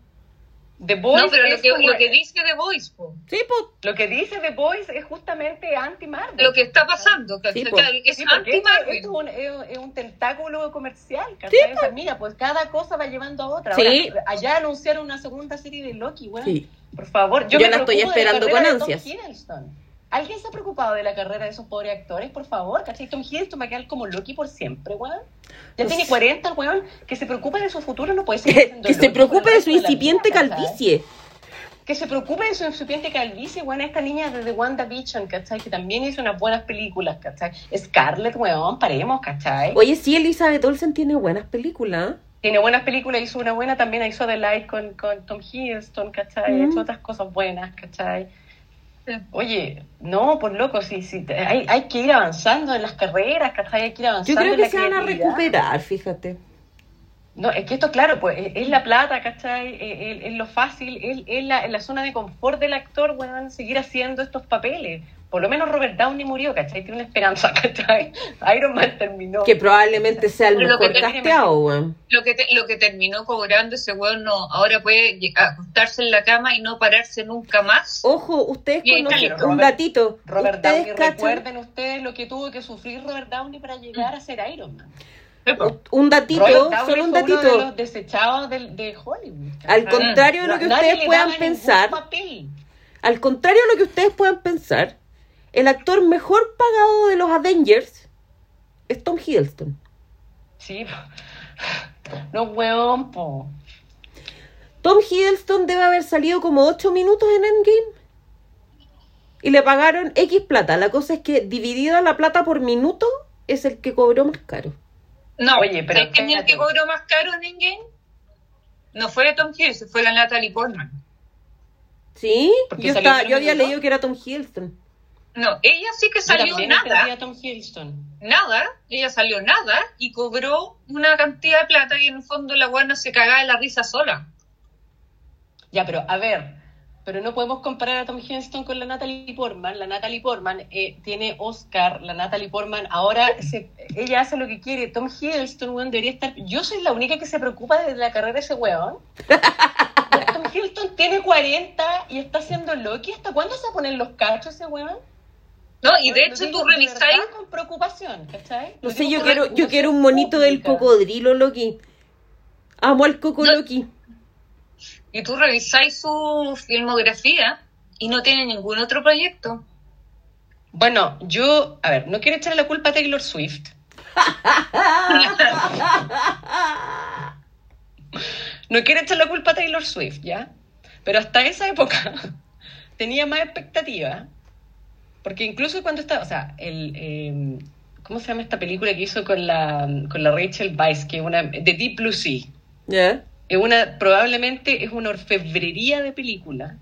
The Voice No, pero es lo que, como- lo que dice The Voice, po, Sí, po. lo que dice The Voice es justamente anti-Marvel. lo que está pasando, que- Sí, que- po. que es Sí, porque esto, anti-Marvel. esto es, un, es un- es un tentáculo comercial, ¿cachai? Sí, O sea, mira, pues cada cosa va llevando a otra. Sí. Ahora, allá anunciaron una segunda serie de Loki, weón. Sí. Por favor, Yo me la estoy preocupo de esperando carrera con de Tom ansias. Hiddleston. ¿Alguien se ha preocupado de la carrera de esos pobres actores, por favor? ¿Cachai? Tom Hiddleston va a quedar como Loki por siempre, weón. Ya No tiene sé. 40, el weón. Que se preocupe de su futuro, no puede ser. <laughs> que se preocupe de su incipiente calvicie. Que se preocupe de su incipiente calvicie, weón. Esta niña de The WandaVision, ¿cachai? Que también hizo unas buenas películas, ¿cachai? Scarlett, weón, paremos, ¿cachai? Oye, sí, Elizabeth Olsen tiene buenas películas. ¿eh? Tiene buenas películas, hizo una buena también, hizo The Light con, con Tom Hiddleston, ¿cachai? Mm. Hizo otras cosas buenas, ¿cachai? Sí. Oye, no, por loco, sí, sí, te- hay, hay que ir avanzando en las carreras, ¿cachai? Hay que ir Yo avanzando creo en que la se van a creatividad. recuperar, fíjate. No, es que esto, claro, pues es, es la plata, ¿cachai? E-, Es, es- es lo fácil, es, es la, es la zona de confort del actor, weón, seguir haciendo estos papeles. Por lo menos Robert Downey murió, ¿cachai? Tiene una esperanza, <laughs> ¿cachai? Iron Man terminó. Que probablemente sea el Pero lo mejor que termine casteado, weón. Lo que, te- lo que terminó cobrando ese weón, no, ahora puede lle- acostarse en la cama y no pararse nunca más. Ojo, ustedes Bien, conocen Carlos. un Robert- datito. Robert ustedes Downey, cachan- recuerden ustedes lo que tuvo que sufrir Robert Downey para llegar a ser Iron Man. u- un datito, Robert Downey solo un fue datito. Uno de los desechados del- de, Hollywood. Al Ah, contrario de lo que nadie ustedes le puedan daba ningún pensar. papel. Al contrario de lo que ustedes puedan pensar, el actor mejor pagado de los Avengers es Tom Hiddleston. Sí, po. <laughs> no hueón, po. Tom Hiddleston debe haber salido como 8 minutos en Endgame y le pagaron X plata. La cosa es que dividida la plata por minuto es el que cobró más caro. No, Oye, pero ¿sabes quién es el que espérate. cobró más caro en Endgame? No fue Tom Hiddleston, fue la Natalie Portman. ¿Sí? Porque Yo, salió estaba- otro yo había minuto. leído que era Tom Hiddleston. No, ella sí que Yo salió también nada, entendí a Tom Hiddleston. nada, ella salió nada y cobró una cantidad de plata que en el fondo la buena se cagaba de la risa sola. Ya, pero a ver, pero no podemos comparar a Tom Hiddleston con la Natalie Portman. La Natalie Portman eh, tiene Oscar, la Natalie Portman ahora se- ella hace lo que quiere. Tom Hiddleston, weón, debería estar... Yo soy la única que se preocupa de la carrera de ese weón. Tom Hiddleston tiene 40 y está haciendo Loki. ¿Hasta cuándo se ponen los cachos ese weón? No, y de Lo hecho digo tú de revisáis, verdad Con preocupación, ¿cachai? No Lo sé, digo yo con quiero, yo preocupación quiero un monito del pública. cocodrilo, Loki. Amo al coco No. Loki. y tú revisáis su filmografía y no tiene ningún otro proyecto. Bueno, yo, a ver, no quiero echarle la culpa a Taylor Swift. No quiero echar la culpa a Taylor Swift, ¿ya? Pero hasta esa época <laughs> tenía más expectativa. Porque incluso cuando estaba, o sea, el, eh, ¿cómo se llama esta película que hizo con la, con la Rachel Weisz, que es una, The Deep Blue Sea? ¿Ya? Es una, probablemente es una orfebrería de película.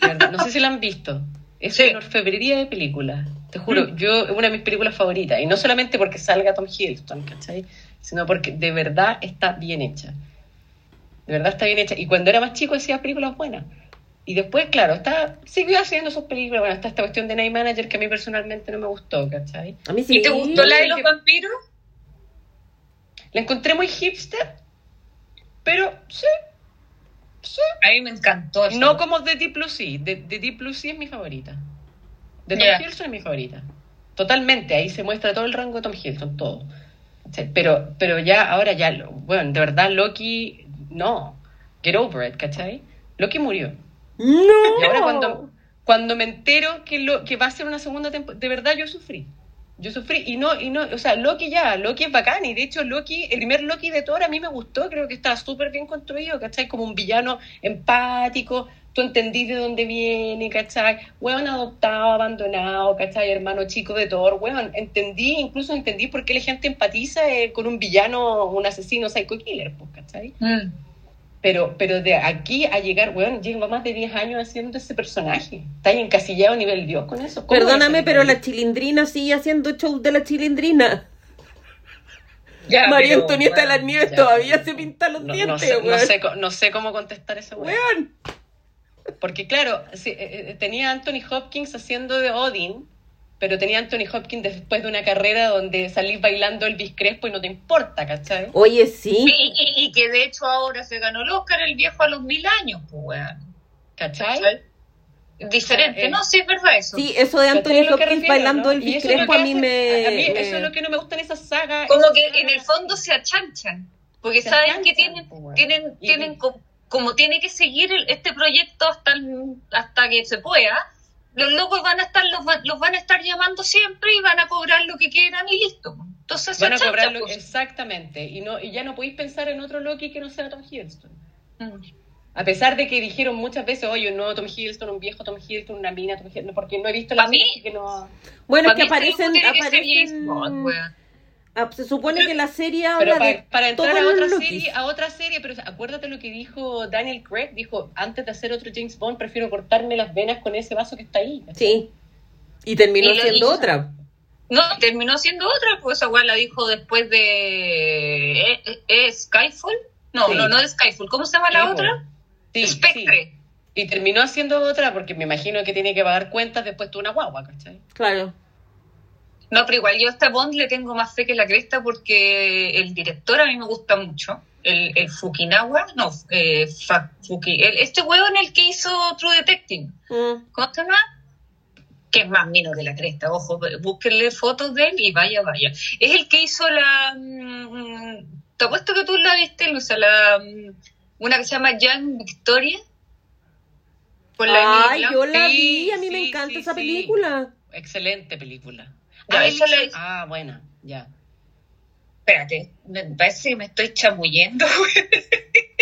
De verdad, No sé si la han visto. Es Sí. una orfebrería de película. Te juro, yo es una de mis películas favoritas. Y no solamente porque salga Tom Hiddleston, ¿cachai? Sino porque de verdad está bien hecha. De verdad está bien hecha. Y cuando era más chico hacía películas buenas. Y después, claro, está, siguió haciendo sus películas. Bueno, está esta cuestión de Night Manager que a mí personalmente no me gustó, ¿cachai? A mí sí. ¿Y te gustó la de los vampiros? La encontré muy hipster, pero sí, sí. A mí me encantó. esa. No como The Deep Blue Sea. The, The Deep Blue Sea es mi favorita. De Tom Ya. Hiddleston es mi favorita. Totalmente, ahí se muestra todo el rango de Tom Hiddleston, todo. Sí, Pero, pero ya, ahora ya, lo- bueno, de verdad, Loki, no. Get over it, ¿cachai? Loki murió. No. Y ahora cuando, cuando me entero que, lo, que va a ser una segunda temporada, de verdad yo sufrí. Yo sufrí y no, y no, o sea, Loki ya, Loki es bacán y de hecho Loki, el primer Loki de Thor a mí me gustó, creo que está súper bien construido, ¿cachai? Como un villano empático, tú entendís de dónde viene, ¿cachai? Weón adoptado, abandonado, ¿cachai? Hermano chico de Thor, weón, entendí, incluso entendí por qué la gente empatiza eh, con un villano, un asesino, psycho killer, pues, ¿cachai? Mm. Pero, pero de aquí a llegar, weón, llevo más de 10 años haciendo ese personaje. Está ahí encasillado a nivel Dios con eso. ¿Cómo Perdóname, es? pero la chilindrina sigue haciendo show de la chilindrina. Ya, María pero, Antonieta de bueno, las Nieves ya. todavía se pinta los No, dientes, no, sé, no, weón. sé, co- no sé cómo contestar esa weón. Weón. Porque claro, sí, eh, eh, tenía a Anthony Hopkins haciendo de Odin, pero tenía a Anthony Hopkins después de una carrera donde salís bailando Elvis Crespo y no te importa, ¿cachai? Oye, sí. Y, y- y que de hecho ahora se ganó el Oscar el viejo a los mil años, pues, weón. ¿Cachai? Diferente, Eh, ¿no? Sí, es verdad eso. Sí, eso de ¿Cachai Anthony lo que Hopkins refiero, bailando no? el Y eso es lo discrepo que a mí hace- me... eh, a mí eso es lo que no me gusta en esa saga. Como <laughs> esas que sagas en el fondo se achanchan, porque Se saben que achanchan, tienen, pues, bueno. tienen, Y- tienen co- como, tiene que seguir el- este proyecto hasta, el- hasta que se pueda, los locos van a estar, los, va- los van a estar llamando siempre y van a cobrar lo que quieran y listo. Entonces se Van a chancha, cobrar lo- pues. exactamente. Y, no, y ya no podéis pensar en otro Loki que no sea Tom Hiddleston. Mm. A pesar de que dijeron muchas veces, oye, un nuevo Tom Hiddleston, un viejo Tom Hiddleston, una mina Tom Hiddleston, porque no he visto la Pa' mí- serie, así que no... Bueno, es Para que mí ese aparecen. tiene que ser aparecen James Bond, weón. ah, se supone que la serie Pero habla de para, para entrar todos a los otra, Lokis. serie, a otra serie, pero acuérdate lo que dijo Daniel Craig, dijo, antes de hacer otro James Bond, prefiero cortarme las venas con ese vaso que está ahí. Sí. Y terminó Y lo siendo hizo. otra. No, terminó siendo otra, pues esa weá la dijo después de eh, eh, eh, Skyfall. No, Sí. no, no de Skyfall. ¿Cómo se llama la Sí, otra? Sí, Spectre. sí. Y terminó haciendo otra, porque me imagino que tiene que pagar cuentas después de una guagua, ¿cachai? Claro. No, pero igual yo a esta Bond le tengo más fe que la cresta porque el director a mí me gusta mucho. El, el Fukinawa, no, eh, Fa- Fuki- el- este huevo en el que hizo True Detective. Mm. ¿Cómo se llama? Que es más mino que la cresta, ojo, búsquenle fotos de él y vaya, vaya. Es el que hizo la. mm, te apuesto que tú la viste, Luisa, la. mm, una que se llama Young Victoria. Con la Ay, Emily yo Blunt. la Sí, vi, a mí me sí, encanta sí, esa sí. película. Excelente película. Ya, ah, esa él la- hizo- ah, buena, ya. Espérate, me parece que me estoy chamullendo.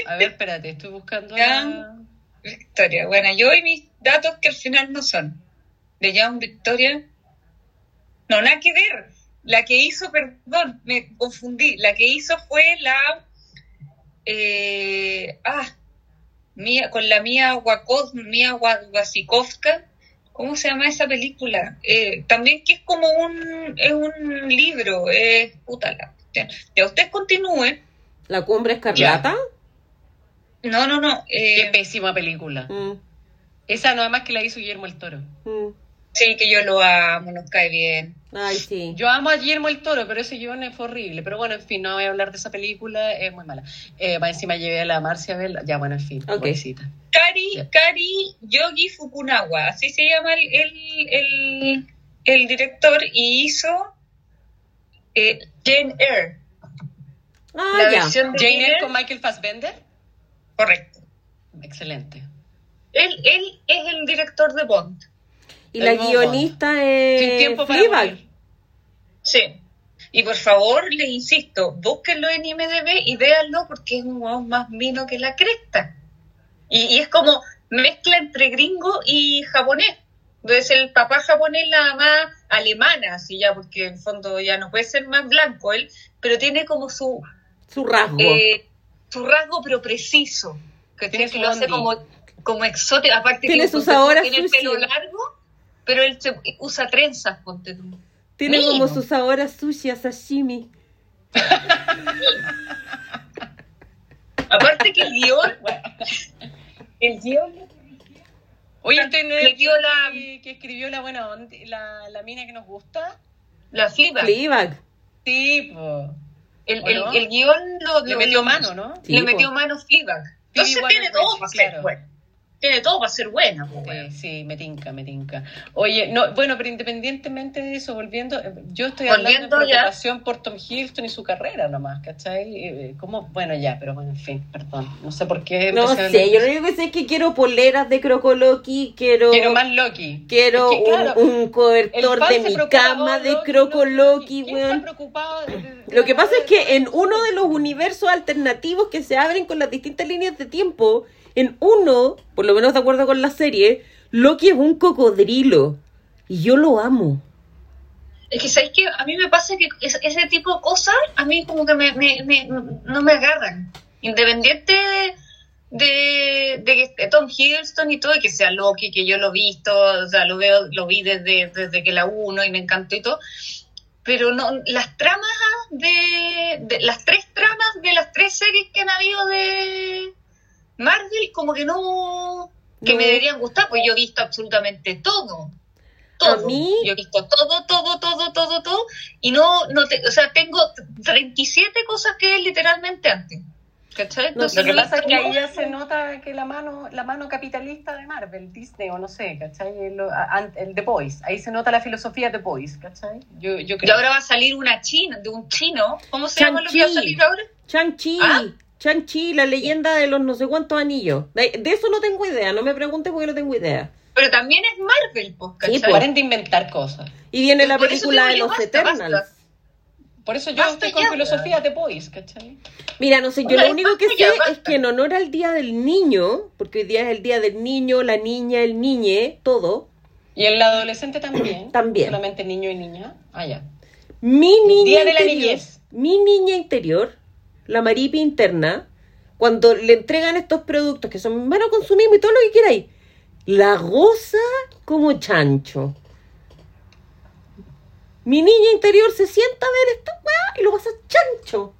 A ver, espérate, estoy buscando Ya. la- Victoria. Bueno, yo y mis datos que al final no son. De Young Victoria. No, nada que ver. La que hizo, perdón, me confundí. La que hizo fue la. eh, ah, Mía, con la Mía Wakos, Mía Wa- Wasikowska. ¿Cómo se llama esa película? Eh, también que es como un, es un libro. Eh, puta la cuestión. Ya ustedes continúen. La cumbre escarlata. No, no, no. eh, Qué pésima película. Mm, Esa nada más que la hizo Guillermo el Toro. mm. sí, que yo lo amo, nos cae bien. Ay, sí. Yo amo a Guillermo el Toro, pero ese guion fue horrible. Pero bueno, en fin, no voy a hablar de esa película, es muy mala. Eh, más encima llevé a la Marcia a verla. Ya, bueno, en fin, Ok. pobrecita. Kari, Ya. Kari Yogi Fukunawa, así se llama el, el, el- el director, y hizo eh, Jane Eyre, Ah, la ya. versión de Jane Eyre con Michael Fassbender, Correcto. excelente. Él, él es el director de Bond. Y la El Bobo. guionista es. Sin tiempo para Fleabag. morir. Sí. Y por favor, les insisto, búsquenlo en IMDB y véanlo porque es un huevón más mino que la cresta. Y, y es como mezcla entre gringo y japonés. Entonces el papá japonés, la mamá alemana, así ya, porque en el fondo ya no puede ser más blanco él, pero tiene como su, Su rasgo. eh, su rasgo, pero preciso. Que tiene Tiene que su lo hace bondi. como, como exótico. Aparte, Tiene que su ponte tú, sabor a tiene el sushi. pelo largo, pero él se- usa trenzas, ponte tú. Tiene mínimo. como su sabor a sushi, a sashimi. Aparte que el guión, el guión, Oye, este no es Le el dio la- que, que escribió la buena onda, la, la mina que nos gusta. la flipa. Fleabag. Sí, po. El, ¿O el, no? el guión lo, Le lo- metió lo- mano, ¿no? Sí, le po. metió mano Fleabag. Entonces Phoebe tiene todo Waller-Bridge, para claro. ser buena. Tiene todo para ser buena. po, Sí, weón. sí, me tinca, me tinca. Oye, no, bueno, pero independientemente de eso, volviendo, eh, yo estoy Volviendo hablando de ya. preocupación por Tom Hilton y su carrera nomás, ¿cachai? Eh, eh, ¿Cómo? Bueno, ya, pero bueno, en fin, perdón. No sé por qué. No empecé a sé, hablar- yo lo único que sé es que quiero poleras de Crocoloqui, quiero. Quiero más Loki. Quiero Es que, claro, un, un el cobertor fan de se mi preocupa, cama oh, de Loki, Crocoloqui, Loki. ¿Quién está weón. preocupado de- de- Lo que pasa es que en de- uno de los universos alternativos que se abren con las distintas líneas de tiempo, en uno, por lo menos de acuerdo con la serie, Loki es un cocodrilo. Y yo lo amo. Es que, ¿sabes qué? A mí me pasa que es- ese tipo de cosas, a mí como que me, me- me- no me agarran. Independiente de, de, de que esté Tom Hiddleston y todo, y que sea Loki, que yo lo he visto, o sea, lo veo, lo vi desde, desde que la uno y me encantó y todo. Pero no, las tramas de, de- las tres tramas de las tres series que han habido de Marvel, como que no, que No. me deberían gustar, pues yo he visto absolutamente todo. Todo. A mí- Yo he visto todo, todo, todo, todo, todo. Y no, no te, o sea, tengo 37 cosas que es literalmente antes. ¿Cachai? No, Lo Entonces, que no pasa es que tengo- ahí ya se nota que la mano, la mano capitalista de Marvel, Disney o no sé, ¿cachai? El, an- el The Boys. Ahí se nota la filosofía de The Boys, ¿cachai? Yo, yo Y creo. ahora va a salir una china, de un chino. ¿Cómo se llama lo que va a Shang-Chi. salir ahora? Chang-Chi. ¿Ah? Chang-Chi, la leyenda de los no sé cuántos anillos. De, de eso no tengo idea, no me preguntes porque no tengo idea. Pero también es Marvel, pues, Sí, ¿cachai? pues, paren de inventar cosas. Y viene la Por eso película te de digo, los basta, Eternals. basta. Por eso yo Basta estoy con ya, filosofía de boys, ¿cachai? Mira, no sé, yo Oye, lo único que basta sé ya, es basta. que en honor al Día del Niño, porque hoy día es el Día del Niño, la niña, el niñe, todo, Y en la adolescente también. También. Solamente niño y niña. Ah, ya. mi niña Día de la interior, niñez. mi niña interior, la maripi interna, cuando le entregan estos productos que son, bueno, consumimos y todo lo que queráis, la goza como chancho. Mi niña interior se sienta a ver esta weá y lo pasa chancho.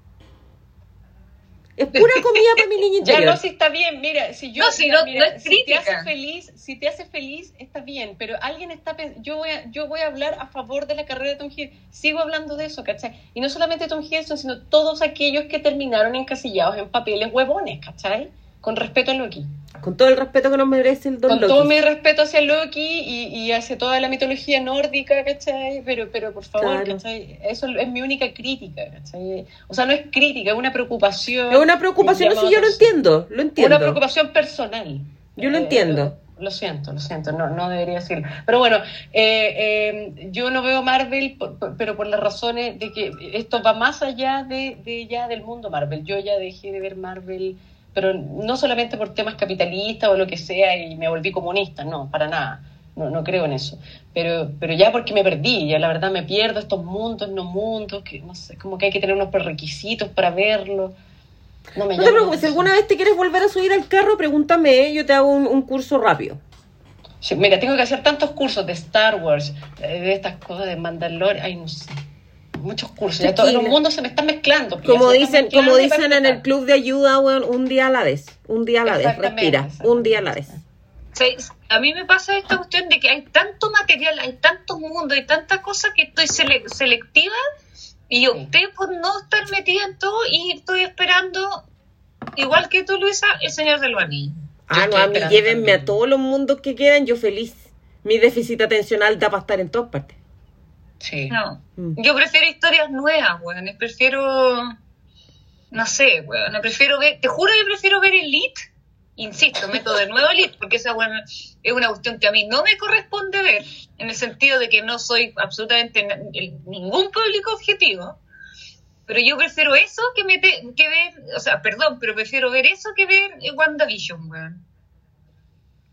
Es pura comida para mi niña <laughs> Ya interior. no, si está bien, mira, si yo No, si mira, no- mira, no es si te crítica. hace feliz, si te hace feliz, está bien, pero alguien está pen- yo voy a, yo voy a hablar a favor de la carrera de Tom Hiddleston, sigo hablando de eso, ¿cachai? Y no solamente Tom Hiddleston, sino todos aquellos que terminaron encasillados en papeles huevones, ¿cachai? Con respeto a Loki. Con todo el respeto que nos merece el Don Con Loki. todo mi respeto hacia Loki y, y hacia toda la mitología nórdica, ¿cachai? Pero, pero por favor, Claro. ¿cachai? Eso es mi única crítica, ¿cachai? O sea, no es crítica, es una preocupación. Es una preocupación, Un no, sí, yo lo llamado- entiendo, lo entiendo. una preocupación personal. Yo lo Eh, entiendo. Lo, lo siento, lo siento, no, no debería decirlo. Pero bueno, eh, eh, yo no veo Marvel, por- por- pero por las razones de que esto va más allá de, de ya del mundo Marvel. Yo ya dejé de ver Marvel, pero no solamente por temas capitalistas o lo que sea y me volví comunista, no, para nada. No, no creo en eso. Pero, pero ya porque me perdí, ya la verdad me pierdo estos mundos, no mundos, que no sé, como que hay que tener unos prerequisitos para verlo. No, me No te Pues llama la preocupes, si atención. alguna vez te quieres volver a subir al carro, pregúntame, ¿eh? yo te hago un, un curso rápido. Sí, mira, tengo que hacer tantos cursos de Star Wars, eh, de estas cosas de Mandalorian, ay, no sé. Muchos cursos, ya todos los Chiquilla. mundos se me están mezclando. Pia, Como se me están dicen, como mezclando y dicen en el partiendo. club de ayuda, weón, un día a la vez, un día a la vez, Exactamente, respira, un día a la vez. Sí, a mí me pasa esta cuestión de que hay tanto material, hay tantos mundos, hay tanta cosa que estoy sele- selectiva y opté por no estar metida en todo y estoy esperando, igual que tú, Luisa, el Señor del Anillo. Ah, no, estoy a mí esperando llévenme también. a todos los mundos que quieran, yo feliz. Mi déficit atencional da para estar en todas partes. Sí. No, Mm. yo prefiero historias nuevas, weón, y prefiero, no sé, weón, yo prefiero ver, te juro que prefiero ver Elite, insisto, meto de nuevo Elite, porque esa weón es una cuestión que a mí no me corresponde ver, en el sentido de que no soy absolutamente na- el- ningún público objetivo, pero yo prefiero eso que, mete, que ver, o sea, perdón, pero prefiero ver eso que ver eh, WandaVision, weón.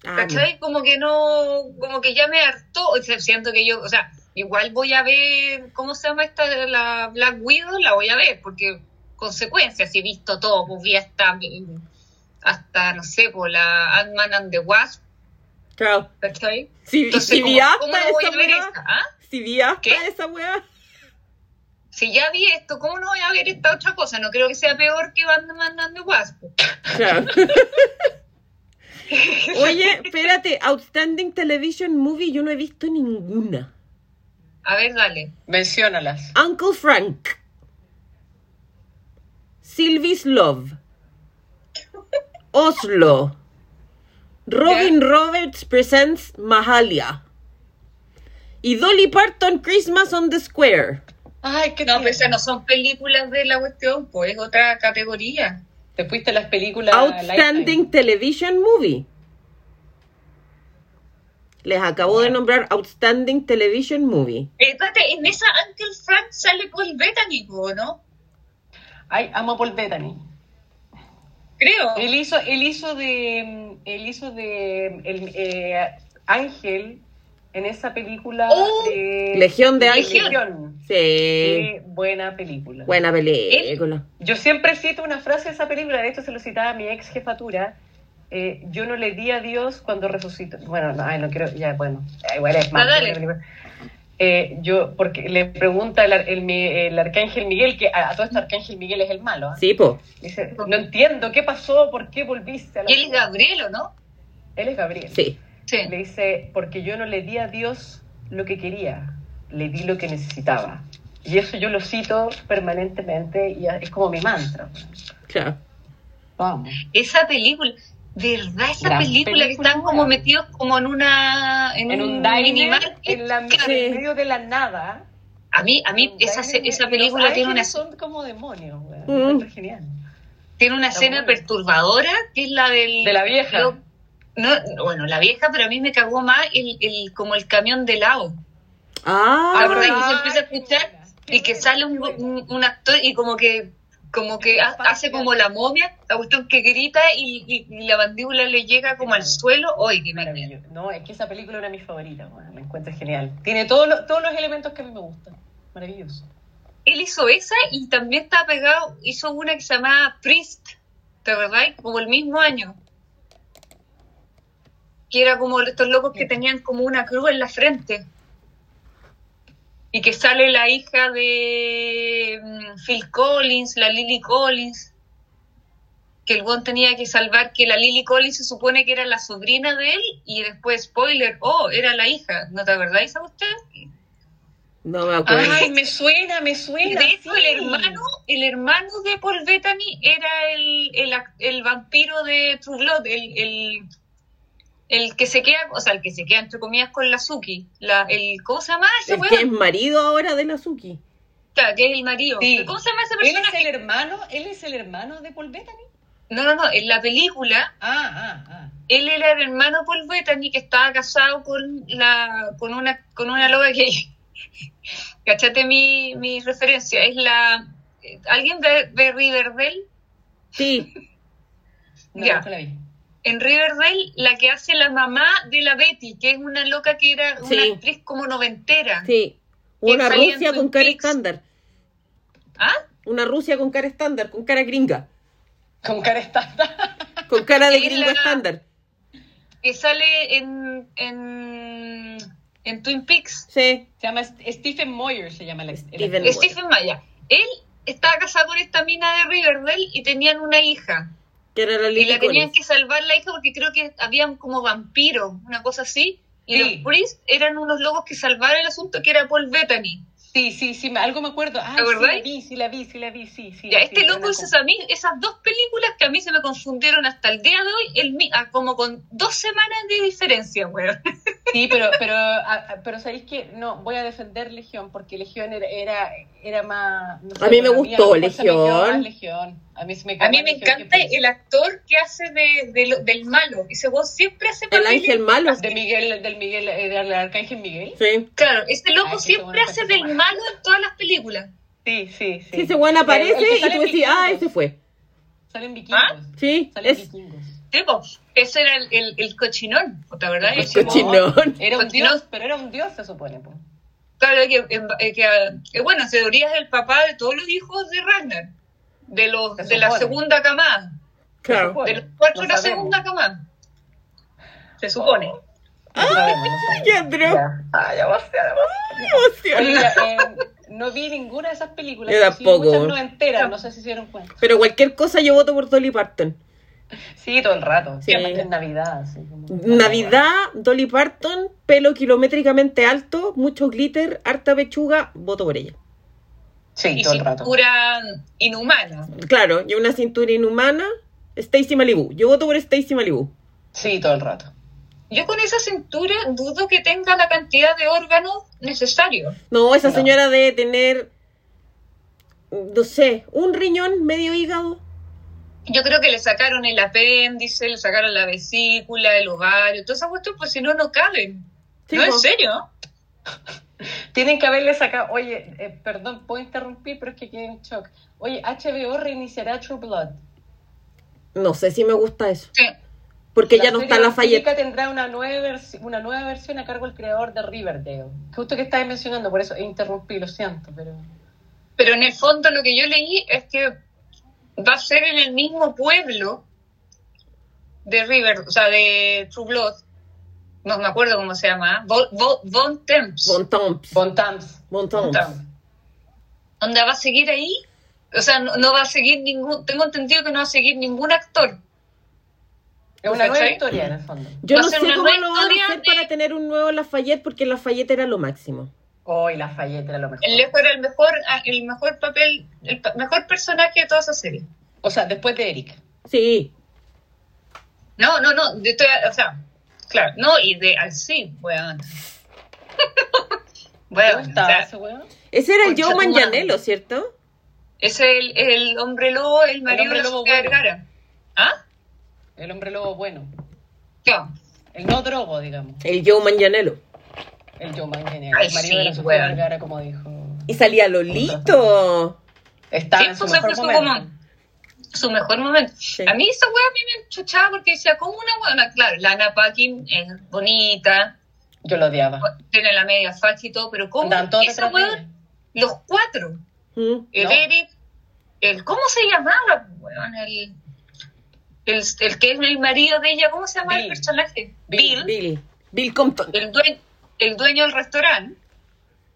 Ah, no. ¿Cachai? Como que no, como que ya me hartó, o sea, siento que yo, o sea, igual voy a ver, ¿cómo se llama esta, la Black Widow? La voy a ver, porque consecuencias, si he visto todo, pues vi hasta, hasta no sé, por la Ant-Man and the Wasp, Claro. ¿cachai? Si, Entonces, si vi como, hasta ¿cómo no voy a esa ver weá, esta? ah? si vi hasta ¿Qué? esa <laughs> weá. Si ya vi esto, ¿cómo no voy a ver esta otra cosa? No creo que sea peor que Ant-Man and the Wasp. <laughs> Claro. Oye, espérate, Outstanding Television Movie yo no he visto ninguna. A ver, dale. Menciónalas. Uncle Frank. Sylvie's Love. Oslo. Robin Roberts presents Mahalia. Y Dolly Parton Christmas on the Square. Ay, qué No, tierno. pero esas no son películas de la cuestión, pues es otra categoría. Te fuiste a las películas. Outstanding Television Movie. Les acabo de nombrar Outstanding Television Movie. Eh, Espérate, en esa Uncle Frank sale Paul Bettany, po, ¿no? Lifetime. Ay, amo a Paul Bettany. Creo. Él hizo, él hizo de, él hizo de el, eh, Ángel en esa película Oh, de Legión de Ángel. Legión. Sí. Qué buena película. Buena película. Yo siempre cito una frase de esa película, de hecho se lo citaba a mi ex jefatura. eh, yo no le di a Dios cuando resucitó. Bueno, no, ay, no quiero, ya, bueno, ya, igual es más. Ah, dale. Eh, yo, porque le pregunta el, ar- el mi- el arcángel Miguel, que a, a todo este arcángel Miguel es el malo. ¿ah? Sí, po. Dice, no entiendo qué pasó, por qué volviste a la. Y él es Gabrielo, ¿no? Él es Gabriel. Sí. Sí. Le dice, porque yo no le di a Dios lo que quería, le di lo que necesitaba. Y eso yo lo cito permanentemente y es como mi mantra. Claro. Vamos. Esa película, ¿verdad? Esa Gran película, que película, están como weón. metidos como en una. En, en un mini diner market. en, la, Claro. en medio de la nada. A mí, a mí Un esa, diner, esa y película los tiene una, ángeles son como demonios, weón. Mm. Encuentro genial. tiene una está escena buena. perturbadora que es la del. De la vieja. lo- no, bueno, la vieja, pero a mí me cagó más el, el como el camión de lado. Ah, La verdad que se ay, empieza a escuchar qué y que buena, sale un, qué buena. un- un actor y como que como que ha- hace como la momia, la cuestión que grita y, y- y la bandíbula le llega como al suelo. ¡Ay, qué maravilla! Maravilloso. No, es que esa película era mi favorita, bueno, me encuentro genial. Tiene todos los, todos los elementos que a mí me gustan. Maravilloso. Él hizo esa y también estaba pegado, hizo una que se llamaba Priest, ¿te acordás? Como el mismo año. Que era como estos locos que tenían como una cruz en la frente. Y que sale la hija de mm, Phil Collins, la Lily Collins. Que el guon tenía que salvar, que la Lily Collins se supone que era la sobrina de él. Y después, spoiler, oh, era la hija. ¿No te acordáis a usted? no me acuerdo. Ay, me suena, me suena. De hecho, sí. el hermano, el hermano de Paul Bettany era el, el, ac- el vampiro de True Blood, el, el, el que se queda, o sea, el que se queda entre comillas con la Suki, la, el, ¿cómo se llama ese el que es weón? marido ahora de Nazuki. Claro, Que es el marido. Sí. ¿Cómo se llama ese ¿Él es personaje? el hermano? ¿Él es el hermano de Paul Bettany? No, no, no, en la película, Ah, ah, ah. él era el hermano de Paul Bettany que estaba casado con la, con una, con una loca que <laughs> cachate mi, mi referencia, es la eh, ¿alguien ve, ve Riverdale? Sí, No, Ya. nunca la vi. en Riverdale la que hace la mamá de la Betty, que es una loca que era una Sí. actriz como noventera. <laughs> sí. Una salía en Rusia Twin con cara Peaks. estándar. ¿Ah? Una Rusia con cara estándar, con cara gringa. Con cara estándar. <laughs> Con cara de Es gringo la- estándar. Que sale en, en, en Twin Peaks. Sí. Se llama St- Stephen Moyer, se llama el, el Stephen Moyer. Stephen Maya. Él estaba casado con esta mina de Riverdale y tenían una hija. Que era la Y Lily la tenían Collins. que salvar la hija porque creo que habían como vampiros, una cosa así. Y Sí. los Priest eran unos locos que salvaron el asunto que era Paul Bettany. Sí, sí, sí, me- algo me acuerdo. Ah, ¿Te acordás? sí, la vi, sí, la vi, sí, la vi, sí. sí Ya, sí, este suena loco hizo como- esa- a mí esas dos películas que a mí se me confundieron hasta el día de hoy, el, mi- ah, como con dos semanas de diferencia, weón. Sí, pero, pero, ah, ah, pero sabéis que no, voy a defender Legión porque Legión era, era, era más. no sé, A mí me bueno, gustó a lo mejor se me quedó Legión. más Legión. A mí, se me, quedó A mí más me Legión que encanta Prince. el actor que hace de, de lo- del malo, ese vos siempre hace El papeles- ángel malo. de Miguel, del Miguel, eh, del Arcángel Miguel. Sí. Claro, ese loco Ay, qué siempre bueno, hace qué del bueno. malo en todas las películas. Sí, sí, sí. Sí, ese weón aparece El- el que y sale tú en decís, ah, Vikingos. ese fue. Salen ¿Ah? vikingos. Sí, Salen es vikingos. Sí, po, ese era el, el, el cochinón, ¿te verdad? El cochinón. Era un Cochinón. dios, pero era un dios, se supone. po. Claro, que, eh, que, ah, que, bueno, se debería es el papá de todos los hijos de Ragnar, de, los, Se de la supone. segunda camada, claro. de Bueno, los cuatro no de la sabemos. segunda camada. Se supone. No sabemos, <laughs> no sabemos. Ah, ya, Andrew. Ya. Ah, ya va a ser, ya va a ser. Oye, Emoción. ya, eh, no vi ninguna de esas películas. Yo pero sí tampoco. Muchas no enteras, no sé si se dieron cuenta. Pero cualquier cosa yo voto por Dolly Parton. Sí, todo el rato. Sí. Siempre es Navidad. sí, como- Navidad, Dolly Parton, pelo kilométricamente alto, mucho glitter, harta pechuga, voto por ella. Sí, y todo el rato. cintura inhumana. Claro, y una cintura inhumana, Stacy Malibu. Yo voto por Stacy Malibu. Sí, todo el rato. Yo con esa cintura dudo que tenga la cantidad de órganos necesarios. No, esa No. señora debe tener, no sé, un riñón, medio hígado. Yo creo que le sacaron el apéndice, le sacaron la vesícula, el ovario, todas esas cuestiones, pues si no, no caben. Sí, no, en pues. po. serio. Tienen que haberle sacado. Oye, eh, perdón, puedo interrumpir, pero es que quedé en shock. Oye, HBO reiniciará True Blood. No sé si me gusta eso. Sí. Porque ya no serie está la vampírica falleta. tendrá una nueva, versi- una nueva versión a cargo del creador de Riverdale. Justo que estabas mencionando, por eso interrumpí, lo siento, pero. Pero en el fondo lo que yo leí es que va a ser en el mismo pueblo de River, o sea, de True Blood. No me acuerdo cómo se llama. ¿eh? Von, Von- Von Thames. Bontoms. Bontams. Bontoms. Thames. ¿Onda va a seguir ahí? O sea, no, no va a seguir ningún... Tengo entendido que no va a seguir ningún actor. Es una nueva ¿Cachai? historia en el fondo. Yo Va a no sé ser una cómo nueva lo van a historia hacer de- para tener un nuevo Lafayette, porque Lafayette era lo máximo. Oh, y Lafayette era lo mejor. El Lejo era el mejor, ah, el mejor papel, el pa- mejor personaje de toda esa serie. O sea, después de Eric. Sí, No, no, no, de toda- o sea, claro, no, y de al sí, weón. <laughs> ¿Cómo Bueno, estaba ese weón? Ese era el Concha Joe tu madre. Manganiello, ¿cierto? es el, el hombre lobo, el marido hombre de la lobo Sofía bueno. Vergara. ¿Ah? El hombre lobo bueno. Yo. El no drogo, digamos. El Joe Manganiello. El Joe Manganiello. Ay, el marido sí, de la Sofía weón. Vergara, como dijo. Y salía Lolito. Estaba en Eso su siempre mejor estuvo momento. su mejor momento. Sí. A mí esa wea a mí me enchuchaba porque decía, como una buena, claro, la Ana Paquin es bonita, Yo lo odiaba. tiene la media facha y todo, pero ¿cómo Andaban todos esa detrás de wea, ella. los cuatro, Mm. el No. Eric, el, ¿cómo se llamaba, weón? El, el, el que es el marido de ella, ¿cómo se llama el Bill. personaje? Bill, Bill. Bill. Bill Compton. El, dueño, el dueño del restaurante.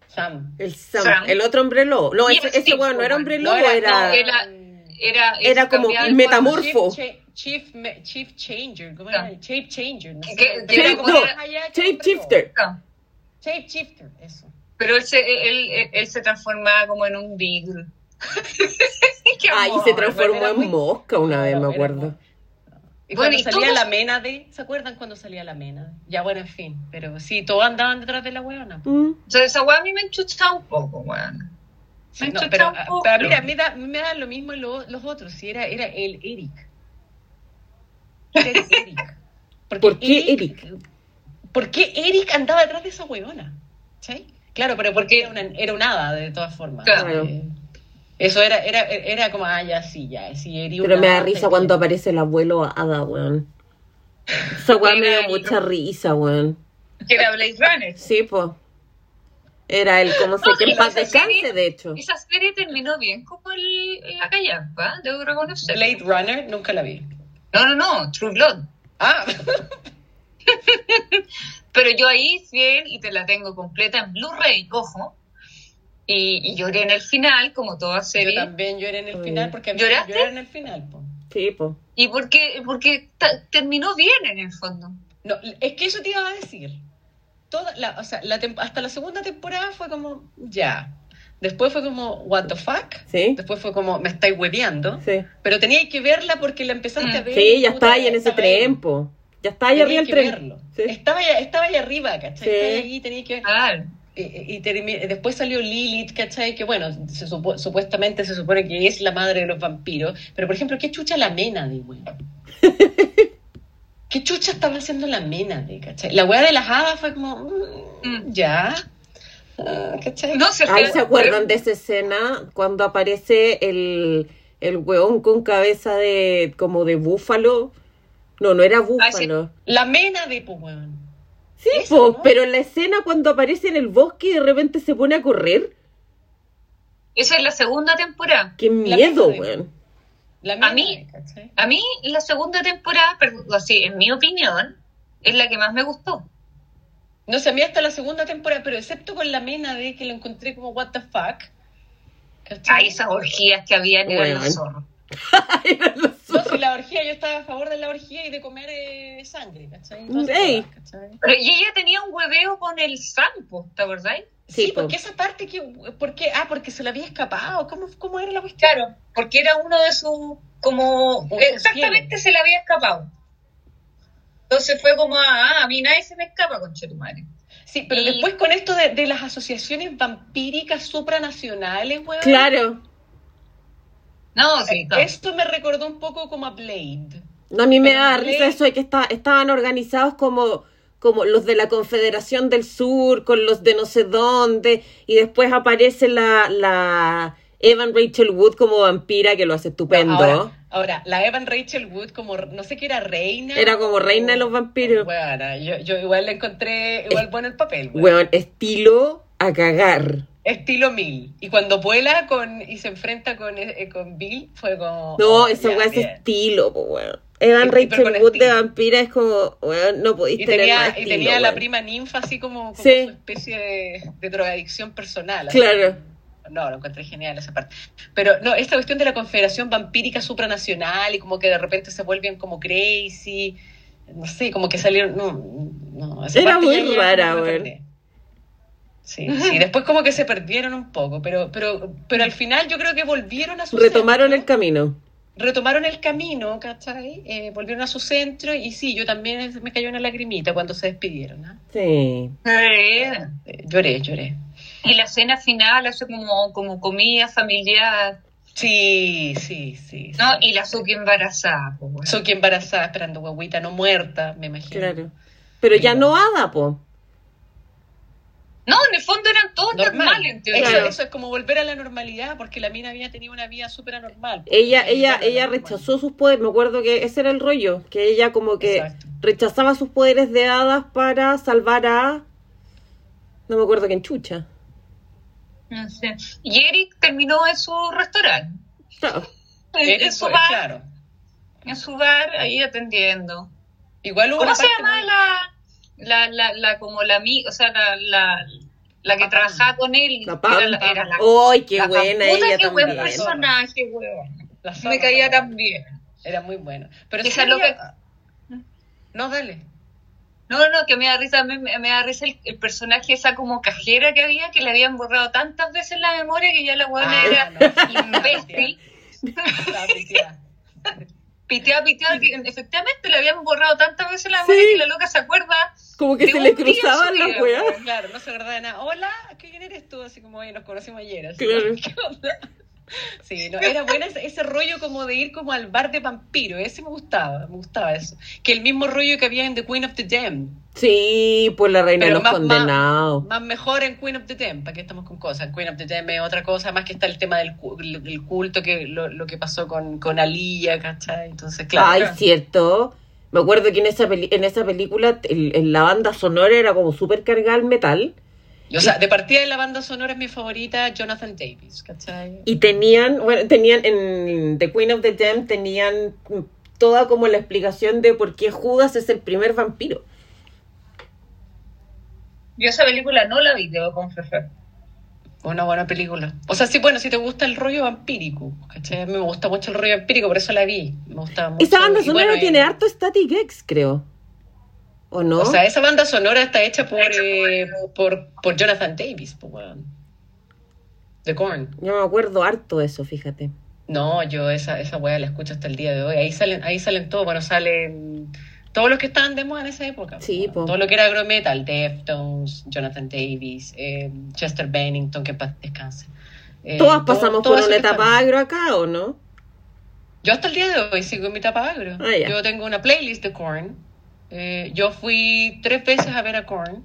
Sam. El Sam. Sam. El otro hombre lobo. No, Y ese, el ese tipo, weón no era hombre no lobo, era- era. no, era- Era, Era eso como cambiaba el el cuerpo. metamor- Morfo. Chief, cha- chief, me- chief Changer. ¿Cómo No. era? Shape Changer. No sé. Ah. Que- que Era era como no, era Hayek, Shape pero- Shifter. No, Shape Shifter, eso. Pero él se, él, él- él se transformaba como en un beagle. <laughs> Qué Ay, amor. se transformó era muy- en mosca una vez, Era- me era acuerdo. como- Y Bueno, cuando ¿y salía todos- la mena de. ¿Se acuerdan cuando salía la mena? de? Ya, bueno, en fin. Pero sí, todos andaban detrás de la weona. Mm. Entonces esa weá a mí me enchuchaba un poco, weón. Me No, enchuchaba pero, un poco. pero mira, me da, me da lo mismo lo- los otros. Si era, era el Eric. Era el Eric. Porque ¿Por qué Eric? ¿Por qué Eric andaba detrás de esa huevona? ¿Sí? Claro, pero porque era, una, era un hada, de todas formas. Claro. Eh, eso era, era, era como, ah, ya sí, ya. Sí, Eric Pero una me da hada, risa ¿sabes cuando qué? aparece el abuelo Ada, weón. Esa weón me dio Era- mucha risa, weón. que era Blade Runner. Sí, po. Era el, como sé, No, que y en paz esa serie- descanse, de hecho. Esa serie terminó bien como el, la callampa, debo reconocer. Blade Runner nunca la vi. No, no, no, True Blood. Ah, Pero yo ahí fiel y te la tengo completa en Blu-ray, ojo. Y, y lloré en el final, como toda yo serie. también lloré en el final porque a mí ¿Lloraste? lloré en el final. po. Sí, po. Y porque, porque ta- terminó bien en el fondo. No, es que eso te iba a decir. Toda la, o sea, la tem- hasta la segunda temporada fue como, ya. Después fue como, what the fuck. Sí. Después fue como, me estáis hueveando. Sí. Pero tenía que verla porque la empezaste a ver. Sí, ya puta, está ahí en ese estaba ahí. tren, po. Ya está ahí arriba Tenía el que tren. verlo. Sí. Estaba, ahí, estaba ahí arriba, ¿cachai? Sí. Estaba ahí, tenía que ver. Claro. Y, y termi- después salió Lilith, ¿cachai? Que bueno, se supo- supuestamente se supone que es la madre de los vampiros. Pero por ejemplo, ¿qué chucha la mena de, weón? ¿Qué chucha estaba haciendo la mena de, cachai? La weá de las hadas fue como, mm, Mm. ya. Ah, ¿cachai? No sé, Ahí se acuerdan de esa escena cuando aparece el, el weón con cabeza de como de búfalo. No, no Ah, era búfalo. La mena de, pues, weón. Sí, Eso, po, ¿no? pero en la escena cuando aparece en el bosque y de repente se pone a correr. Esa es la segunda temporada. ¡Qué La miedo, mierda. weón! <laughs> La mena mí- de, ¿cachai? A mí la segunda temporada, perdón, así, en mi opinión, es la que más me gustó. No sé, a mí hasta la segunda temporada, pero excepto con la mena de que la encontré como, what the fuck. ¿cachai? Ay, esas orgías que había en Bueno. el zorro. Era la No, zorra. si la orgía, yo estaba a favor de la orgía y de comer eh, sangre, ¿cachai? Entonces, Ey. ¿cachai? Pero y ella tenía un hueveo con el sampo, ¿te acordáis? Sí, Sí, po. porque esa parte que... ¿por qué? Ah, porque se la había escapado. ¿Cómo, cómo era la cuestión? Claro, porque era uno de sus, como, eh, Uno de sus exactamente fieles. se le había escapado. Entonces fue como, ah, a mí nadie se me escapa, con tu madre. Sí, pero Y- después con esto de, de las asociaciones vampíricas supranacionales, weón. Claro. No, sí, claro. Esto me recordó un poco como a Blade. No, a mí me Pero da en risa ley- eso de que está- estaban organizados como, como los de la Confederación del Sur, con los de no sé dónde, y después aparece la, la Evan Rachel Wood como vampira, que lo hace estupendo. Ahora, ahora, la Evan Rachel Wood como, no sé qué era, reina. Era como reina de los vampiros. Bueno, yo, yo igual la encontré igual bueno el papel. weón. Weón, estilo a cagar. Estilo mil. Y cuando vuela con y se enfrenta con, eh, con Bill, fue como. No, oh, esa ya, weá es bien. estilo, po, weón. Evan Sí, pero Rachel con Wood de estilo. vampira es como, weón, no podéis Y tener más tenía, y estilo, tenía la weón. prima ninfa así como, como Sí. su especie de, de drogadicción personal. así. Claro. No, lo encontré genial esa parte. Pero no, esta cuestión de la confederación vampírica supranacional y como que de repente se vuelven como crazy. No sé, como que salieron. No, no, esa Era parte muy ya- ya rara, me weón. perdí. Sí, sí, después como que se perdieron un poco, pero, pero, pero al final yo creo que volvieron a su Retomaron centro el camino. retomaron el camino, ¿cachai? Eh, volvieron a su centro y sí, yo también me cayó una lagrimita cuando se despidieron. ¿ah? Sí. Sí. Eh, lloré, lloré. Y la cena final hace como, como comida familiar. Sí, sí, sí. ¿no? Y la Suki embarazada, pues, bueno. Suki embarazada, esperando guaguita, no muerta, me imagino. Claro. Pero ya no Ada, po. No, en el fondo eran todos Normal. normales, en teoría. Eso, Claro. eso es como volver a la normalidad, porque la mina había tenido una vida súper anormal. Ella, ella, ella rechazó sus poderes. Me acuerdo que ese era el rollo. Que ella como que Exacto. rechazaba sus poderes de hadas para salvar a. No me acuerdo quién chucha. No sé. Este, Y Eric terminó en su restaurante, Claro. en, en Eric, su pues, bar, claro. en su bar, ahí atendiendo. Igual hubo ¿Cómo una se parte llama muy- la, la, la, la, como la mi, o sea, la, la, la que La trabajaba con él? La Era Pam. la- era la- ¡Ay, qué la buena Pam. Puta, ella qué buen también! persona. personaje, weón. la Me zorra, caía ¿no? tan bien. Era muy bueno. Pero Esa sí había- loca- No, dale. No, no, que me da risa, me, me- me da risa el, el personaje esa como cajera que había, que le habían borrado tantas veces la memoria que ya la weona Ah, era <laughs> no, sí, <laughs> imbécil. Estaba piteada. Piteaba, piteaba, que efectivamente le habían borrado tantas veces la memoria Sí. que la loca se acuerda. Como que De se un le día en su cruzaban las vida, weas. Claro, no se acordaba de nada. Hola, ¿quién eres tú? Así como, oye, nos conocimos ayer. así. Claro. ¿Qué onda? Sí, no, era bueno ese, ese rollo como de ir como al bar de vampiro. Ese me gustaba, me gustaba eso. Que el mismo rollo que había en The Queen of the Dam. Sí, pues la reina de los Pero más- condenados. Más mejor en Queen of the Dam, ¿para qué estamos con cosas? En Queen of the Dam es otra cosa, más que está el tema del, cu- del culto, que lo, lo que pasó con, con Alía, ¿cachai? Entonces, claro. Ay, cierto. Me acuerdo que en esa, peli- en esa película el- en la banda sonora era como súper cargada al metal. Y, O sea, de partida de la banda sonora es mi favorita, Jonathan Davis, ¿cachai? Y tenían, bueno, tenían en The Queen of the Dam tenían toda como la explicación de por qué Judas es el primer vampiro. Yo esa película no la vi, debo confesar. Una buena película. O sea, sí, bueno, si te gusta el rollo vampírico, ¿cachai? A mí me gusta mucho el rollo vampírico, por eso la vi. Me gustaba mucho. Esa banda Ah, Y sonora bueno, tiene eh, harto Static X, creo. ¿O no? O sea, esa banda sonora está hecha por, eh, por, por Jonathan Davis, pues, weón. The Korn. Yo me acuerdo harto de eso, fíjate. No, yo esa, esa weá la escucho hasta el día de hoy. Ahí salen, ahí salen todos, bueno, salen todos los que estaban de moda en esa época. Sí, po. po. Todo lo que era metal, Deftones, Jonathan Davis, eh, Chester Bennington, que en paz descanse. Eh, Todas todo- pasamos todo por eso una que etapa estaban. agro acá, ¿o no? Yo hasta el día de hoy sigo en mi etapa agro. Ah, ya. Yo tengo una playlist de Korn. Eh, yo fui tres veces a ver a Korn.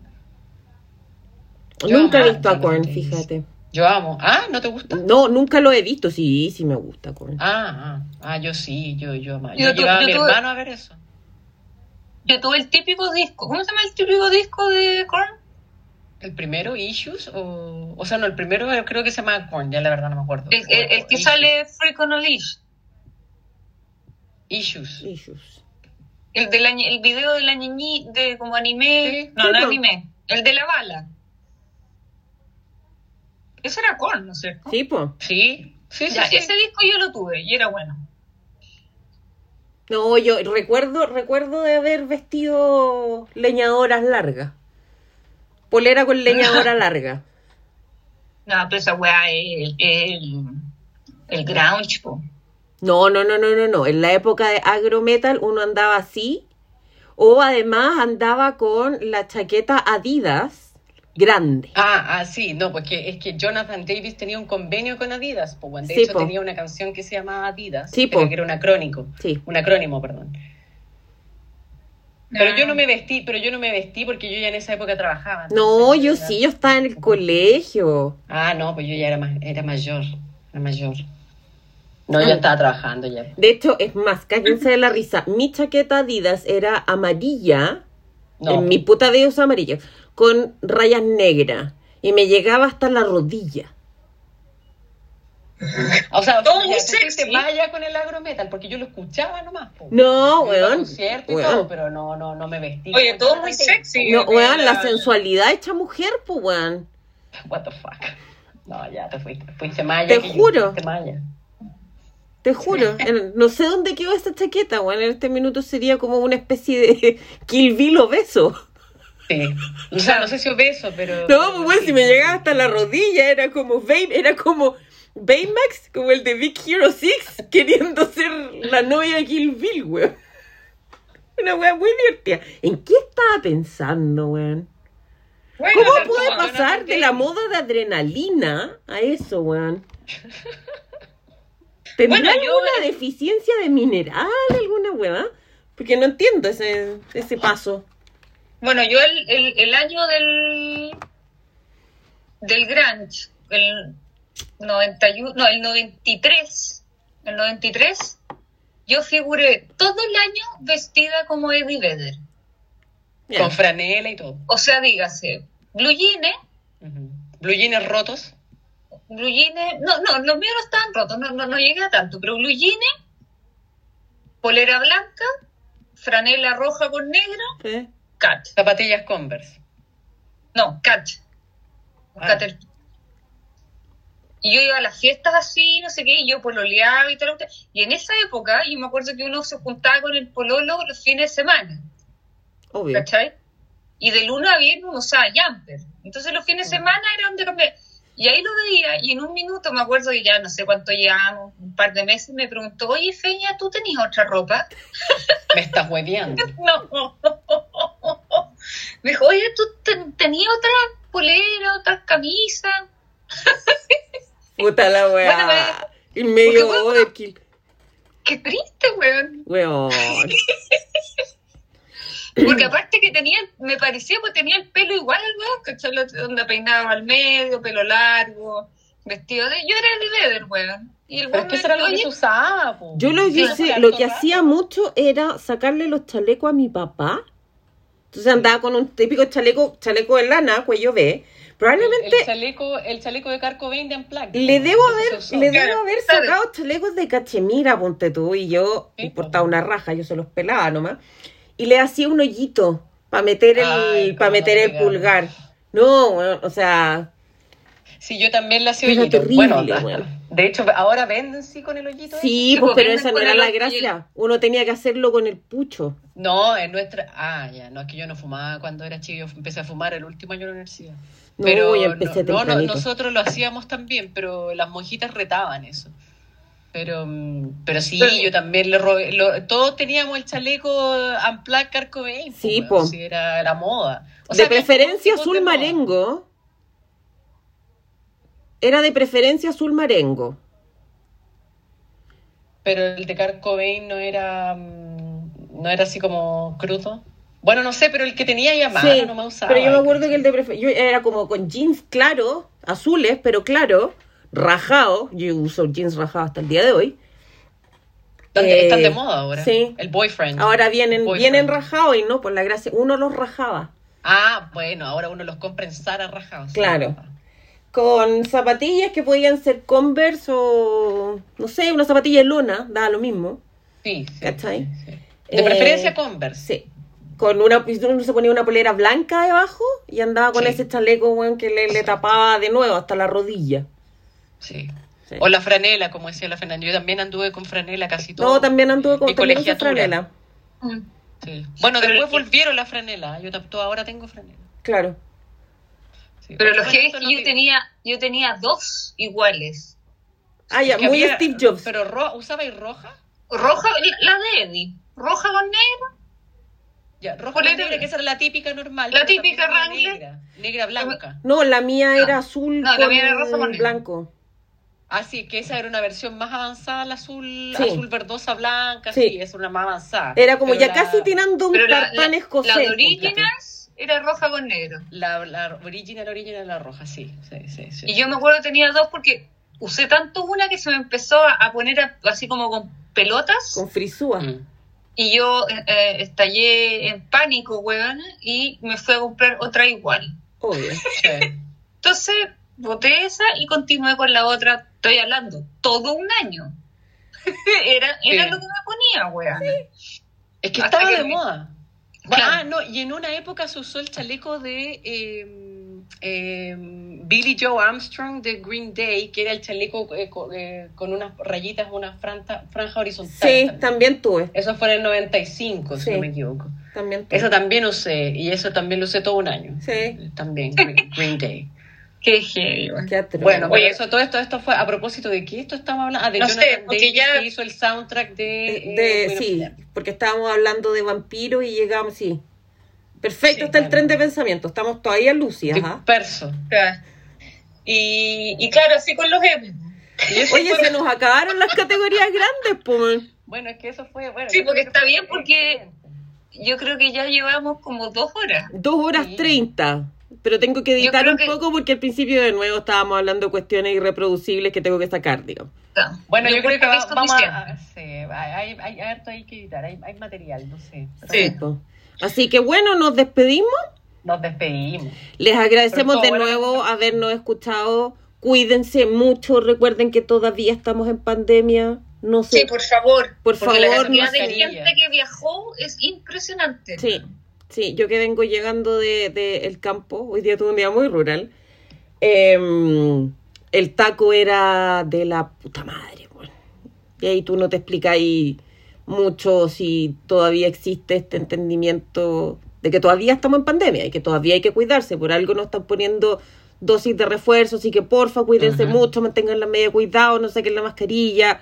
Yo nunca amo he visto a Jonathan Korn, Davis. fíjate. Yo amo. Ah, ¿no te gusta? No, nunca lo he visto. Sí, sí me gusta Korn. Ah, ah, ah, yo sí, yo, yo amaba. Yo, Yo tu- llevaba a yo mi tuve- hermano a ver eso. Yo tuve el típico disco, ¿cómo se llama el típico disco de Korn? ¿El primero, Issues? O, o sea, no, el primero creo que se llama Korn, ya la verdad no me acuerdo. El, el- el que Issues. sale Freak on a Leash, Issues. Issues. el, de la ñe- el video de la niñi, de como anime, Sí, no, no claro. anime, el de la bala. Ese era Korn, ¿no es cierto? Sí, pues. Sí, sí, sí. Ya, sí. Ese disco yo lo tuve y era bueno. No, yo recuerdo, recuerdo de haber vestido leñadoras largas. Polera con leñadora larga. No, pero esa weá es el, el, el grunge, po. No, no, no, no, no, no. En la época de agrometal uno andaba así. O además andaba con la chaqueta Adidas grande. Ah, ah, sí, no, porque es que Jonathan Davis tenía un convenio con Adidas, po, weón. de Sí, hecho po. tenía una canción que se llamaba Adidas, Sí, pero po. que era un acrónico, Sí. un acrónimo, perdón. Pero yo no me vestí, pero yo no me vestí porque yo ya en esa época trabajaba. No, entonces yo era- sí, yo estaba en el colegio. Ah, no, pues yo ya era más, era mayor, era mayor. No, Ah. yo estaba trabajando ya. De hecho, es más, cállense de la risa. Mi chaqueta Adidas era amarilla. No, en mi puta vida usaba amarillo, con rayas negras. Y me llegaba hasta la rodilla. O sea, Todo ya muy te fuiste sexy. más allá con el agrometal, porque yo lo escuchaba nomás. po. No, Iba a weón. concierto y weón. todo, pero no, no, no me vestí. Oye, como todo Jonathan muy Davis. sexy. No, weón, la Era- sensualidad hecha mujer, pues, weón. What the fuck. No, ya te fuiste, fuiste malla. Te que yo, juro. fuiste malla. Te juro. en- No sé dónde quedó esta chaqueta, weón. En este minuto sería como una especie de <laughs> Kill Bill obeso. Sí. O sea, no sé si obeso, pero. No, pues, weón, sí. si me llegaba hasta la rodilla, era como Bay, era como Baymax, como el de Big Hero 6, <laughs> queriendo ser la novia de Kill Bill, weón. Una weón muy divertida. ¿En qué estaba pensando, weón? Bueno, ¿Cómo tanto puede como- <laughs> pasar de la moda de adrenalina a eso, weón? ¿Tendrá Bueno, yo- alguna deficiencia de mineral, alguna hueá? Porque no entiendo ese, ese paso. Bueno, yo el, el, el año del del Grange, el 91, no, el 93, el 93, yo figuré todo el año vestida como Eddie Vedder. Ya. Con franela y todo. O sea, dígase, blue jeans, Ujú. Blue jeans rotos. blue jeans, no, no, los míos no estaban rotos, no, no, no llegué a tanto, pero blue jeans, polera blanca, franela roja con negro, Sí. cat, Zapatillas Converse. no, cat, Ah. Cater- Y yo iba a las fiestas así, no sé qué, y yo pololeaba y tal. Y en esa época, yo me acuerdo que uno se juntaba con el pololo los fines de semana, Obvio. ¿cachai? Y de lunes a viernes uno usaba jumper. Entonces los fines de semana era donde cambié. Y ahí lo veía, y en un minuto me acuerdo que ya no sé cuánto llevamos, un par de meses, me preguntó, oye, Feña, ¿tú tenés otra ropa? <laughs> Me estás hueveando. No. <laughs> Me dijo, oye, ¿tú ten- tenías otra polera, otras camisas? Puta la Bueno, hueá. me- Y medio Porque, bueno, overkill. Qué triste, weón. <laughs> Weón. <clears throat> Porque aparte que tenía, me parecía pues tenía el pelo igual al weón, ¿cachai? Lo- Donde peinaba al medio, pelo largo, vestido de... Yo era de Vedder, weón. Y el <laughs> Pero weón es que me eso era lo que dijo, se usaba, po. Yo lo que, Sí, hice- hace lo harto que rato. hacía mucho era sacarle los chalecos a mi papá. Entonces andaba con un típico chaleco, chaleco de lana, cuello B. Probablemente El chaleco, el chaleco de Carco Bain de Unplugged. le debo Eso se haber, usó. le Claro, debo haber claro. sacado chalecos de cachemira, ponte tú, y yo Sí, me portaba una raja, yo se los pelaba nomás. Y le hacía un hoyito para meter Ay, el, para cómo meter el pegaron. pulgar. No, bueno, o sea, Sí, yo también la hacía Pero hoyito. terrible, Bueno, hasta- weón. de hecho, ahora venden sí con el hoyito. ese. sí, Sí, pues, porque pero andan esa no con era el la hoyito. gracia. Uno tenía que hacerlo con el pucho. No, en nuestra. Ah, ya, no, es que yo no fumaba cuando era chico. Yo empecé a fumar el último año de la universidad. No, pero yo empecé no, no, no, tempranito. nosotros lo hacíamos también, pero las monjitas retaban eso. Pero, mm, pero sí, Pero- yo también le robé. lo- todos teníamos el chaleco Amplac Carcobain. Sí, po. pues, era la moda. O de sea, había preferencia tipos de azul moda. marengo. Era de preferencia azul marengo. Pero el de Carcobain no era. mm, No era así como crudo. Bueno, no sé, pero el que tenía ya más, Sí, no me usaba. pero yo me acuerdo que el de prefe- yo era como con jeans claros, azules, pero claro, rajado. Yo uso jeans rajados hasta el día de hoy. Están de, están de eh, moda ahora. sí. El boyfriend. Ahora vienen, Boyfriend. vienen rajados y no, por la gracia, uno los rajaba. Ah, bueno, ahora uno los compra en Zara rajados. sí, Claro. papá. Con zapatillas que podían ser Converse o, no sé, una zapatilla de lona, daba lo mismo. Sí, sí, ¿Cachai? sí, sí. De Eh, preferencia Converse. Sí. Con una, uno se ponía una polera blanca debajo y andaba con Sí. ese chaleco, weón, que le, le tapaba de nuevo hasta la rodilla. Sí. Sí. O la franela, como decía la Fernanda. Yo también anduve con franela casi todo. No, también anduve con, mi también usé colegiatura. franela. "Mm". Sí. Bueno, Pero- después volvieron la franela. Yo tam- to- ahora tengo franela. Claro. Sí. Pero los Bueno, que esto no yo te- tenía, yo tenía dos iguales. Ah, ya, que muy había- Steve Jobs. Pero ro- usaba y roja. Roja, la de Eddie, roja con negro, Ya, roja Polera. con negra, que esa era la típica normal. La Yo también típica tenía Wrangler. Negra, negra blanca. No, la mía No. era azul No, la con mía era rosa con negro. blanco. Así Ah, que esa era una versión más avanzada, la azul, Sí. azul verdosa blanca. Sí. Sí, es una más avanzada. Era como Pero ya la- casi tirando un pero la, la, tartán escocés. pues, la de Originals era roja con negro. La, la original, original, la roja, sí. sí, sí, sí. Y yo me acuerdo que tenía dos porque usé tanto una que se me empezó a, a poner a- así como con pelotas. Con frisúa. Mm. Y yo eh, eh, estallé en pánico, weón, y me fui a comprar otra igual. Obvio. Sí. Entonces, boté esa y continué con la otra. Estoy hablando, todo un año. <laughs> era era Sí. lo que me ponía, weón. Es que Hasta estaba que de me- moda. Claro. Ah, no, y en una época se usó el chaleco de eh, eh, Billy Joe Armstrong de Green Day, que era el chaleco eh, co- eh, con, unas rayitas, una franja, franja horizontal. Sí, también. también tuve. Eso fue en el 95, Sí. si no me equivoco. También tuve. Eso también usé, y eso también lo usé todo un año. Sí. También, Green, <laughs> Green Day. Qué heavy, weón. Qué atroz. Bueno, pues, oye, oye, eso, todo esto, esto fue a propósito de qué esto estamos hablando. Ah, de No sé, Jonathan porque Davis, ya- que hizo el soundtrack de. eh, de, Queen of sí, Stone. porque estábamos hablando de vampiros y llegamos, sí. Perfecto, Sí, está el claro. tren de pensamiento. Estamos todavía lucidas, ¿ah? Disperso. Claro. Y, y claro, así con los M. Y eso Oye, fue- se nos acabaron las categorías grandes, pues. Bueno, es que eso fue. Bueno, Sí, yo creo porque que está fue bien, porque- excelente. Yo creo que ya llevamos como dos horas. Dos horas Sí. treinta. Pero tengo que Yo editar creo un que- poco porque al principio de nuevo estábamos hablando de cuestiones irreproducibles que tengo que sacar, digo. Bueno, yo, creo que, va- es vamos suficiente. a. ah, Sí, hay, hay, hay harto ahí que editar, hay, hay material, no sé. Sí. Exacto. Así que bueno, nos despedimos. Nos despedimos. Les agradecemos de Pero todo nuevo bueno. habernos escuchado. Cuídense mucho. Recuerden que todavía estamos en pandemia. No sé. Sí, por favor. Por Porque la favor, cantidad de mascarilla. gente que viajó es impresionante. Sí, sí, yo que vengo llegando del de, el campo, hoy día tuve un día muy rural. em, el taco era de la puta madre, bueno. Y ahí tú no te explicáis mucho si todavía existe este entendimiento de que todavía estamos en pandemia y que todavía hay que cuidarse. Por algo nos están poniendo dosis de refuerzo, así que porfa, cuídense Ajá. mucho, mantengan la media de cuidado, no saquen la mascarilla.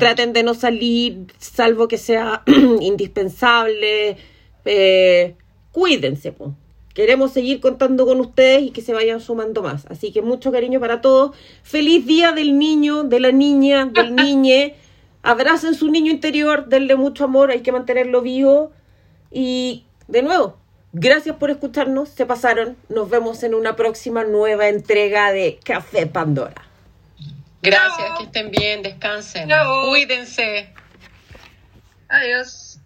Traten de no salir, salvo que sea <clears throat> indispensable. Eh, cuídense, po. Queremos seguir contando con ustedes y que se vayan sumando más. Así que mucho cariño para todos. Feliz día del niño, de la niña, del niñe. Abracen su niño interior, denle mucho amor, hay que mantenerlo vivo. Y de nuevo, gracias por escucharnos, se pasaron. Nos vemos en una próxima nueva entrega de Café Pandora. Gracias, Chao. que estén bien, descansen, Chao. cuídense. Adiós.